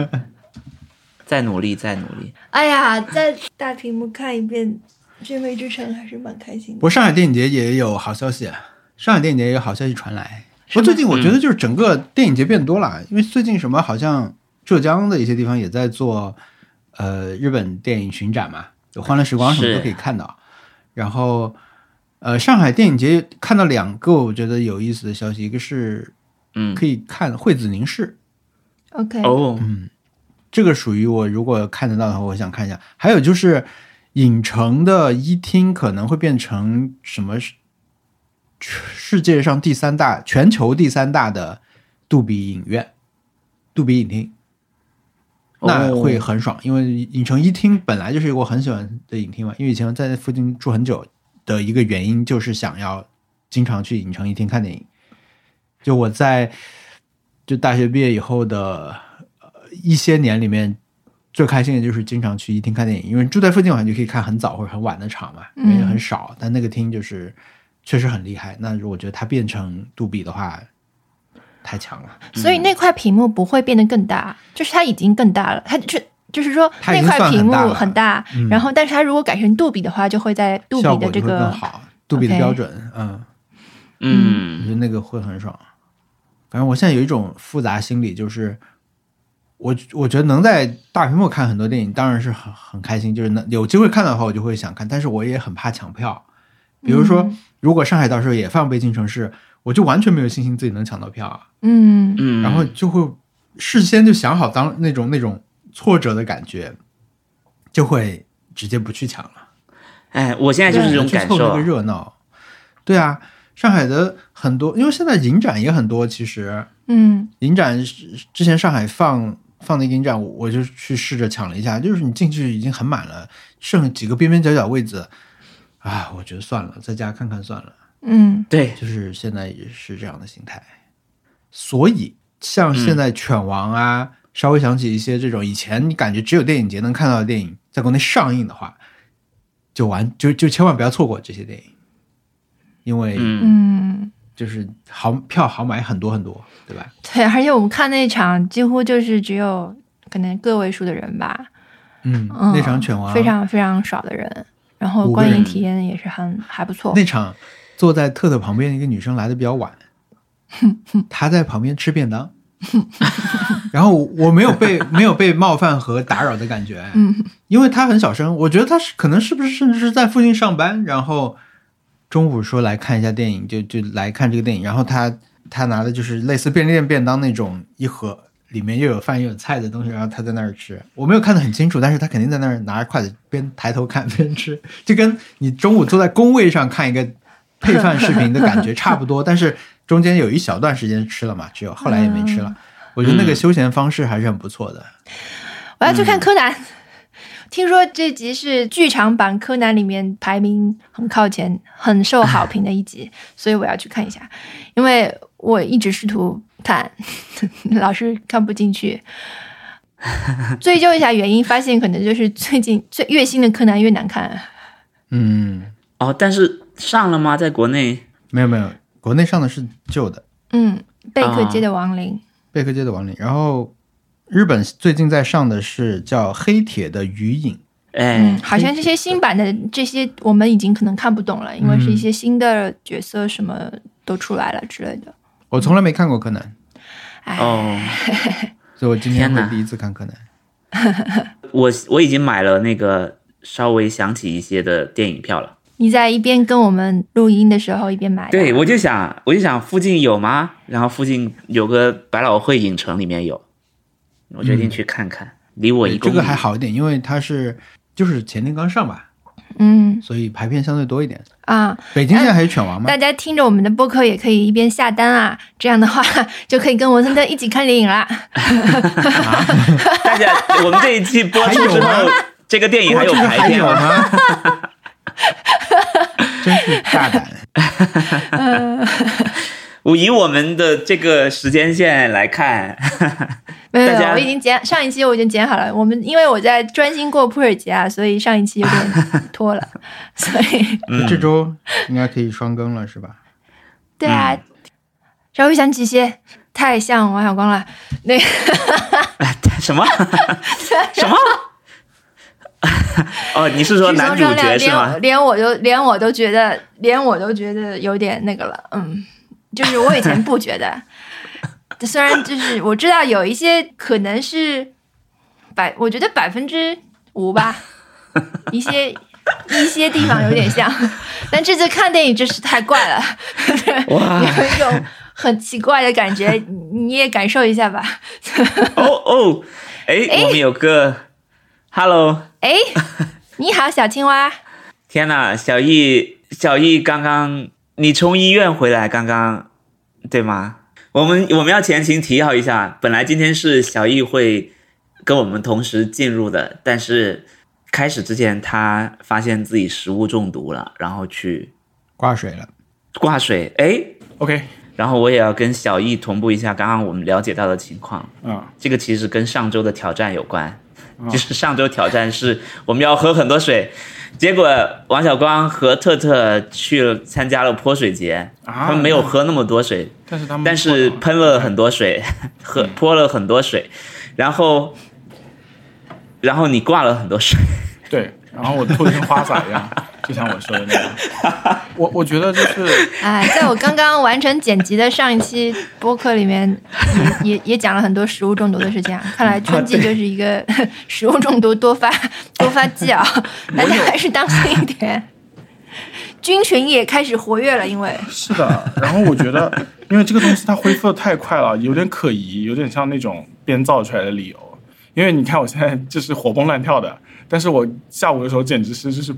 Speaker 3: 在努力，在努力。
Speaker 2: 哎呀，在大屏幕看一遍《追梦之城》还是蛮开心
Speaker 1: 不过上海电影节也有好消息，上海电影节也有好消息传来。不过最近我觉得就是整个电影节变多
Speaker 3: 嗯
Speaker 1: 了，因为最近什么好像浙江的一些地方也在做，呃，日本电影巡展嘛，有《欢乐时光》什么
Speaker 3: 是
Speaker 1: 都可以看到。然后，呃，上海电影节看到两个我觉得有意思的消息，一个是
Speaker 3: 嗯
Speaker 1: 可以看《惠子凝视》，
Speaker 2: OK，
Speaker 3: 哦，
Speaker 1: 嗯这个属于我如果看得到的话，我想看一下。还有就是，影城的一厅可能会变成什么世世界上第三大、全球第三大的杜比影院、杜比影厅，那
Speaker 2: 哦
Speaker 3: 哦
Speaker 1: 会很爽，因为影城一厅本来就是一个我很喜欢的影厅嘛，因为以前在那附近住很久的一个原因就是想要经常去影城一厅看电影。就我在就大学毕业以后的呃一些年里面，最开心的就是经常去一厅看电影，因为住在附近，我感觉可以看很早或者很晚的场嘛，
Speaker 2: 嗯
Speaker 1: 人也很少。但那个厅就是确实很厉害。那如果觉得它变成杜比的话，太强了，
Speaker 2: 所以那块屏幕不会变得更大，就是它已经更大了，它就就是说
Speaker 1: 它已
Speaker 2: 那
Speaker 1: 经
Speaker 2: 块
Speaker 1: 算
Speaker 2: 屏
Speaker 1: 很
Speaker 2: 幕
Speaker 1: 大了
Speaker 2: 很大，
Speaker 1: 嗯
Speaker 2: 然后但是它如果改成杜比的话，就会在杜
Speaker 1: 效
Speaker 2: 比
Speaker 1: 果
Speaker 2: 的
Speaker 1: 就
Speaker 2: 这
Speaker 1: 会更
Speaker 2: 个
Speaker 1: 好。杜比的
Speaker 2: OK
Speaker 1: 标准，嗯，我
Speaker 3: 嗯
Speaker 1: 觉得那个会很爽。反正我现在有一种复杂心理，就是我我觉得能在大屏幕看很多电影，当然是很很开心，就是能有机会看到的话，我就会想看，但是我也很怕抢票。比如说，如果上海到时候也放《北京城市》，我就完全没有信心自己能抢到票啊，
Speaker 2: 嗯
Speaker 3: 嗯，
Speaker 1: 然后就会事先就想好当那种那种挫折的感觉，就会直接不去抢了。
Speaker 3: 哎，我现在就是这种
Speaker 1: 去
Speaker 3: 感
Speaker 1: 凑
Speaker 3: 受
Speaker 1: 那个
Speaker 3: 啊，
Speaker 1: 热闹。对啊，上海的很多，因为现在影展也很多，其实
Speaker 2: 嗯
Speaker 1: 影展是之前上海放放的一个影展，我我就去试着抢了一下，就是你进去已经很满了，剩几个边边角角位子，啊，我觉得算了，在家看看算了，
Speaker 2: 嗯
Speaker 3: 对，
Speaker 1: 就是现在也是这样的心态。所以像现在犬王啊，稍微想起一些这种以前你感觉只有电影节能看到的电影，在国内上映的话，就完就就千万不要错过这些电影，因为
Speaker 3: 嗯，
Speaker 2: 嗯，
Speaker 1: 就是好票好买很多很多，对吧？
Speaker 2: 对，而且我们看那场几乎就是只有可能个位数的人吧，
Speaker 1: 嗯，
Speaker 2: 嗯，
Speaker 1: 那场犬王
Speaker 2: 非常非常少的人，然后
Speaker 1: 五个
Speaker 2: 观影
Speaker 1: 人
Speaker 2: 体验也是很还不错
Speaker 1: 那，场坐在特特旁边的一个女生来的比较晚，她在旁边吃便当， 然后我没有被没有被冒犯和打扰的感觉，因为她很小声，我觉得她是可能是不是甚至是在附近上班，然后中午说来看一下电影，就就来看这个电影，然后她她拿的就是类似便利店便当那种一盒。里面又有饭又有菜的东西，然后她在那儿吃，我没有看得很清楚，但是她肯定在那儿拿着筷子，边抬头看边吃，就跟你中午坐在工位上看一个配饭视频的感觉差不多，但是中间有一小段时间吃了嘛，只有后来也没吃了。我觉得那个休闲方式还是很不错的。
Speaker 2: 我要去看柯南。 听说这集是剧场版《柯南》里面排名很靠前、很受好评的一集，所以我要去看一下。因为我一直试图看， 老是看不进去。追究一下原因，发现可能就是最近最越新的柯南越难看。啊
Speaker 1: 嗯，
Speaker 3: 哦，但是上了吗？在国内
Speaker 1: 没有没有，国内上的是旧的《
Speaker 2: 嗯，贝克街的亡灵。
Speaker 1: 贝克街的亡灵》，然后日本最近在上的是叫《黑铁的余影》。
Speaker 2: 嗯
Speaker 3: 哎，，
Speaker 2: 好像这些新版的这些我们已经可能看不懂了，因为是一些新的角色什么都出来了之类的。
Speaker 1: 我从来没看过柯南，
Speaker 2: 哎，
Speaker 3: 哦，
Speaker 1: 所以我今天
Speaker 3: 天
Speaker 1: 会
Speaker 3: 哪
Speaker 1: 第一次看柯南。
Speaker 3: 我我已经买了那个稍微想起一些的电影票了。
Speaker 2: 你在一边跟我们录音的时候一边买的，
Speaker 3: 对，我就想，我就想附近有吗？然后附近有个百老汇影城，里面有，我决定去看看，离我一
Speaker 1: 嗯对这
Speaker 3: 公里。
Speaker 1: 个还好一点，因为它是就是前天刚上吧，
Speaker 2: 嗯
Speaker 1: 所以排片相对多一点。
Speaker 2: 啊，
Speaker 1: 北京现在还有犬王吗？
Speaker 3: 哎
Speaker 2: 大家听着我们的播客也可以一边下单啊，这样的话就可以跟文森特一起看电影啦。
Speaker 3: 大家， 我们这一期播出之
Speaker 1: 还有
Speaker 3: 后，这个电影还有
Speaker 1: 这个
Speaker 3: 排
Speaker 1: 还
Speaker 3: 片
Speaker 1: 有
Speaker 3: 吗？
Speaker 1: 吗？ 真是大胆！
Speaker 3: 我以我们的这个时间线来看，
Speaker 2: 没有，没
Speaker 3: 大
Speaker 2: 有
Speaker 3: 家
Speaker 2: 我已经剪上一期我已经剪好了。我们因为我在专心过普洱节啊，所以上一期有点拖了，所以
Speaker 3: 嗯
Speaker 1: 这周应该可以双更了，是吧？
Speaker 2: 对
Speaker 3: 嗯
Speaker 2: 啊，稍微想起一些太像王小光了。那个
Speaker 3: 什么什么？ 哦，你是说
Speaker 2: 剧
Speaker 3: 男
Speaker 2: 中
Speaker 3: 主
Speaker 2: 张
Speaker 3: 角
Speaker 2: 亮
Speaker 3: 是
Speaker 2: 连我
Speaker 3: 吗？
Speaker 2: 连我都连我都觉得连我都觉得有点那个了，嗯，就是我以前不觉得， 虽然就是我知道有一些可能是百，我觉得百分之五吧，一些。一些地方有点像，但这次看电影真是太怪了，
Speaker 3: 哇
Speaker 2: 有一种很奇怪的感觉，你你也感受一下吧。
Speaker 3: 哦哦，哎，我们有个 Hello，
Speaker 2: 哎，你好，小青蛙。
Speaker 3: 天呐，小易，小易刚刚你从医院回来，刚刚对吗？我们我们要前情提要一下，本来今天是小易会跟我们同时进入的，但是开始之前他发现自己食物中毒了，然后去
Speaker 1: 挂水了。
Speaker 3: 挂水，哎，
Speaker 1: OK，
Speaker 3: 然后我也要跟小易同步一下刚刚我们了解到的情况。
Speaker 1: 啊、
Speaker 3: 这个其实跟上周的挑战有关，就是上周挑战是我们要喝很多水，结果王小光和特特去了参加了泼水节，
Speaker 1: 啊
Speaker 3: 他们没有喝那么多水，
Speaker 1: 但是他
Speaker 4: 嗯
Speaker 1: 们啊
Speaker 3: 但是喷了很多水，喝泼了很多水，然后然后你挂了很多水，
Speaker 4: 对，然后我吐的跟花洒 一样，就像我说的那样。我我觉得就是
Speaker 2: 哎，在我刚刚完成剪辑的上一期播客里面，也也也讲了很多食物中毒的事情啊。看来春季就是一个 食物中毒多发多发季啊，大家还是当心一点。菌群也开始活跃了，因为
Speaker 4: 是的，然后我觉得，因为这个东西它恢复的太快了，有点可疑，有点像那种编造出来的理由。因为你看我现在就是活蹦乱跳的，但是我下午的时候简直是就是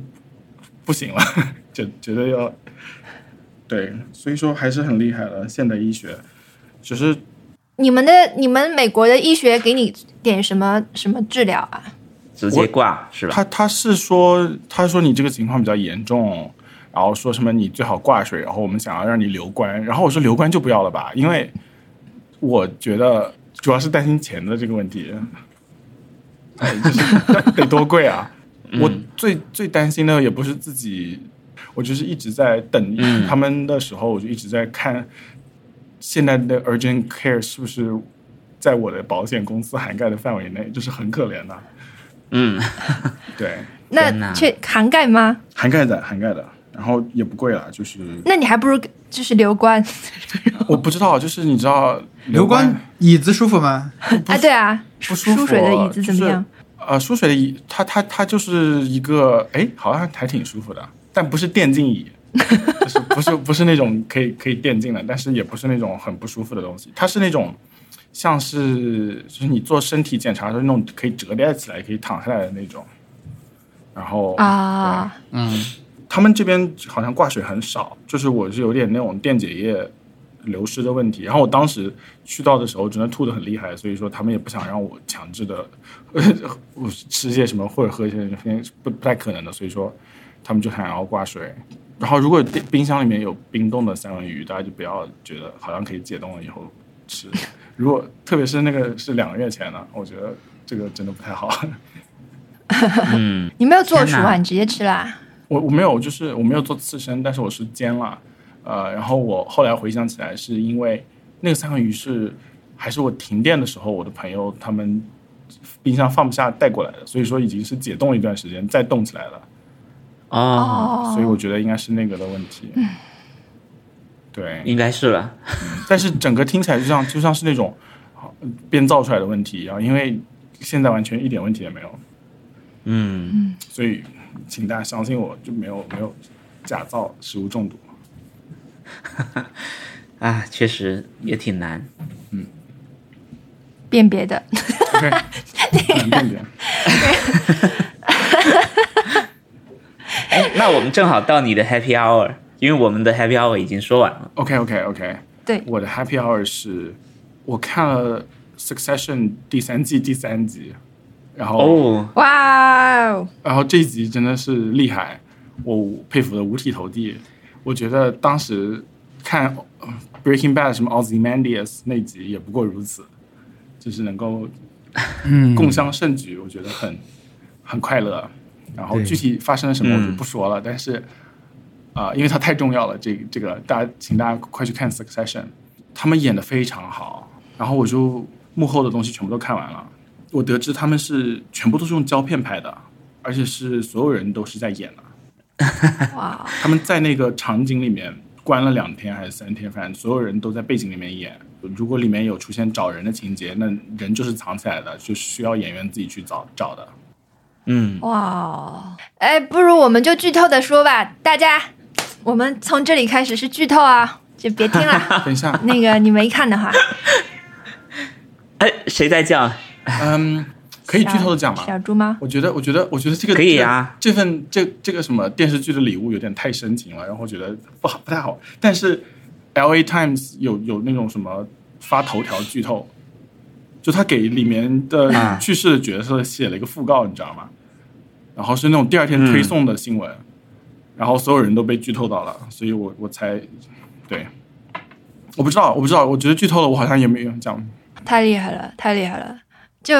Speaker 4: 不行了， 就觉得要对，所以说还是很厉害的现代医学，只是
Speaker 2: 你们的你们美国的医学给你点什么什么治疗啊？
Speaker 3: 直接挂是吧？
Speaker 4: 他他是说，他说你这个情况比较严重，然后说什么你最好挂水，然后我们想要让你留观，然后我说留观就不要了吧，因为我觉得主要是担心钱的这个问题，哎，就是 得多贵啊！
Speaker 3: 嗯
Speaker 4: 我最最担心的也不是自己，我就是一直在等
Speaker 3: 嗯
Speaker 4: 他们的时候，我就一直在看现在的 urgent care 是不是在我的保险公司涵盖的范围内，就是很可怜的、
Speaker 3: 嗯，
Speaker 4: 对。
Speaker 3: 天
Speaker 2: 那
Speaker 3: 哪
Speaker 2: 却涵盖吗？
Speaker 4: 涵盖的，涵盖的，然后也不贵啦，就是
Speaker 2: 那你还不如就是留观
Speaker 4: 我不知道，就是你知道
Speaker 1: 刘关椅子舒服吗？
Speaker 2: 啊？对啊，
Speaker 4: 不舒服
Speaker 2: 输水的椅子怎么样？
Speaker 4: 呃舒水的椅，它它它就是一个哎，好像还挺舒服的，但不是电 竞椅，就是不是不是那种可以可以电竞的，但是也不是那种很不舒服的东西，它是那种像是就是你做身体检查的时候那种可以折叠起来可以躺下来的那种，然后
Speaker 2: 啊、
Speaker 1: 嗯，
Speaker 4: 他们这边好像挂水很少，就是我是有点那种电解液流失的问题。然后我当时去到的时候，真的吐得很厉害，所以说他们也不想让我强制的，我 吃些什么或者喝一些什么，不不太可能的。所以说他们就想要挂水。然后如果冰冰箱里面有冰冻的三文鱼，大家就不要觉得好像可以解冻了以后吃。如果特别是那个是两个月前的，我觉得这个真的不太好。
Speaker 2: 你没有做
Speaker 3: 天
Speaker 2: 熟
Speaker 3: 哪
Speaker 2: 啊？你直接吃啦、
Speaker 4: 我我没有，就是我没有做刺身，但是我是煎了，呃，然后我后来回想起来，是因为那个三文鱼是还是我停电的时候，我的朋友他们冰箱放不下带过来的，所以说已经是解冻一段时间再冻起来了，
Speaker 3: 哦，
Speaker 2: 哦，
Speaker 4: 所以我觉得应该是那个的问题。对，
Speaker 3: 应该是了。
Speaker 4: 但是整个听起来就像就像是那种好编造出来的问题一样，因为现在完全一点问题也没有，
Speaker 3: 嗯，
Speaker 4: 所以请大家相信我，就没有没有假造食物中毒。
Speaker 3: 啊，确实也挺难。
Speaker 2: 辨别的。
Speaker 4: OK，很便便。
Speaker 3: 哎，那我们正好到你的 Happy Hour，因为我们的 Happy Hour 已经说完了。
Speaker 4: OK OK OK，
Speaker 2: 对
Speaker 4: 我的 Happy Hour 是我看了 Succession 第三季第三集，然后、
Speaker 3: 哦，
Speaker 2: 哇哦，
Speaker 4: 然后这一集真的是厉害，我佩服的五体投地。我觉得当时看呃 Breaking Bad 什么 Ozymandias 那集也不过如此，就是能够
Speaker 1: 嗯
Speaker 4: 共襄盛举，我觉得很很快乐。然后
Speaker 1: 对
Speaker 4: 具体发生了什么我就
Speaker 3: 嗯
Speaker 4: 不说了，但是啊、因为它太重要了，这个、这个大家请大家快去看《Succession》，他们演的非常好。然后我就幕后的东西全部都看完了，我得知他们是全部都是用胶片拍的，而且是所有人都是在演的。
Speaker 2: 哇哦，
Speaker 4: 他们在那个场景里面关了两天还是三天，反正所有人都在背景里面演。如果里面有出现找人的情节，那人就是藏起来的，就是需要演员自己去找找的。
Speaker 3: 嗯，
Speaker 2: 哇哦！哎，不如我们就剧透的说吧，大家，我们从这里开始是剧透啊，就别听了。
Speaker 4: 等一 下，
Speaker 2: 那个你没看的话，
Speaker 3: 哎，谁在叫？
Speaker 4: 嗯，可以剧透的讲吗？
Speaker 2: 小猪吗？
Speaker 4: 我觉得，我觉得，我觉得这个
Speaker 3: 可以啊
Speaker 4: 这这份这这个什么电视剧的礼物有点太深情了，然后我觉得不好不太好。但是《L A Times 有》有那种什么发头条剧透，就他给里面的
Speaker 3: 啊
Speaker 4: 去世的角色写了一个讣告，你知道吗？然后是那种第二天推送的新闻，
Speaker 3: 嗯
Speaker 4: 然后所有人都被剧透到了，所以我我才对，我不知道，我不知道，我觉得剧透了，我好像也没有讲，
Speaker 2: 太厉害了，太厉害了！就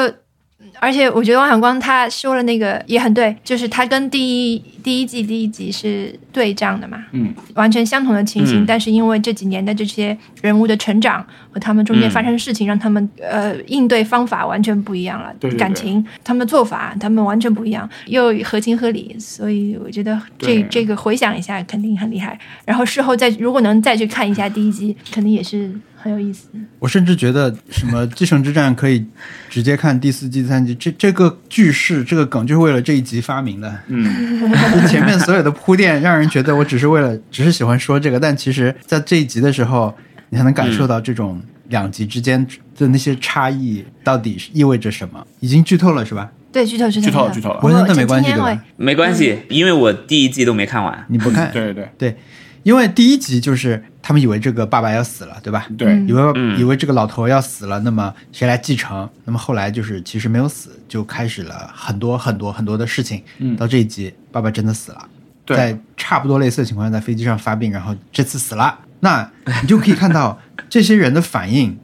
Speaker 2: 而且我觉得王小光他说了那个也很对，就是他跟第一第一季第一集是对仗的嘛，
Speaker 4: 嗯，
Speaker 2: 完全相同的情形，
Speaker 3: 嗯
Speaker 2: 但是因为这几年的这些人物的成长和他们中间
Speaker 3: 嗯
Speaker 2: 发生的事情，让他们呃应对方法完全不一样了，
Speaker 4: 对对对
Speaker 2: 感情他们的做法他们完全不一样，又合情合理，所以我觉得这
Speaker 4: 对
Speaker 2: 这个回想一下肯定很厉害，然后事后再如果能再去看一下第一集，肯定也是很有意思。
Speaker 1: 我甚至觉得什么《继承之战》可以直接看第四季、第三季，这这个句式、这个梗就是为了这一集发明的。
Speaker 4: 嗯，
Speaker 1: 就前面所有的铺垫，让人觉得我只是为了只是喜欢说这个，但其实在这一集的时候，你才能感受到这种两集之间的那些差异到底是意味着什么。已经剧透了是吧？
Speaker 2: 对，剧透剧透
Speaker 4: 剧透了剧透了
Speaker 1: 我觉得那没关系
Speaker 2: 今
Speaker 1: 对
Speaker 2: 天
Speaker 1: 吧
Speaker 2: 我？
Speaker 3: 没关系，因为我第一季都没看完。
Speaker 1: 你不看，
Speaker 4: 对对
Speaker 1: 对，因为第一集就是他们以为这个爸爸要死了，对吧？
Speaker 4: 对
Speaker 1: 以为、
Speaker 3: 嗯
Speaker 1: 以为这个老头要死了，那么谁来继承？那么后来就是其实没有死，就开始了很多很多很多的事情。
Speaker 4: 嗯
Speaker 1: 到这一集，爸爸真的死了，
Speaker 4: 对
Speaker 1: 在差不多类似的情况下，在飞机上发病，然后这次死 了。那你就可以看到 这些人的反应。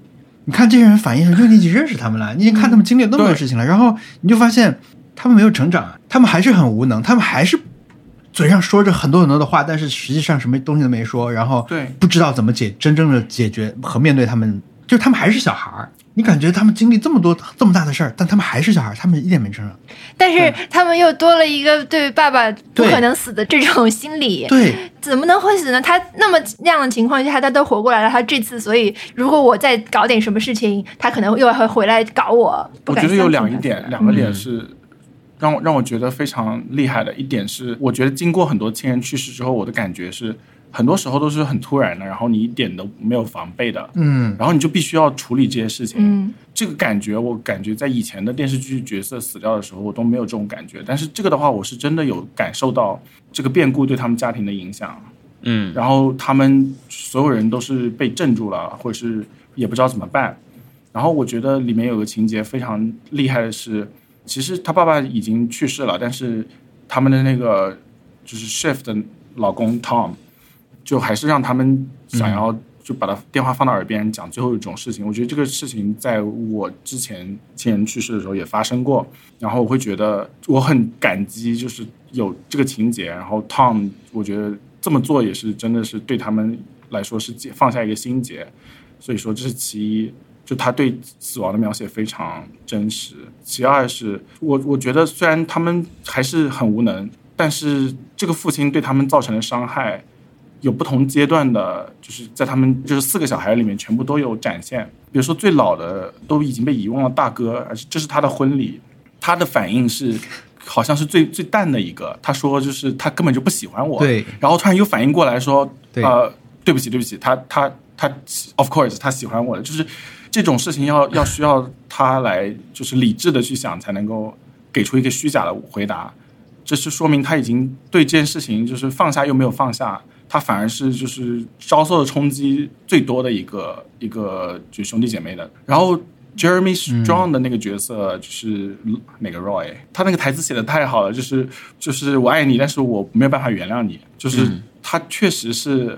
Speaker 1: 你看这些人反应的时候，因为你已经认识他们了，你已经看他们经历了那么多
Speaker 4: 对
Speaker 1: 事情了，然后你就发现他们没有成长啊，他们还是很无能，他们还是嘴上说着很多很多的话，但是实际上什么东西都没说，然后
Speaker 4: 对
Speaker 1: 不知道怎么解真正的解决和面对他们，就他们还是小孩儿。你感觉他们经历这么多这么大的事儿，但他们还是小孩儿，他们一点没成长。
Speaker 2: 但是他们又多了一个对爸爸不
Speaker 1: 对
Speaker 2: 可能死的这种心理，
Speaker 1: 对
Speaker 2: 怎么能会死呢？他那么那样的情况下，他都活过来了，他这次，所以如果我再搞点什么事情，他可能又会回来搞我。不
Speaker 4: 我
Speaker 2: 敢
Speaker 4: 觉得有
Speaker 2: 相信他
Speaker 4: 两一点，
Speaker 2: 死了
Speaker 4: 两个点是让我让我觉得非常厉害的。一点是，我觉得经过很多亲人去世之后，我的感觉是，很多时候都是很突然的，然后你一点都没有防备的，
Speaker 1: 嗯，
Speaker 4: 然后你就必须要处理这些事情。
Speaker 2: 嗯，
Speaker 4: 这个感觉，我感觉在以前的电视剧角色死掉的时候，我都没有这种感觉。但是这个的话，我是真的有感受到这个变故对他们家庭的影响。
Speaker 3: 嗯
Speaker 4: 然后他们所有人都是被镇住了，或者是也不知道怎么办。然后我觉得里面有个情节非常厉害的是，其实他爸爸已经去世了，但是他们的那个就是 chef 的老公 Tom，就还是让他们想要就把他电话放到耳边讲最后一种事情。我觉得这个事情在我之前亲人去世的时候也发生过，然后我会觉得我很感激，就是有这个情节。然后 Tom，我觉得这么做也是真的是对他们来说是解放下一个心结，所以说这是其一。就他对死亡的描写非常真实。其二是我我觉得虽然他们还是很无能，但是这个父亲对他们造成的伤害，有不同阶段的，就是在他们就是四个小孩里面全部都有展现。比如说最老的都已经被遗忘了大哥，而且这是他的婚礼，他的反应是好像是最最淡的一个，他说就是他根本就不喜欢我，
Speaker 1: 对
Speaker 4: 然后突然又反应过来说，
Speaker 1: 对
Speaker 4: 呃，对不起，对不起，他他他，of course，他喜欢我的，就是这种事情要要需要他来就是理智的去想，才能够给出一个虚假的回答。这是说明他已经对这件事情就是放下又没有放下，他反而是就是遭受的冲击最多的一个一个就兄弟姐妹的。然后 Jeremy Strong 的那个角色就是那个 Roy，、他那个台词写的太好了，就是就是我爱你，但是我没有办法原谅你，就是他确实是。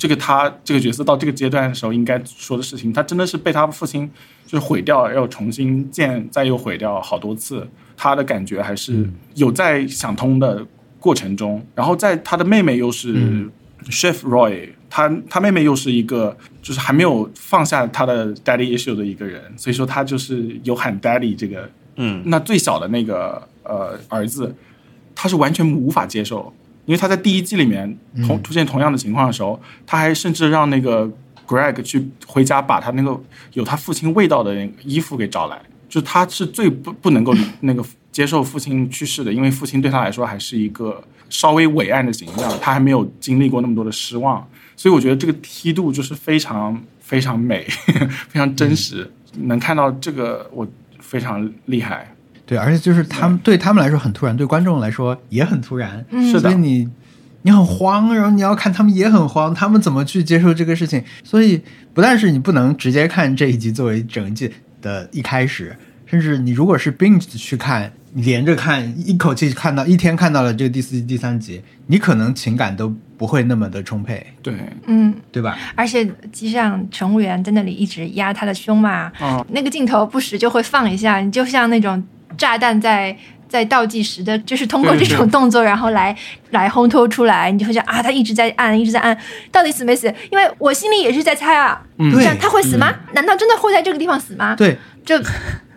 Speaker 4: 这个他这个角色到这个阶段的时候应该说的事情，他真的是被他父亲就是毁掉，又重新建，再又毁掉好多次。他的感觉还是有在想通的过程中，然后在他的妹妹又是
Speaker 1: 嗯
Speaker 4: Chef Roy，他他妹妹又是一个就是还没有放下他的 daddy issue 的一个人，所以说他就是有喊 daddy 这个
Speaker 3: 嗯
Speaker 4: 那最小的那个呃儿子，他是完全无法接受，因为他在第一季里面
Speaker 1: 嗯
Speaker 4: 同出现同样的情况的时候，他还甚至让那个 Greg 去回家把他那个有他父亲味道的那个衣服给找来，就是他是最不不能够那个接受父亲去世的，因为父亲对他来说还是一个稍微伟岸的形象，他还没有经历过那么多的失望，所以我觉得这个梯度就是非常非常美，非常真实，
Speaker 1: 嗯
Speaker 4: 能看到这个我非常厉害。
Speaker 1: 对，而且就是他们对他们来说很突然，对观众来说也很突然，
Speaker 2: 嗯
Speaker 4: 是的
Speaker 1: 所以你你很慌，然后你要看他们也很慌，他们怎么去接受这个事情？所以不但是你不能直接看这一集作为整季的一开始，甚至你如果是 binge 地去看，你连着看，一口气看到一天看到了这个第四集、第三集，你可能情感都不会那么的充沛，
Speaker 4: 对，
Speaker 2: 嗯，
Speaker 1: 对吧？
Speaker 2: 而且机上乘务员在那里一直压他的胸嘛，
Speaker 4: 嗯
Speaker 2: 那个镜头不时就会放一下，你就像那种炸弹在在倒计时的，就是通过
Speaker 4: 对
Speaker 2: 这
Speaker 4: 对
Speaker 2: 种动作，然后来来烘托出来，你就会想啊，他一直在按，一直在按，到底死没死？因为我心里也是在猜啊，
Speaker 4: 嗯
Speaker 2: 这
Speaker 1: 对
Speaker 2: 样他会死吗？难道真的会在这个地方死吗？，
Speaker 1: 对，
Speaker 2: 这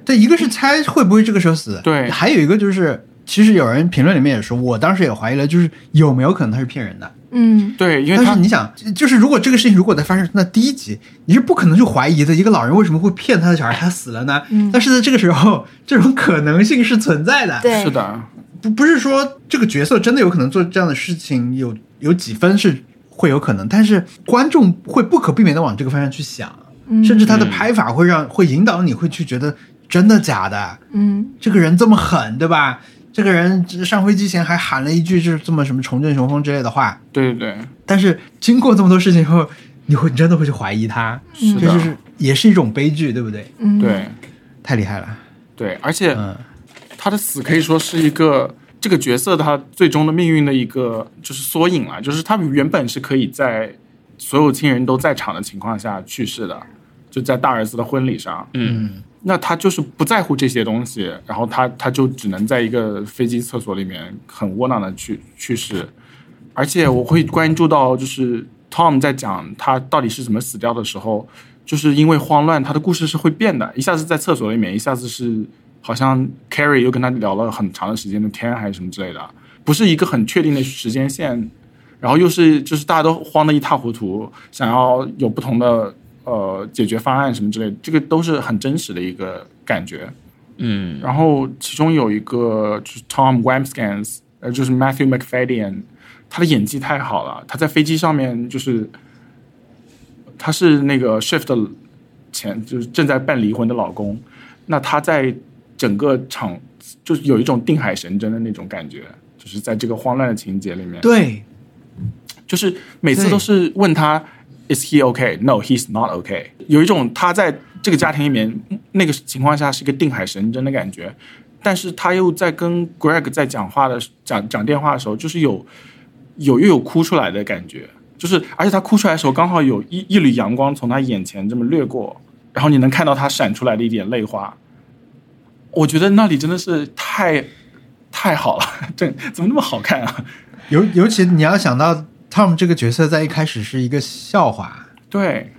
Speaker 1: 对，一个是猜会不会这个时候死，
Speaker 4: 对
Speaker 1: 还有一个就是，其实有人评论里面也说，我当时也怀疑了，就是有没有可能他是骗人的。
Speaker 2: 嗯，
Speaker 4: 对，因为
Speaker 1: 但
Speaker 4: 他
Speaker 1: 是你想，就就是如果这个事情如果在发生那第一集，你是不可能去怀疑的，一个老人为什么会骗他的小孩他死了呢？
Speaker 2: 嗯
Speaker 1: 但是在这个时候， 这种可能性是存在的。
Speaker 2: 对，
Speaker 4: 啊是的，
Speaker 1: 不不是说这个角色真的有可能做这样的事情，有有几分是会有可能，但是观众会不可避免的往这个方向去想，
Speaker 2: 嗯
Speaker 1: 甚至他的拍法会让会引导你会去觉得真的假的，
Speaker 2: 嗯
Speaker 1: 这个人这么狠，对吧？这个人上飞机前还喊了一句就是这么什么重振雄风之类的话，
Speaker 4: 对对对，
Speaker 1: 但是经过这么多事情后，你会你真的会去怀疑他，
Speaker 4: 是
Speaker 1: 这
Speaker 4: 的，
Speaker 1: 就是也是一种悲剧，对不对？
Speaker 2: 嗯，
Speaker 4: 对
Speaker 1: 太厉害了，
Speaker 4: 对，而且
Speaker 1: 嗯，
Speaker 4: 他的死可以说是一个这个角色他最终的命运的一个就是缩影啊，就是他原本是可以在所有亲人都在场的情况下去世的，就在大儿子的婚礼上，
Speaker 3: 嗯，
Speaker 4: 那他就是不在乎这些东西，然后他他就只能在一个飞机厕所里面很窝囊的去去世，而且我会关注到就是 Tom 在讲他到底是怎么死掉的时候，就是因为慌乱，他的故事是会变的，一下子在厕所里面，一下子是好像 Carrie 又跟他聊了很长的时间的天还是什么之类的，不是一个很确定的时间线，然后又是就是大家都慌得一塌糊涂，想要有不同的呃解决方案什么之类的，这个都是很真实的一个感觉。
Speaker 3: 嗯
Speaker 4: 然后其中有一个就是 Tom Wamskins，呃，就是 Matthew McFadden，他的演技太好了。他在飞机上面就是，他是那个 Shift 的前就是正在办离婚的老公，那他在整个场就是有一种定海神针的那种感觉，就是在这个慌乱的情节里面，
Speaker 1: 对，
Speaker 4: 就是每次都是问他 Is he okay? No, he's not okay。有一种他在这个家庭里面那个情况下是一个定海神针的感觉，但是他又在跟 Greg 在讲话的讲讲电话的时候，就是有有又有哭出来的感觉，就是而且他哭出来的时候，刚好有一一缕阳光从他眼前这么掠过，然后你能看到他闪出来的一点泪花。我觉得那里真的是太太好了， 这怎么那么好看啊？
Speaker 1: 尤尤其你要想到 Tom 这个角色在一开始是一个笑话，
Speaker 4: 对，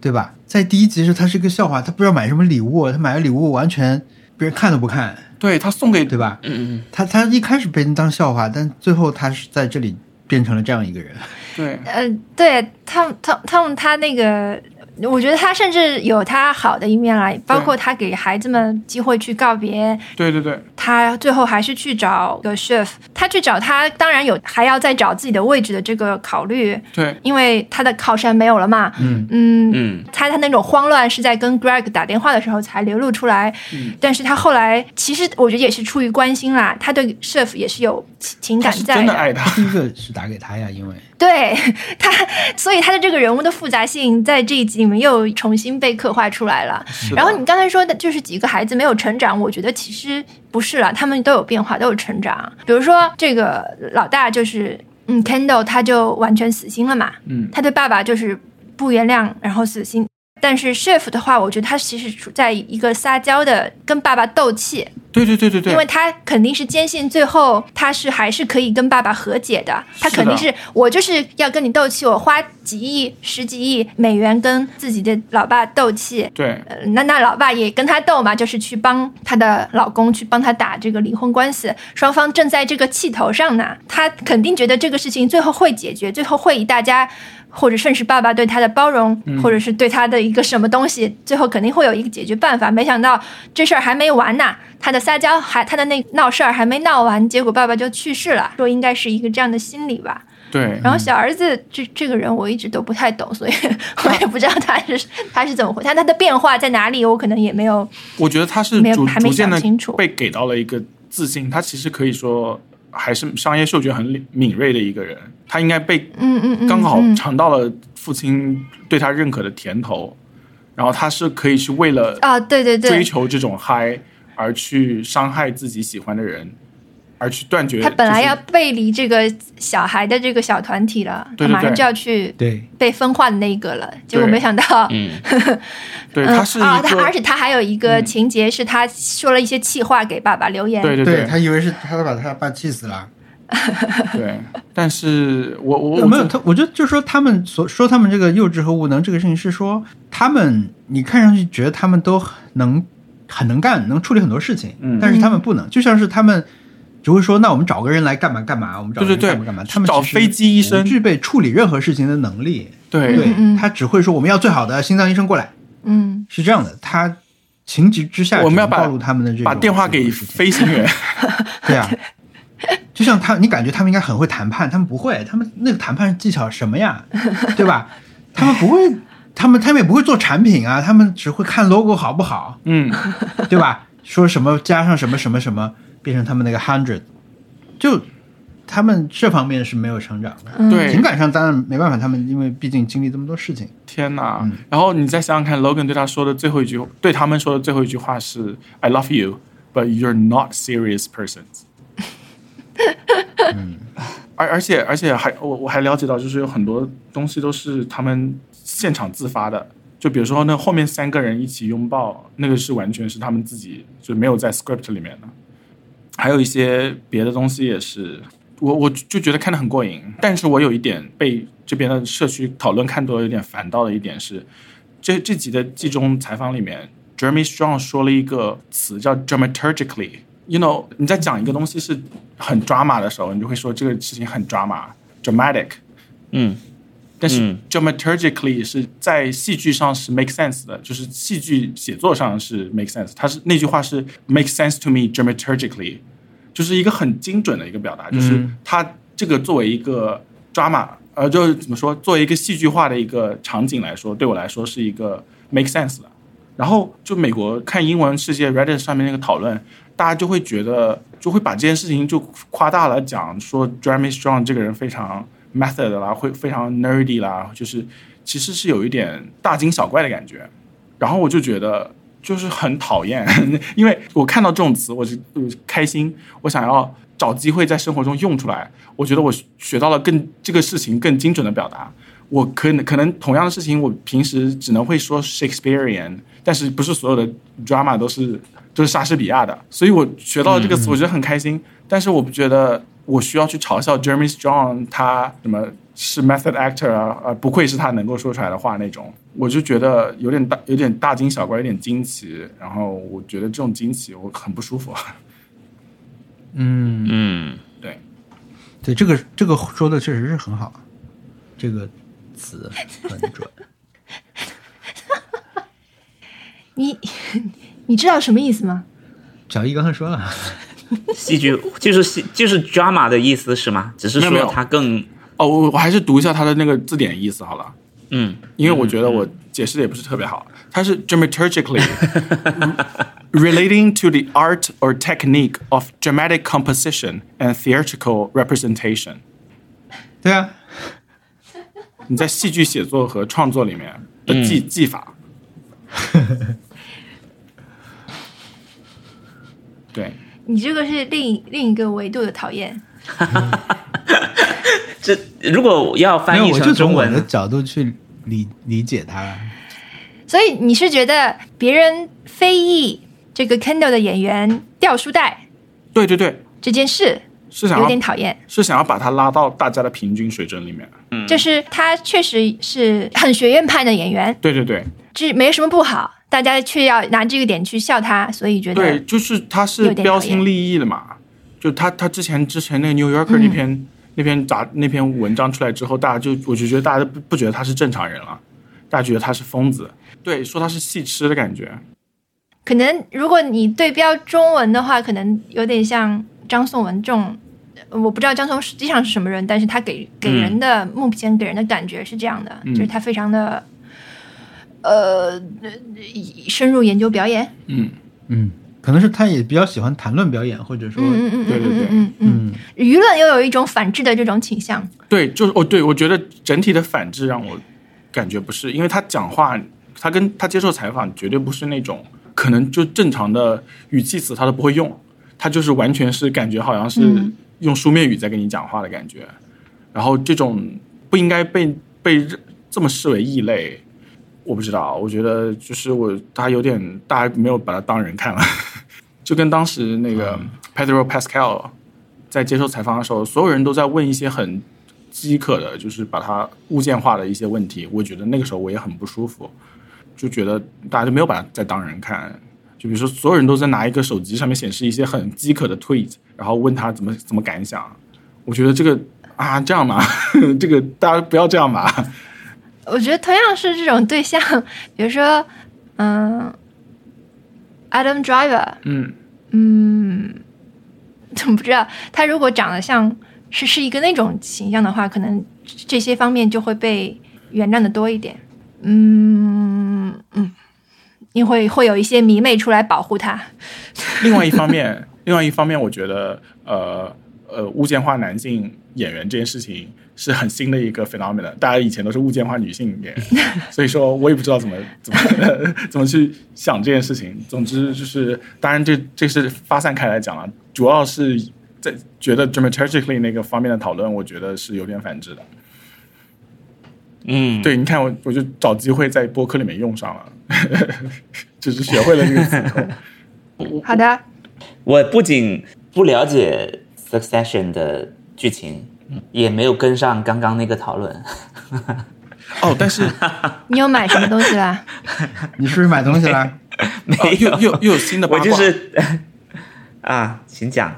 Speaker 1: 对吧？在第一集时他是一个笑话，他不知道买什么礼物，他买了礼物完全别人看都不看，
Speaker 4: 对他送给
Speaker 1: 对吧？
Speaker 3: 嗯
Speaker 1: 他他一开始被人当笑话，但最后他是在这里变成了这样一个人，
Speaker 4: 对，
Speaker 2: 呃，对他他他们他那个，我觉得他甚至有他好的一面啦，包括他给孩子们机会去告别，
Speaker 4: 对对对，
Speaker 2: 他最后还是去找个 chef，他去找他，当然有还要再找自己的位置的这个考虑，
Speaker 4: 对，
Speaker 2: 因为他的靠山没有了嘛。
Speaker 1: 嗯
Speaker 2: 嗯，
Speaker 3: 嗯，
Speaker 2: 他他那种慌乱是在跟 Greg 打电话的时候才流露出来，
Speaker 4: 嗯
Speaker 2: 但是他后来其实我觉得也是出于关心啦，他对 chef 也是有情情
Speaker 4: 他
Speaker 2: 感
Speaker 4: 是
Speaker 2: 在
Speaker 4: 真的爱他，
Speaker 1: 第一个是打给他呀，因为
Speaker 2: 对他，所以他的这个人物的复杂性在这一集里面又重新被刻画出来了。
Speaker 4: 是的
Speaker 2: 然后你刚才说的就是几个孩子没有成长，我觉得其实不是啦，他们都有变化，都有成长。比如说这个老大就是，嗯，Kendall 他就完全死心了嘛，
Speaker 4: 嗯，
Speaker 2: 他对爸爸就是不原谅，然后死心。但是 Chef 的话，我觉得他其实处在一个撒娇的跟爸爸斗气，
Speaker 4: 对对对对对，
Speaker 2: 因为他肯定是坚信最后他是还是可以跟爸爸和解的，他肯定是我就是要跟你斗气，我花几亿、十几亿美元跟自己的老爸斗气。
Speaker 4: 对
Speaker 2: 呃那那老爸也跟他斗嘛，就是去帮她的老公去帮她打这个离婚官司，双方正在这个气头上呢。她肯定觉得这个事情最后会解决，最后会以大家或者甚至爸爸对她的包容，或者是对她的一个什么东西，最后肯定会有一个解决办法。没想到这事儿还没完呢，她的撒娇还她的那闹事儿还没闹完，结果爸爸就去世了。说应该是一个这样的心理吧。
Speaker 4: 对，
Speaker 2: 然后小儿子这这个人我一直都不太懂，所以 我也不知道他是他是怎么回，他他的变化在哪里，我可能也没有。
Speaker 4: 我觉得他是
Speaker 2: 没有
Speaker 4: 逐
Speaker 2: 还没
Speaker 4: 逐渐的
Speaker 2: 想清楚
Speaker 4: 被给到了一个自信，他其实可以说还是商业嗅觉很敏敏锐的一个人，他应该被
Speaker 2: 嗯嗯嗯，
Speaker 4: 刚好
Speaker 2: 嗯
Speaker 4: 尝到了父亲对他认可的甜头，然后他是可以去为了
Speaker 2: 啊，对对
Speaker 4: 追
Speaker 2: 对，
Speaker 4: 求这种嗨而去伤害自己喜欢的人，而去断绝。
Speaker 2: 他本来
Speaker 4: 就是
Speaker 2: 要背离这个小孩的这个小团体了，
Speaker 4: 对对
Speaker 2: 他马上
Speaker 4: 对
Speaker 2: 就要去
Speaker 1: 对
Speaker 2: 被分化的那一个了，结果
Speaker 4: 对
Speaker 2: 没想到。
Speaker 3: 嗯，
Speaker 4: 对
Speaker 2: 嗯
Speaker 4: 他是一
Speaker 2: 啊，他而
Speaker 4: 个嗯
Speaker 2: 且他还有一个情节是他说了一些气话给爸爸留言，
Speaker 4: 对对对
Speaker 1: 他以为是他把他爸气死了。
Speaker 4: 对，但是我我
Speaker 1: 有
Speaker 4: 我
Speaker 1: 没有
Speaker 4: 觉得
Speaker 1: 他？我觉得就是说，他们所说他们这个幼稚和无能这个事情，是说他们你看上去觉得他们都很能很能干，能处理很多事情，
Speaker 4: 嗯
Speaker 1: 但是他们不能，就像是他们只会说，那我们找个人来干嘛干嘛，我们找个人
Speaker 4: 对对对
Speaker 1: 干嘛干嘛，他们
Speaker 4: 找
Speaker 1: 其实
Speaker 4: 飞机医生
Speaker 1: 不具备处理任何事情的能力，
Speaker 4: 对
Speaker 1: 对
Speaker 2: 嗯嗯
Speaker 1: 他只会说我们要最好的心脏医生过来，
Speaker 2: 嗯，
Speaker 1: 是这样的，他情急之下
Speaker 4: 我们要
Speaker 1: 只能
Speaker 4: 把
Speaker 1: 暴露他们的这种
Speaker 4: 把电话
Speaker 1: 这
Speaker 4: 给
Speaker 1: 种事情
Speaker 4: 飞行员，
Speaker 1: 对啊，就像他，你感觉他们应该很会谈判，他们不会，他们那个谈判技巧什么呀，对吧？他们不会，他们他们也不会做产品啊，他们只会看 logo 好不好，
Speaker 4: 嗯，
Speaker 1: 对吧？说什么加上什么什么什么，变成他们那个 hundred，就他们这方面是没有成长的。
Speaker 2: 嗯
Speaker 4: 对
Speaker 1: 情感上当然没办法，他们因为毕竟经历这么多事情，
Speaker 4: 天哪！然后你再想想看，Logan 对他说的最后一句，对他们说的最后一句话是 “I love you, but you're not serious persons”。而嗯而且而且还我我还了解到，就是有很多东西都是他们现场自发的，就比如说那后面三个人一起拥抱，那个是完全是他们自己就没有在 script 里面的。还有一些别的东西也是，我我就觉得看得很过瘾。但是我有一点被这边的社区讨论看多了，有点烦到的一点是，这这集的季中采访里面，Jeremy Strong 说了一个词叫 dramaturgically。You know，你在讲一个东西是很 drama 的时候，你就会说这个事情很 drama，dramatic。
Speaker 3: 嗯，
Speaker 4: 但是
Speaker 3: 嗯
Speaker 4: dramaturgically 是在戏剧上是 make sense 的，就是戏剧写作上是 make sense。它是那句话是 make sense to me dramaturgically，就是一个很精准的一个表达，就是它这个作为一个 drama，呃，就是怎么说，作为一个戏剧化的一个场景来说，对我来说是一个 make sense 的。然后就美国看英文世界 Reddit 上面那个讨论，大家就会觉得就会把这件事情就夸大了讲，说 Jeremy Strong 这个人非常 method 啦，会非常 nerdy 啦，就是其实是有一点大惊小怪的感觉。然后我就觉得就是很讨厌， 因为我看到这种词，我就我就开心，我想要找机会在生活中用出来。我觉得我学到了更这个事情更精准的表达。我可能可能同样的事情，我平时只能会说 Shakespearean，但是不是所有的 drama 都是都是莎士比亚的，所以我学到了这个词，我觉得很开心。但是我不觉得我需要去嘲笑 Jeremy Strong 他什么是 method actor 啊，呃，不愧是他能够说出来的话那种，我就觉得有点大，有点大惊小怪，有点惊奇。然后我觉得这种惊奇我很不舒服。
Speaker 1: 嗯，
Speaker 3: 嗯，
Speaker 4: 对，
Speaker 1: 对，这个这个说的确实是很好，啊这个词很 准。
Speaker 2: 你 你知道什么意思吗？
Speaker 1: 小易刚才说了，
Speaker 3: 戏剧就是戏就是 drama 的意思是吗？只是
Speaker 4: 没有没
Speaker 3: 说
Speaker 4: 有
Speaker 3: 它更
Speaker 4: 哦，我我还是读一下它的那个字典意思好了，
Speaker 3: 嗯
Speaker 4: 因为我觉得我解释的也不是特别好。它是 dramaturgically relating to the art or technique of dramatic composition and theatrical representation。
Speaker 1: 对啊，
Speaker 4: 你在戏剧写作和创作里面的技、
Speaker 3: 嗯
Speaker 4: 技法。对，
Speaker 2: 你这个是另一另一个维度的讨厌。
Speaker 3: 这如果要
Speaker 1: 没
Speaker 3: 翻
Speaker 1: 有
Speaker 3: 译
Speaker 1: 我就
Speaker 3: 成
Speaker 1: 从
Speaker 3: 中
Speaker 1: 我的
Speaker 3: 文，
Speaker 1: 角度去理理解它。
Speaker 2: 所以你是觉得别人非议这个 Kendall 的演员掉书袋
Speaker 4: 对对对，
Speaker 2: 这件事
Speaker 4: 是啊想
Speaker 2: 有点
Speaker 4: 要
Speaker 2: 讨厌，
Speaker 4: 是想要把它拉到大家的平均水准里面。
Speaker 2: 就是他确实是很学院派的演员，
Speaker 4: 对对对
Speaker 2: 这没什么不好，大家却要拿这个点去笑他，所以觉
Speaker 4: 对，
Speaker 2: 得
Speaker 4: 就是它
Speaker 2: 有
Speaker 4: 是
Speaker 2: 点
Speaker 4: 标
Speaker 2: 讨厌
Speaker 4: 新立异的嘛。就他他之前之前那个 New Yorker
Speaker 2: 嗯
Speaker 4: 那篇、那篇杂那篇文章出来之后，大家就我就觉得大家不不觉得他是正常人了，大家觉得他是疯子，对，说他是戏痴的感觉。
Speaker 2: 可能如果你对标中文的话，可能有点像张颂文这种。呃我不知道张颂文实际上是什么人，但是他给给人的、目前给人的感觉是这样的，
Speaker 4: 嗯
Speaker 2: 就是他非常的，呃，深入研究表演，
Speaker 4: 嗯，
Speaker 1: 嗯，可能是他也比较喜欢谈论表演，或者说，
Speaker 2: 嗯嗯嗯
Speaker 4: 对对对
Speaker 2: 嗯嗯嗯嗯，舆论又有一种反制的这种倾向，
Speaker 4: 对，就是哦，对，我觉得整体的反制让我感觉不是，因为他讲话，他跟他接受采访绝对不是那种可能就正常的语气词他都不会用，他就是完全是感觉好像是
Speaker 2: 嗯
Speaker 4: 用书面语在跟你讲话的感觉，然后这种不应该被被这么视为异类，我不知道，我觉得就是我他有点大家没有把他当人看了， 就跟当时那个 Pedro Pascal 在接受采访的时候，所有人都在问一些很饥渴的，就是把它物件化的一些问题，我觉得那个时候我也很不舒服，就觉得大家就没有把它再当人看。就比如说，所有人都在拿一个手机上面显示一些很饥渴的 tweet，然后问他怎么怎么感想，我觉得这个啊这样吧， 这个大家不要这样吧。
Speaker 2: 我觉得同样是这种对 象，比如说，嗯，Adam Driver，
Speaker 4: 嗯，
Speaker 2: 嗯，怎么不知道他如果长得像是是一个那种形象的话，可能这些方面就会被原谅的多一点，嗯嗯，因为会有一些迷妹出来保护他，
Speaker 4: 另外一方面，另外一方面，我觉得呃呃，物件化男性演员这件事情是很新的一个 phenomenon，大家以前都是物件化女性演员，所以说我也不知道怎么怎么怎么去想这件事情。总之就是，当然这这是发散开来讲了，主要是在觉得 dramaturgically 那个方面的讨论，我觉得是有点反制的。
Speaker 3: 嗯，
Speaker 4: 对，你看我我就找机会在播客里面用上了， 就是学会了这个词头。
Speaker 2: 好的，
Speaker 3: 我不仅不了解 Succession 的剧情，也没有跟上刚刚那个讨论。
Speaker 4: 哦，但是
Speaker 2: 你有买什么东西 啦？
Speaker 1: 你是不是买东西 了？
Speaker 3: 没
Speaker 4: 哦
Speaker 3: 有，
Speaker 4: 又又又有新的八
Speaker 3: 我
Speaker 4: 卦。
Speaker 3: 就是 啊，请讲。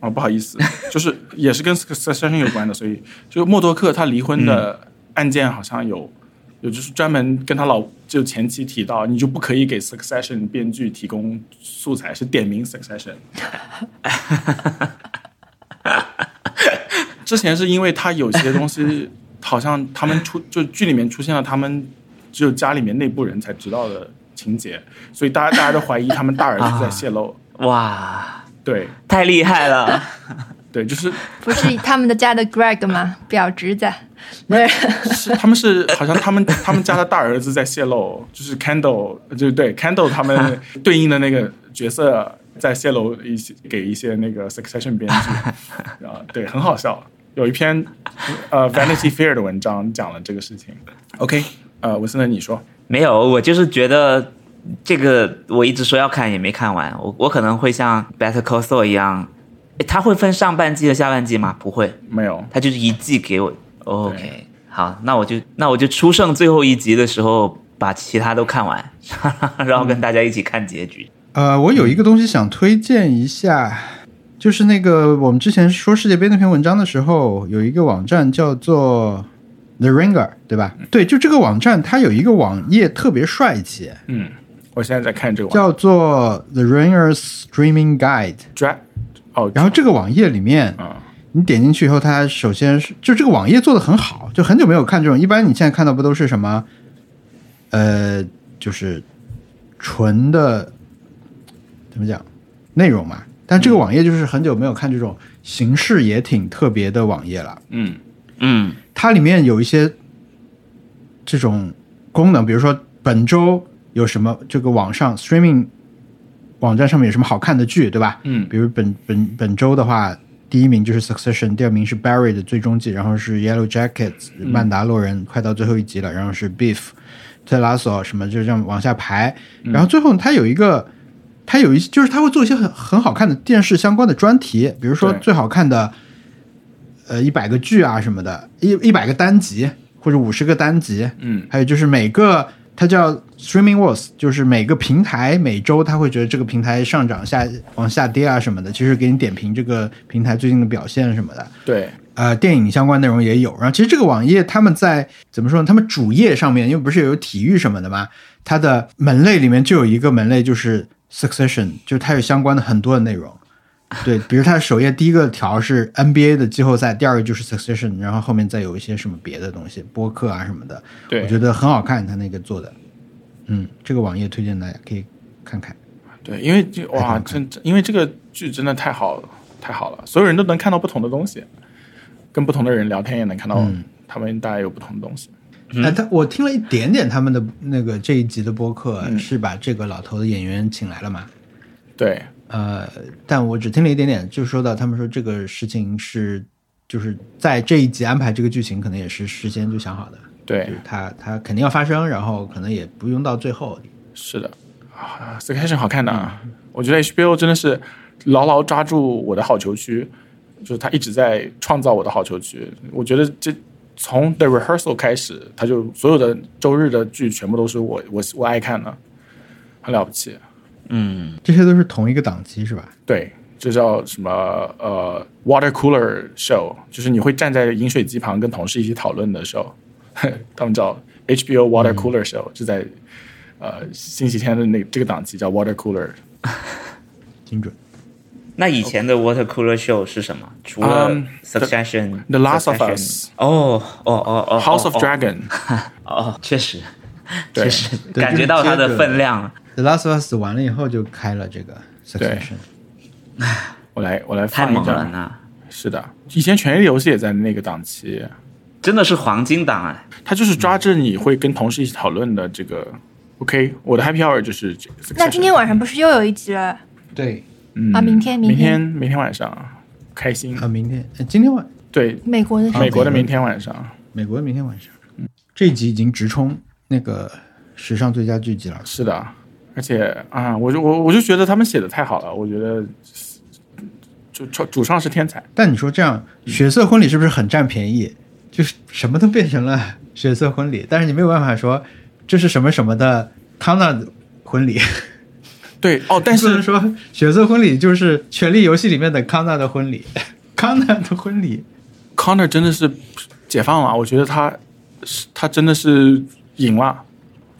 Speaker 4: 啊，不好意思，就是也是跟 succession 有关的，所以就是默多克他离婚的案件好像有、有就是专门跟他老就前妻提到，你就不可以给 succession 编剧提供素材，是点名 succession。之前是因为他有些东西好像他们出就剧里面出现了他们只有家里面内部人才知道的情节，所以大家大家都怀疑他们大儿子在泄露。
Speaker 3: 哇，
Speaker 4: 对
Speaker 3: 太厉害了！
Speaker 4: 对，就是
Speaker 2: 不是他们的家的 Greg 吗？表侄子，不是，
Speaker 4: 是他们是好像他们他们家的大儿子在泄露，就是 Candle 就是对 Candle 他们对应的那个角色在泄露一些给一些那个 Succession 编剧，啊，对，很好笑。有一篇呃 Vanity Fair 的文章讲了这个事情。OK，呃，文森特你说，
Speaker 3: 没有，我就是觉得这个我一直说要看也没看完，我我可能会像 Better Call Saul 一样，诶它会分上半季和下半季吗？不会，
Speaker 4: 没有？
Speaker 3: 它就是一季给我。OK，好，那我就那我就出剩最后一集的时候把其他都看完， 然后跟大家一起看结局。
Speaker 1: 呃，我有一个东西想推荐一下，就是那个我们之前说世界杯那篇文章的时候，有一个网站叫做 The Ringer，对吧？
Speaker 3: 嗯
Speaker 1: 对，就这个网站，它有一个网页特别帅气，
Speaker 4: 嗯，我现在在看这个网
Speaker 1: 叫做 The Ringer Streaming Guide。
Speaker 4: Drag，哦，
Speaker 1: 然后这个网页里面，
Speaker 4: 啊，
Speaker 1: 你点进去以后，它首先是就这个网页做的很好，就很久没有看这种。一般你现在看到不都是什么，呃，就是纯的怎么讲内容嘛？但这个网页就是很久没有看这种形式也挺特别的网页了。
Speaker 4: 嗯
Speaker 3: 嗯
Speaker 1: 它里面有一些这种功能，比如说本周有什么这个网上 streaming 网站上面有什么好看的剧，对吧？
Speaker 4: 嗯
Speaker 1: 比如本本本周的话，第一名就是 Succession，第二名是 Barry 的最终季，然后是 Yellow Jackets
Speaker 4: 嗯
Speaker 1: 曼达洛人，快到最后一集了，然后是 Beef，特拉索什么就这样往下排，
Speaker 4: 嗯
Speaker 1: 然后最后它有一个，它有一就是它会做一些很很好看的电视相关的专题，比如说
Speaker 4: 对
Speaker 1: 最好看的，呃一百个剧啊什么的，一一百个单集或者五十个单集，
Speaker 4: 嗯
Speaker 1: 还有就是每个它叫 Streaming Wars，就是每个平台每周它会觉得这个平台上涨下往下跌啊什么的，其实给你点评这个平台最近的表现什么的。
Speaker 4: 对，
Speaker 1: 呃，电影相关内容也有。然后其实这个网页他们在怎么说呢？他们主页上面，因为不是有体育什么的嘛，它的门类里面就有一个门类就是 Succession，就是它有相关的很多的内容。对，比如它的首页第一个条是 NBA 的季后赛，第二个就是 Succession，然后后面再有一些什么别的东西，播客啊什么的。
Speaker 4: 对
Speaker 1: 我觉得很好看，它那个做的。嗯，这个网页推荐大家可以看看。
Speaker 4: 对，因为这哇，真真因为这个剧真的太好了，太好了，所有人都能看到不同的东西，跟不同的人聊天也能看到
Speaker 1: 嗯
Speaker 4: 他们大家有不同的东西。
Speaker 1: 哎，他我听了一点点他们的那个这一集的播客，
Speaker 4: 嗯
Speaker 1: 是把这个老头的演员请来了嘛？
Speaker 4: 对，
Speaker 1: 呃，但我只听了一点点，就说到他们说这个事情是，就是在这一集安排这个剧情，可能也是事先就想好的，就
Speaker 4: 对
Speaker 1: 是，它它肯定要发生，然后可能也不用到最后。
Speaker 4: 是的，啊，Succession 好看的啊，我觉得 HBO 真的是牢牢抓住我的好球区，就是他一直在创造我的好球区。我觉得这从 The Rehearsal 开始，他就所有的周日的剧全部都是我我我爱看的，很了不起。
Speaker 3: 嗯
Speaker 1: 这些都是同一个档期是吧？
Speaker 4: 对，这叫什么？呃，water cooler show，就是你会站在饮水机旁跟同事一起讨论的 show，他们叫 HBO water cooler show，、就在呃星期天的那这个档期叫 water cooler。
Speaker 1: 精准。
Speaker 3: 那以前的 Water Cooler Show 是什么？除了
Speaker 4: Um,
Speaker 3: Succession、
Speaker 4: The Last of
Speaker 3: Succession
Speaker 4: Us
Speaker 3: 哦哦哦哦
Speaker 4: House of
Speaker 3: 哦
Speaker 4: Dragon，
Speaker 3: 哦，确实，
Speaker 4: 对
Speaker 3: 确实
Speaker 1: 对
Speaker 3: 感觉到它
Speaker 1: 就是接
Speaker 3: 的
Speaker 1: 着
Speaker 3: 分量了，
Speaker 1: The Last of Us 完了以后就开了这个 Succession，
Speaker 4: 我来我来
Speaker 3: 太
Speaker 4: 放
Speaker 3: 猛
Speaker 4: 一
Speaker 3: 了
Speaker 4: 下。
Speaker 3: 呢，
Speaker 4: 是的，以前《权力游戏》也在那个档期，
Speaker 3: 真的是黄金档哎。
Speaker 4: 它就是抓着你会跟同事一起讨论的这个。OK，我的 Happy Hour 就是这个 Succession。
Speaker 2: 那今天晚上不是又有一集了？
Speaker 1: 对，
Speaker 4: 嗯
Speaker 2: 啊明天
Speaker 4: 明
Speaker 2: 明天
Speaker 4: 明天晚上开心
Speaker 1: 啊，。明天，呃今天晚，
Speaker 4: 对，
Speaker 2: 美国的
Speaker 4: 美国的明天晚上。
Speaker 1: 美国的明天晚上，这一集已经直冲那个史上最佳剧集了。
Speaker 4: 是的，而且啊，我就我我就觉得他们写的太好了，我觉得就主主创是天才，
Speaker 1: 但你说这样，血色婚礼是不是很占便宜？就是什么都变成了 血色婚礼，但是你没有办法说这是什么什么的康纳婚礼，
Speaker 4: 对哦，但
Speaker 1: 不能
Speaker 4: 是
Speaker 1: 说血色婚礼就是《权力游戏》里面的康纳的婚礼， 康纳的婚礼。
Speaker 4: Connor 真的是解放了，我觉得他是他真的是赢了，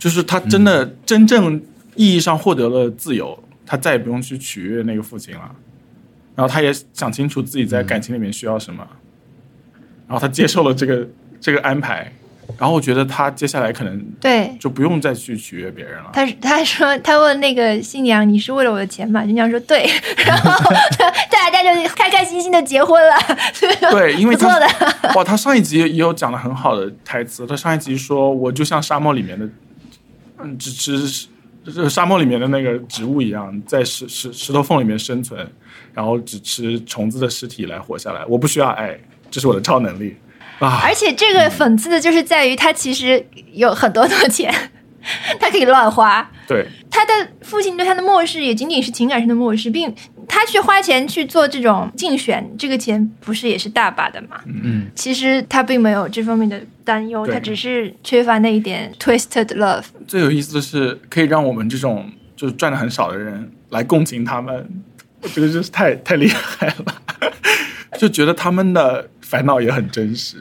Speaker 4: 就是他真的、真正意义上获得了自由，他再也不用去取悦那个父亲了，然后他也想清楚自己在感情里面需要什么，然后他接受了这个这个安排，然后我觉得他接下来可能
Speaker 2: 对，
Speaker 4: 就不用再去取悦别人了。
Speaker 2: 他他说他问那个新娘你是为了我的钱吗？新娘说对， 然后大家就开开心心的结婚了。
Speaker 4: 对，因为
Speaker 2: 不错
Speaker 4: 他
Speaker 2: 的
Speaker 4: 哇，他上一集也有讲的很好的台词。他上一集说：“我就像沙漠里面的，嗯，只吃这沙漠里面的那个植物一样，在石石石头缝里面生存，然后只吃虫子的尸体来活下来。我不需要爱，这是我的超能力啊！
Speaker 2: 而且这个讽刺的就是在于他其实有很多的钱， 他可以乱花。
Speaker 4: 对
Speaker 2: 他的父亲对他的漠视也仅仅是情感上的漠视，并他去花钱去做这种竞选，这个钱不是也是大把的嘛？
Speaker 1: 嗯，
Speaker 2: 其实他并没有这方面的担忧，
Speaker 4: 对
Speaker 2: 他只是缺乏那一点 twisted love。
Speaker 4: 最有意思的是，可以让我们这种就是赚的很少的人来共情他们，我觉得这是 太太厉害了，就觉得他们的烦恼也很真实。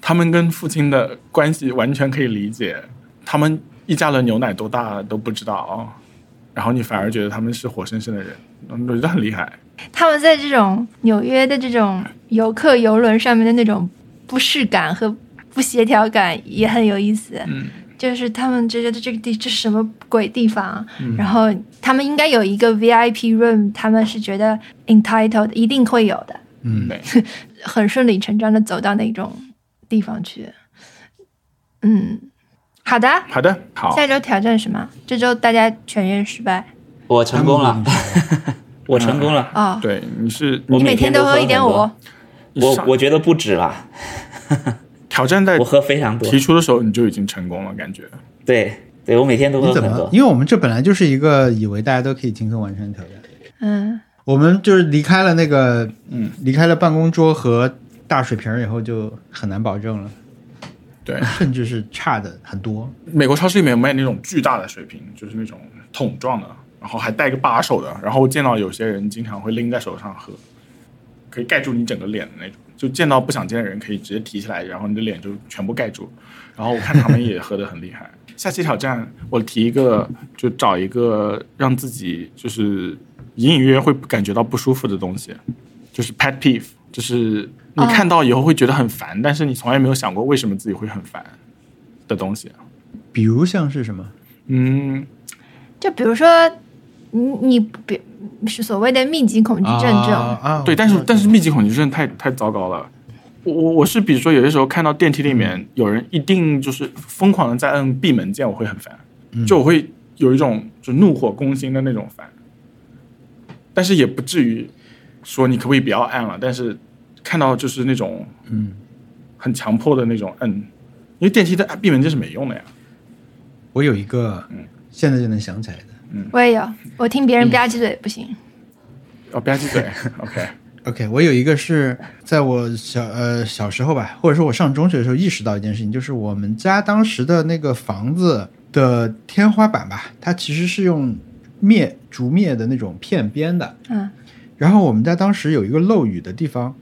Speaker 4: 他们跟父亲的关系完全可以理解。他们一加仑牛奶多大都不知道，然后你反而觉得他们是活生生的人，嗯我觉得很厉害。
Speaker 2: 他们在这种纽约的这种游客游轮上面的那种不适感和不协调感也很有意思。
Speaker 4: 嗯，
Speaker 2: 就是他们就觉得这个地这是什么鬼地方，然后他们应该有一个 VIP room，他们是觉得 entitled 一定会有的，
Speaker 1: 嗯，
Speaker 4: 对，
Speaker 2: 很顺理成章的走到那种地方去。嗯，好的，
Speaker 4: 好的，好
Speaker 2: 下，周挑战什么？这周大家全员失败
Speaker 3: 我成功了， 我成功了，
Speaker 2: 哦，
Speaker 4: 对，你是
Speaker 3: 我
Speaker 4: 你
Speaker 2: 每
Speaker 3: 每
Speaker 2: 天
Speaker 3: 天
Speaker 2: 都
Speaker 3: 都
Speaker 2: 喝
Speaker 3: 喝
Speaker 2: 一点
Speaker 3: 很
Speaker 2: 五
Speaker 3: 多，我我觉得不止了，
Speaker 4: 挑战在
Speaker 3: 我喝非常多
Speaker 4: 提。出的时候你就已经成功了，感觉
Speaker 3: 对对，我每天都喝
Speaker 1: 你怎
Speaker 3: 很
Speaker 1: 么
Speaker 3: 多？。
Speaker 1: 因为我们这本来就是一个以为大家都可以轻松完成的挑战，
Speaker 2: 嗯，
Speaker 1: 我们就是离开了那个，嗯，离开了办公桌和大水瓶儿以后，就很难保证了，
Speaker 4: 对。
Speaker 1: 甚至是差的很多。
Speaker 4: 美国超市里面有卖那种巨大的水瓶，就是那种桶状的，然后还带个把手的。然后我见到有些人经常会拎在手上喝，可以盖住你整个脸的那种。就见到不想见的人，可以直接提起来，然后你的脸就全部盖住。然后我看他们也喝得很厉害。下期挑战，我提一个，就找一个让自己就是隐隐约约会感觉到不舒服的东西，就是 pet peeve，就是你
Speaker 2: 哦
Speaker 4: 看到以后会觉得很烦，但是你从来没有想过为什么自己会很烦的东西。
Speaker 1: 比如像是什么？
Speaker 4: 嗯，
Speaker 2: 就比如说你你比是所谓的密集恐惧症这种，
Speaker 1: 啊啊，
Speaker 4: 对，
Speaker 1: 我
Speaker 4: 但是
Speaker 1: 知道
Speaker 4: 但是密集恐惧症太太糟糕了。我我我是比如说，有些时候看到电梯里面有人一定就是疯狂的在摁闭门键，我会很烦，就我会有一种就怒火攻心的那种烦，但是也不至于说你可不可以不要按了，但是看到就是那种
Speaker 1: 嗯，
Speaker 4: 很强迫的那种摁，因为电梯的按闭门键是没用的呀。
Speaker 1: 我有一个
Speaker 4: 嗯，
Speaker 1: 现在就能想起来的。
Speaker 2: 我也有，我听别人吧唧嘴不行。
Speaker 4: 哦，吧唧嘴，OK，
Speaker 1: OK，我有一个是在我小呃小时候吧，或者说我上中学的时候意识到一件事情，就是我们家当时的那个房子的天花板吧，它其实是用篾竹篾的那种片编的，
Speaker 2: 嗯，
Speaker 1: 然后我们家当时有一个漏雨的地方，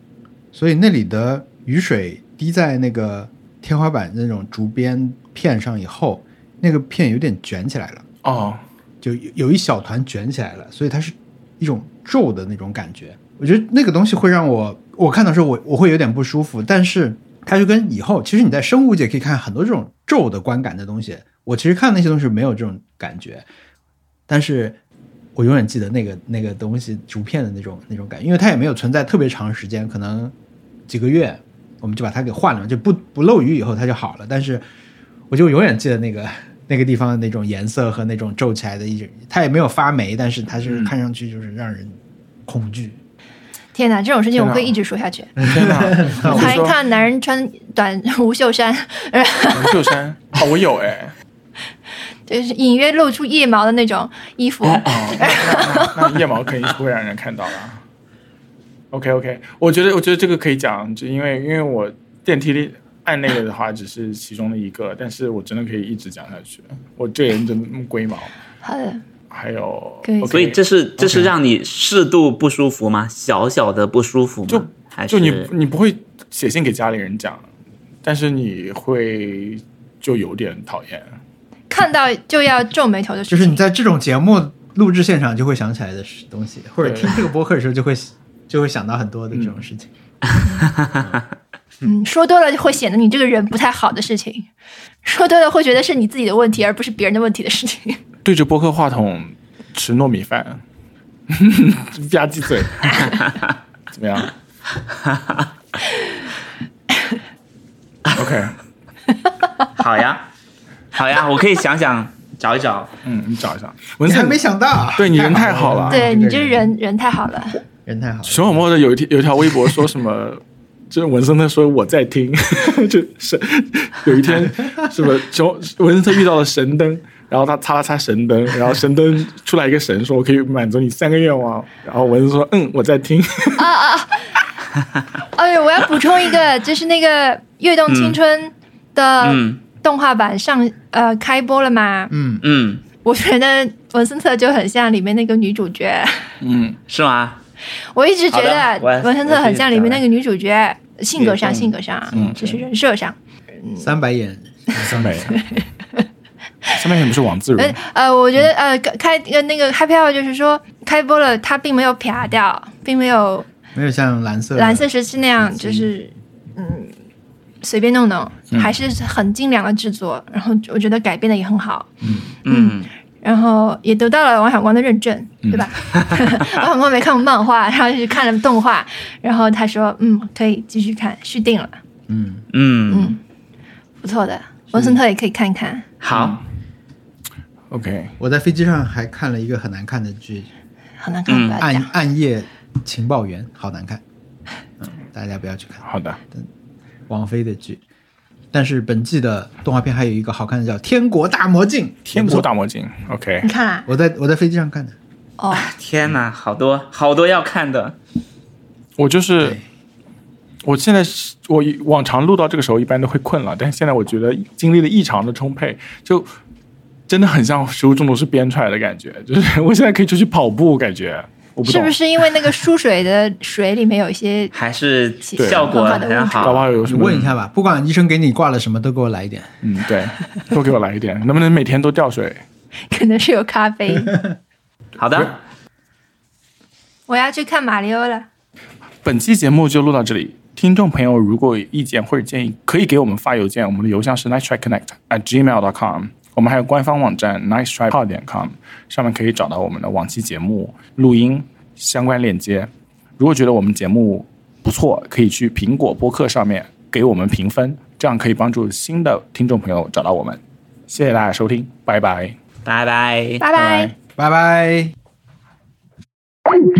Speaker 1: 所以那里的雨水滴在那个天花板那种竹编片上以后，那个片有点卷起来了，
Speaker 4: 哦，
Speaker 1: 就有有一小团卷起来了，所以它是一种皱的那种感觉。我觉得那个东西会让我，我看到的时候我我会有点不舒服，但是它就跟以后，其实你在生物界可以看很多这种皱的观感的东西。我其实看那些东西没有这种感觉，但是我永远记得那个那个东西竹片的那种那种感觉，因为它也没有存在特别长时间，可能几个月，我们就把它给换了，就不不漏雨以后它就好了。但是我就永远记得那个 那个地方的那种颜色和那种皱起来的一种，它也没有发霉，但是它就是
Speaker 4: 嗯
Speaker 1: 看上去就是让人恐惧。
Speaker 2: 天哪，这种事情
Speaker 4: 天
Speaker 2: 我
Speaker 4: 哪
Speaker 2: 会一直说下去。
Speaker 4: 天哪！
Speaker 2: 我
Speaker 4: 我
Speaker 2: 还
Speaker 4: 说
Speaker 2: 看男人穿短 无袖衫，
Speaker 4: 红袖衫，哦，我有哎、
Speaker 2: 就是隐约露出腋毛的那种衣服。
Speaker 4: 哦，那那那腋毛肯定是不会让人看到的。OK OK，我觉得我觉得这个可以讲，就因为因为我电梯里按那个的话只是其中的一个，但是我真的可以一直讲下去。我这人真的那么龟毛，
Speaker 2: 好的，
Speaker 4: 还有
Speaker 2: 可以
Speaker 4: OK，
Speaker 3: 所以这是这是让你适度不舒服吗？小小的不舒服吗？
Speaker 4: 就
Speaker 3: 还是
Speaker 4: 就你你不会写信给家里人讲，但是你会就有点讨厌。
Speaker 2: 看到就要皱眉头的事
Speaker 1: 就
Speaker 2: 情。
Speaker 1: 是你在这种节目录制现场就会想起来的事东西，或者
Speaker 4: 对
Speaker 1: 听这个播客的时候 就会就会想到很多的这种事情。
Speaker 2: 嗯，说多了就会显得你这个人不太好的事情，说多了会觉得是你自己的问题，而不是别人的问题的事情。
Speaker 4: 对着播客话筒吃糯米饭， 吧唧嘴，怎么样？OK，
Speaker 3: 好呀，好呀，我可以想想找一找。
Speaker 4: 嗯，你找一下文
Speaker 1: 你还
Speaker 4: 森
Speaker 1: 没想到，啊
Speaker 4: 对你人太好了
Speaker 2: 对你这
Speaker 1: 个
Speaker 2: 人人太好了，
Speaker 1: 人太好了，
Speaker 4: 熊小莫的有一条有一条微博说什么？ 就是文森特说我在听， 就是有一天什么熊文森特遇到了神灯，然后他擦了擦神灯，然后神灯出来一个神说我可以满足你三个愿望，然后文森特说嗯我在听，
Speaker 2: 哎呦，我要补充一个，就是那个《跃动青春》的
Speaker 3: 嗯
Speaker 2: 动画版上、呃开播了嘛，
Speaker 1: 嗯，
Speaker 3: 嗯，
Speaker 2: 我觉得文森特就很像里面那个女主角，
Speaker 4: 嗯
Speaker 3: 是吗？
Speaker 2: 我一直觉
Speaker 3: 好
Speaker 2: 得
Speaker 3: 的我
Speaker 2: 文森特很像里面那个女主角。性格上，
Speaker 1: 也更
Speaker 2: 性格上啊，
Speaker 4: 嗯
Speaker 2: 就是人设上。
Speaker 1: 三百眼
Speaker 4: 三百人，三百人不是王自如
Speaker 1: 哎
Speaker 2: 呃呃，我觉得呃
Speaker 3: 嗯
Speaker 2: 开呃那个 Happy Hour 就是说开播了，它并没有撇掉，并没有
Speaker 1: 没有像蓝色的
Speaker 2: 蓝色时期那样，就是嗯随便弄弄，
Speaker 3: 嗯
Speaker 2: 还是很精良的制作。然后我觉得改编的也很好，
Speaker 3: 嗯，
Speaker 2: 然后也得到了王小光的认证，
Speaker 4: 嗯
Speaker 2: 对吧？ 王小光没看过漫画，然后就看了动画，然后他说嗯可以继续看，续订了，
Speaker 1: 嗯，
Speaker 3: 嗯，
Speaker 2: 不错的。文森特也可以看一看，
Speaker 3: 好，
Speaker 4: ，OK，
Speaker 1: 我在飞机上还看了一个很难看的剧，
Speaker 2: 好难看，
Speaker 3: 嗯
Speaker 2: 不要
Speaker 1: 暗
Speaker 4: 哎
Speaker 2: 讲。
Speaker 1: 暗夜情报员，好难看，嗯，大家不要去看
Speaker 4: 好的，
Speaker 1: 王菲的剧。但是本季的动画片还有一个好看的叫《天国大魔镜》，
Speaker 4: 天国大魔镜，OK，
Speaker 1: 嗯
Speaker 2: 你看啊啦、
Speaker 1: 我在我在飞机上看的，
Speaker 2: 哦，
Speaker 3: 天哪，好多好多要看的，
Speaker 4: 我就是
Speaker 1: 对。
Speaker 4: 我现在是我往常录到这个时候一般都会困了，但是现在我觉得精力的异常的充沛，就真的很像食物中毒是编出来的感觉。就是我现在可以出去跑步，感觉我不
Speaker 2: 是
Speaker 4: 懂，
Speaker 2: 不是因为那个输水的水里面有一些
Speaker 3: 还是
Speaker 2: 对
Speaker 3: 效果很
Speaker 4: 搞不
Speaker 3: 好。
Speaker 4: 好有什
Speaker 1: 你
Speaker 4: 么
Speaker 1: 问一下吧，不管医生给你挂了什么，都给我来一点。
Speaker 4: 嗯，对，多给我来一点，能不能每天都掉水？
Speaker 2: 可能是有咖 啡。
Speaker 3: 好的，
Speaker 2: 我要去看马里奥了，
Speaker 4: 本期节目就录到这里。听众朋友，如果有意见或者建议，可以给我们发邮件，我们的邮箱是 nice try connect at gmail dot com。我们还有官方网站 nice try pod 点 com，上面可以找到我们的往期节目录音相关链接。如果觉得我们节目不错，可以去苹果播客上面给我们评分，这样可以帮助新的听众朋友找到我们。谢谢大家收听，拜拜。
Speaker 3: 拜拜。
Speaker 2: 拜拜
Speaker 4: 拜拜。
Speaker 1: 拜拜。
Speaker 5: Thank you.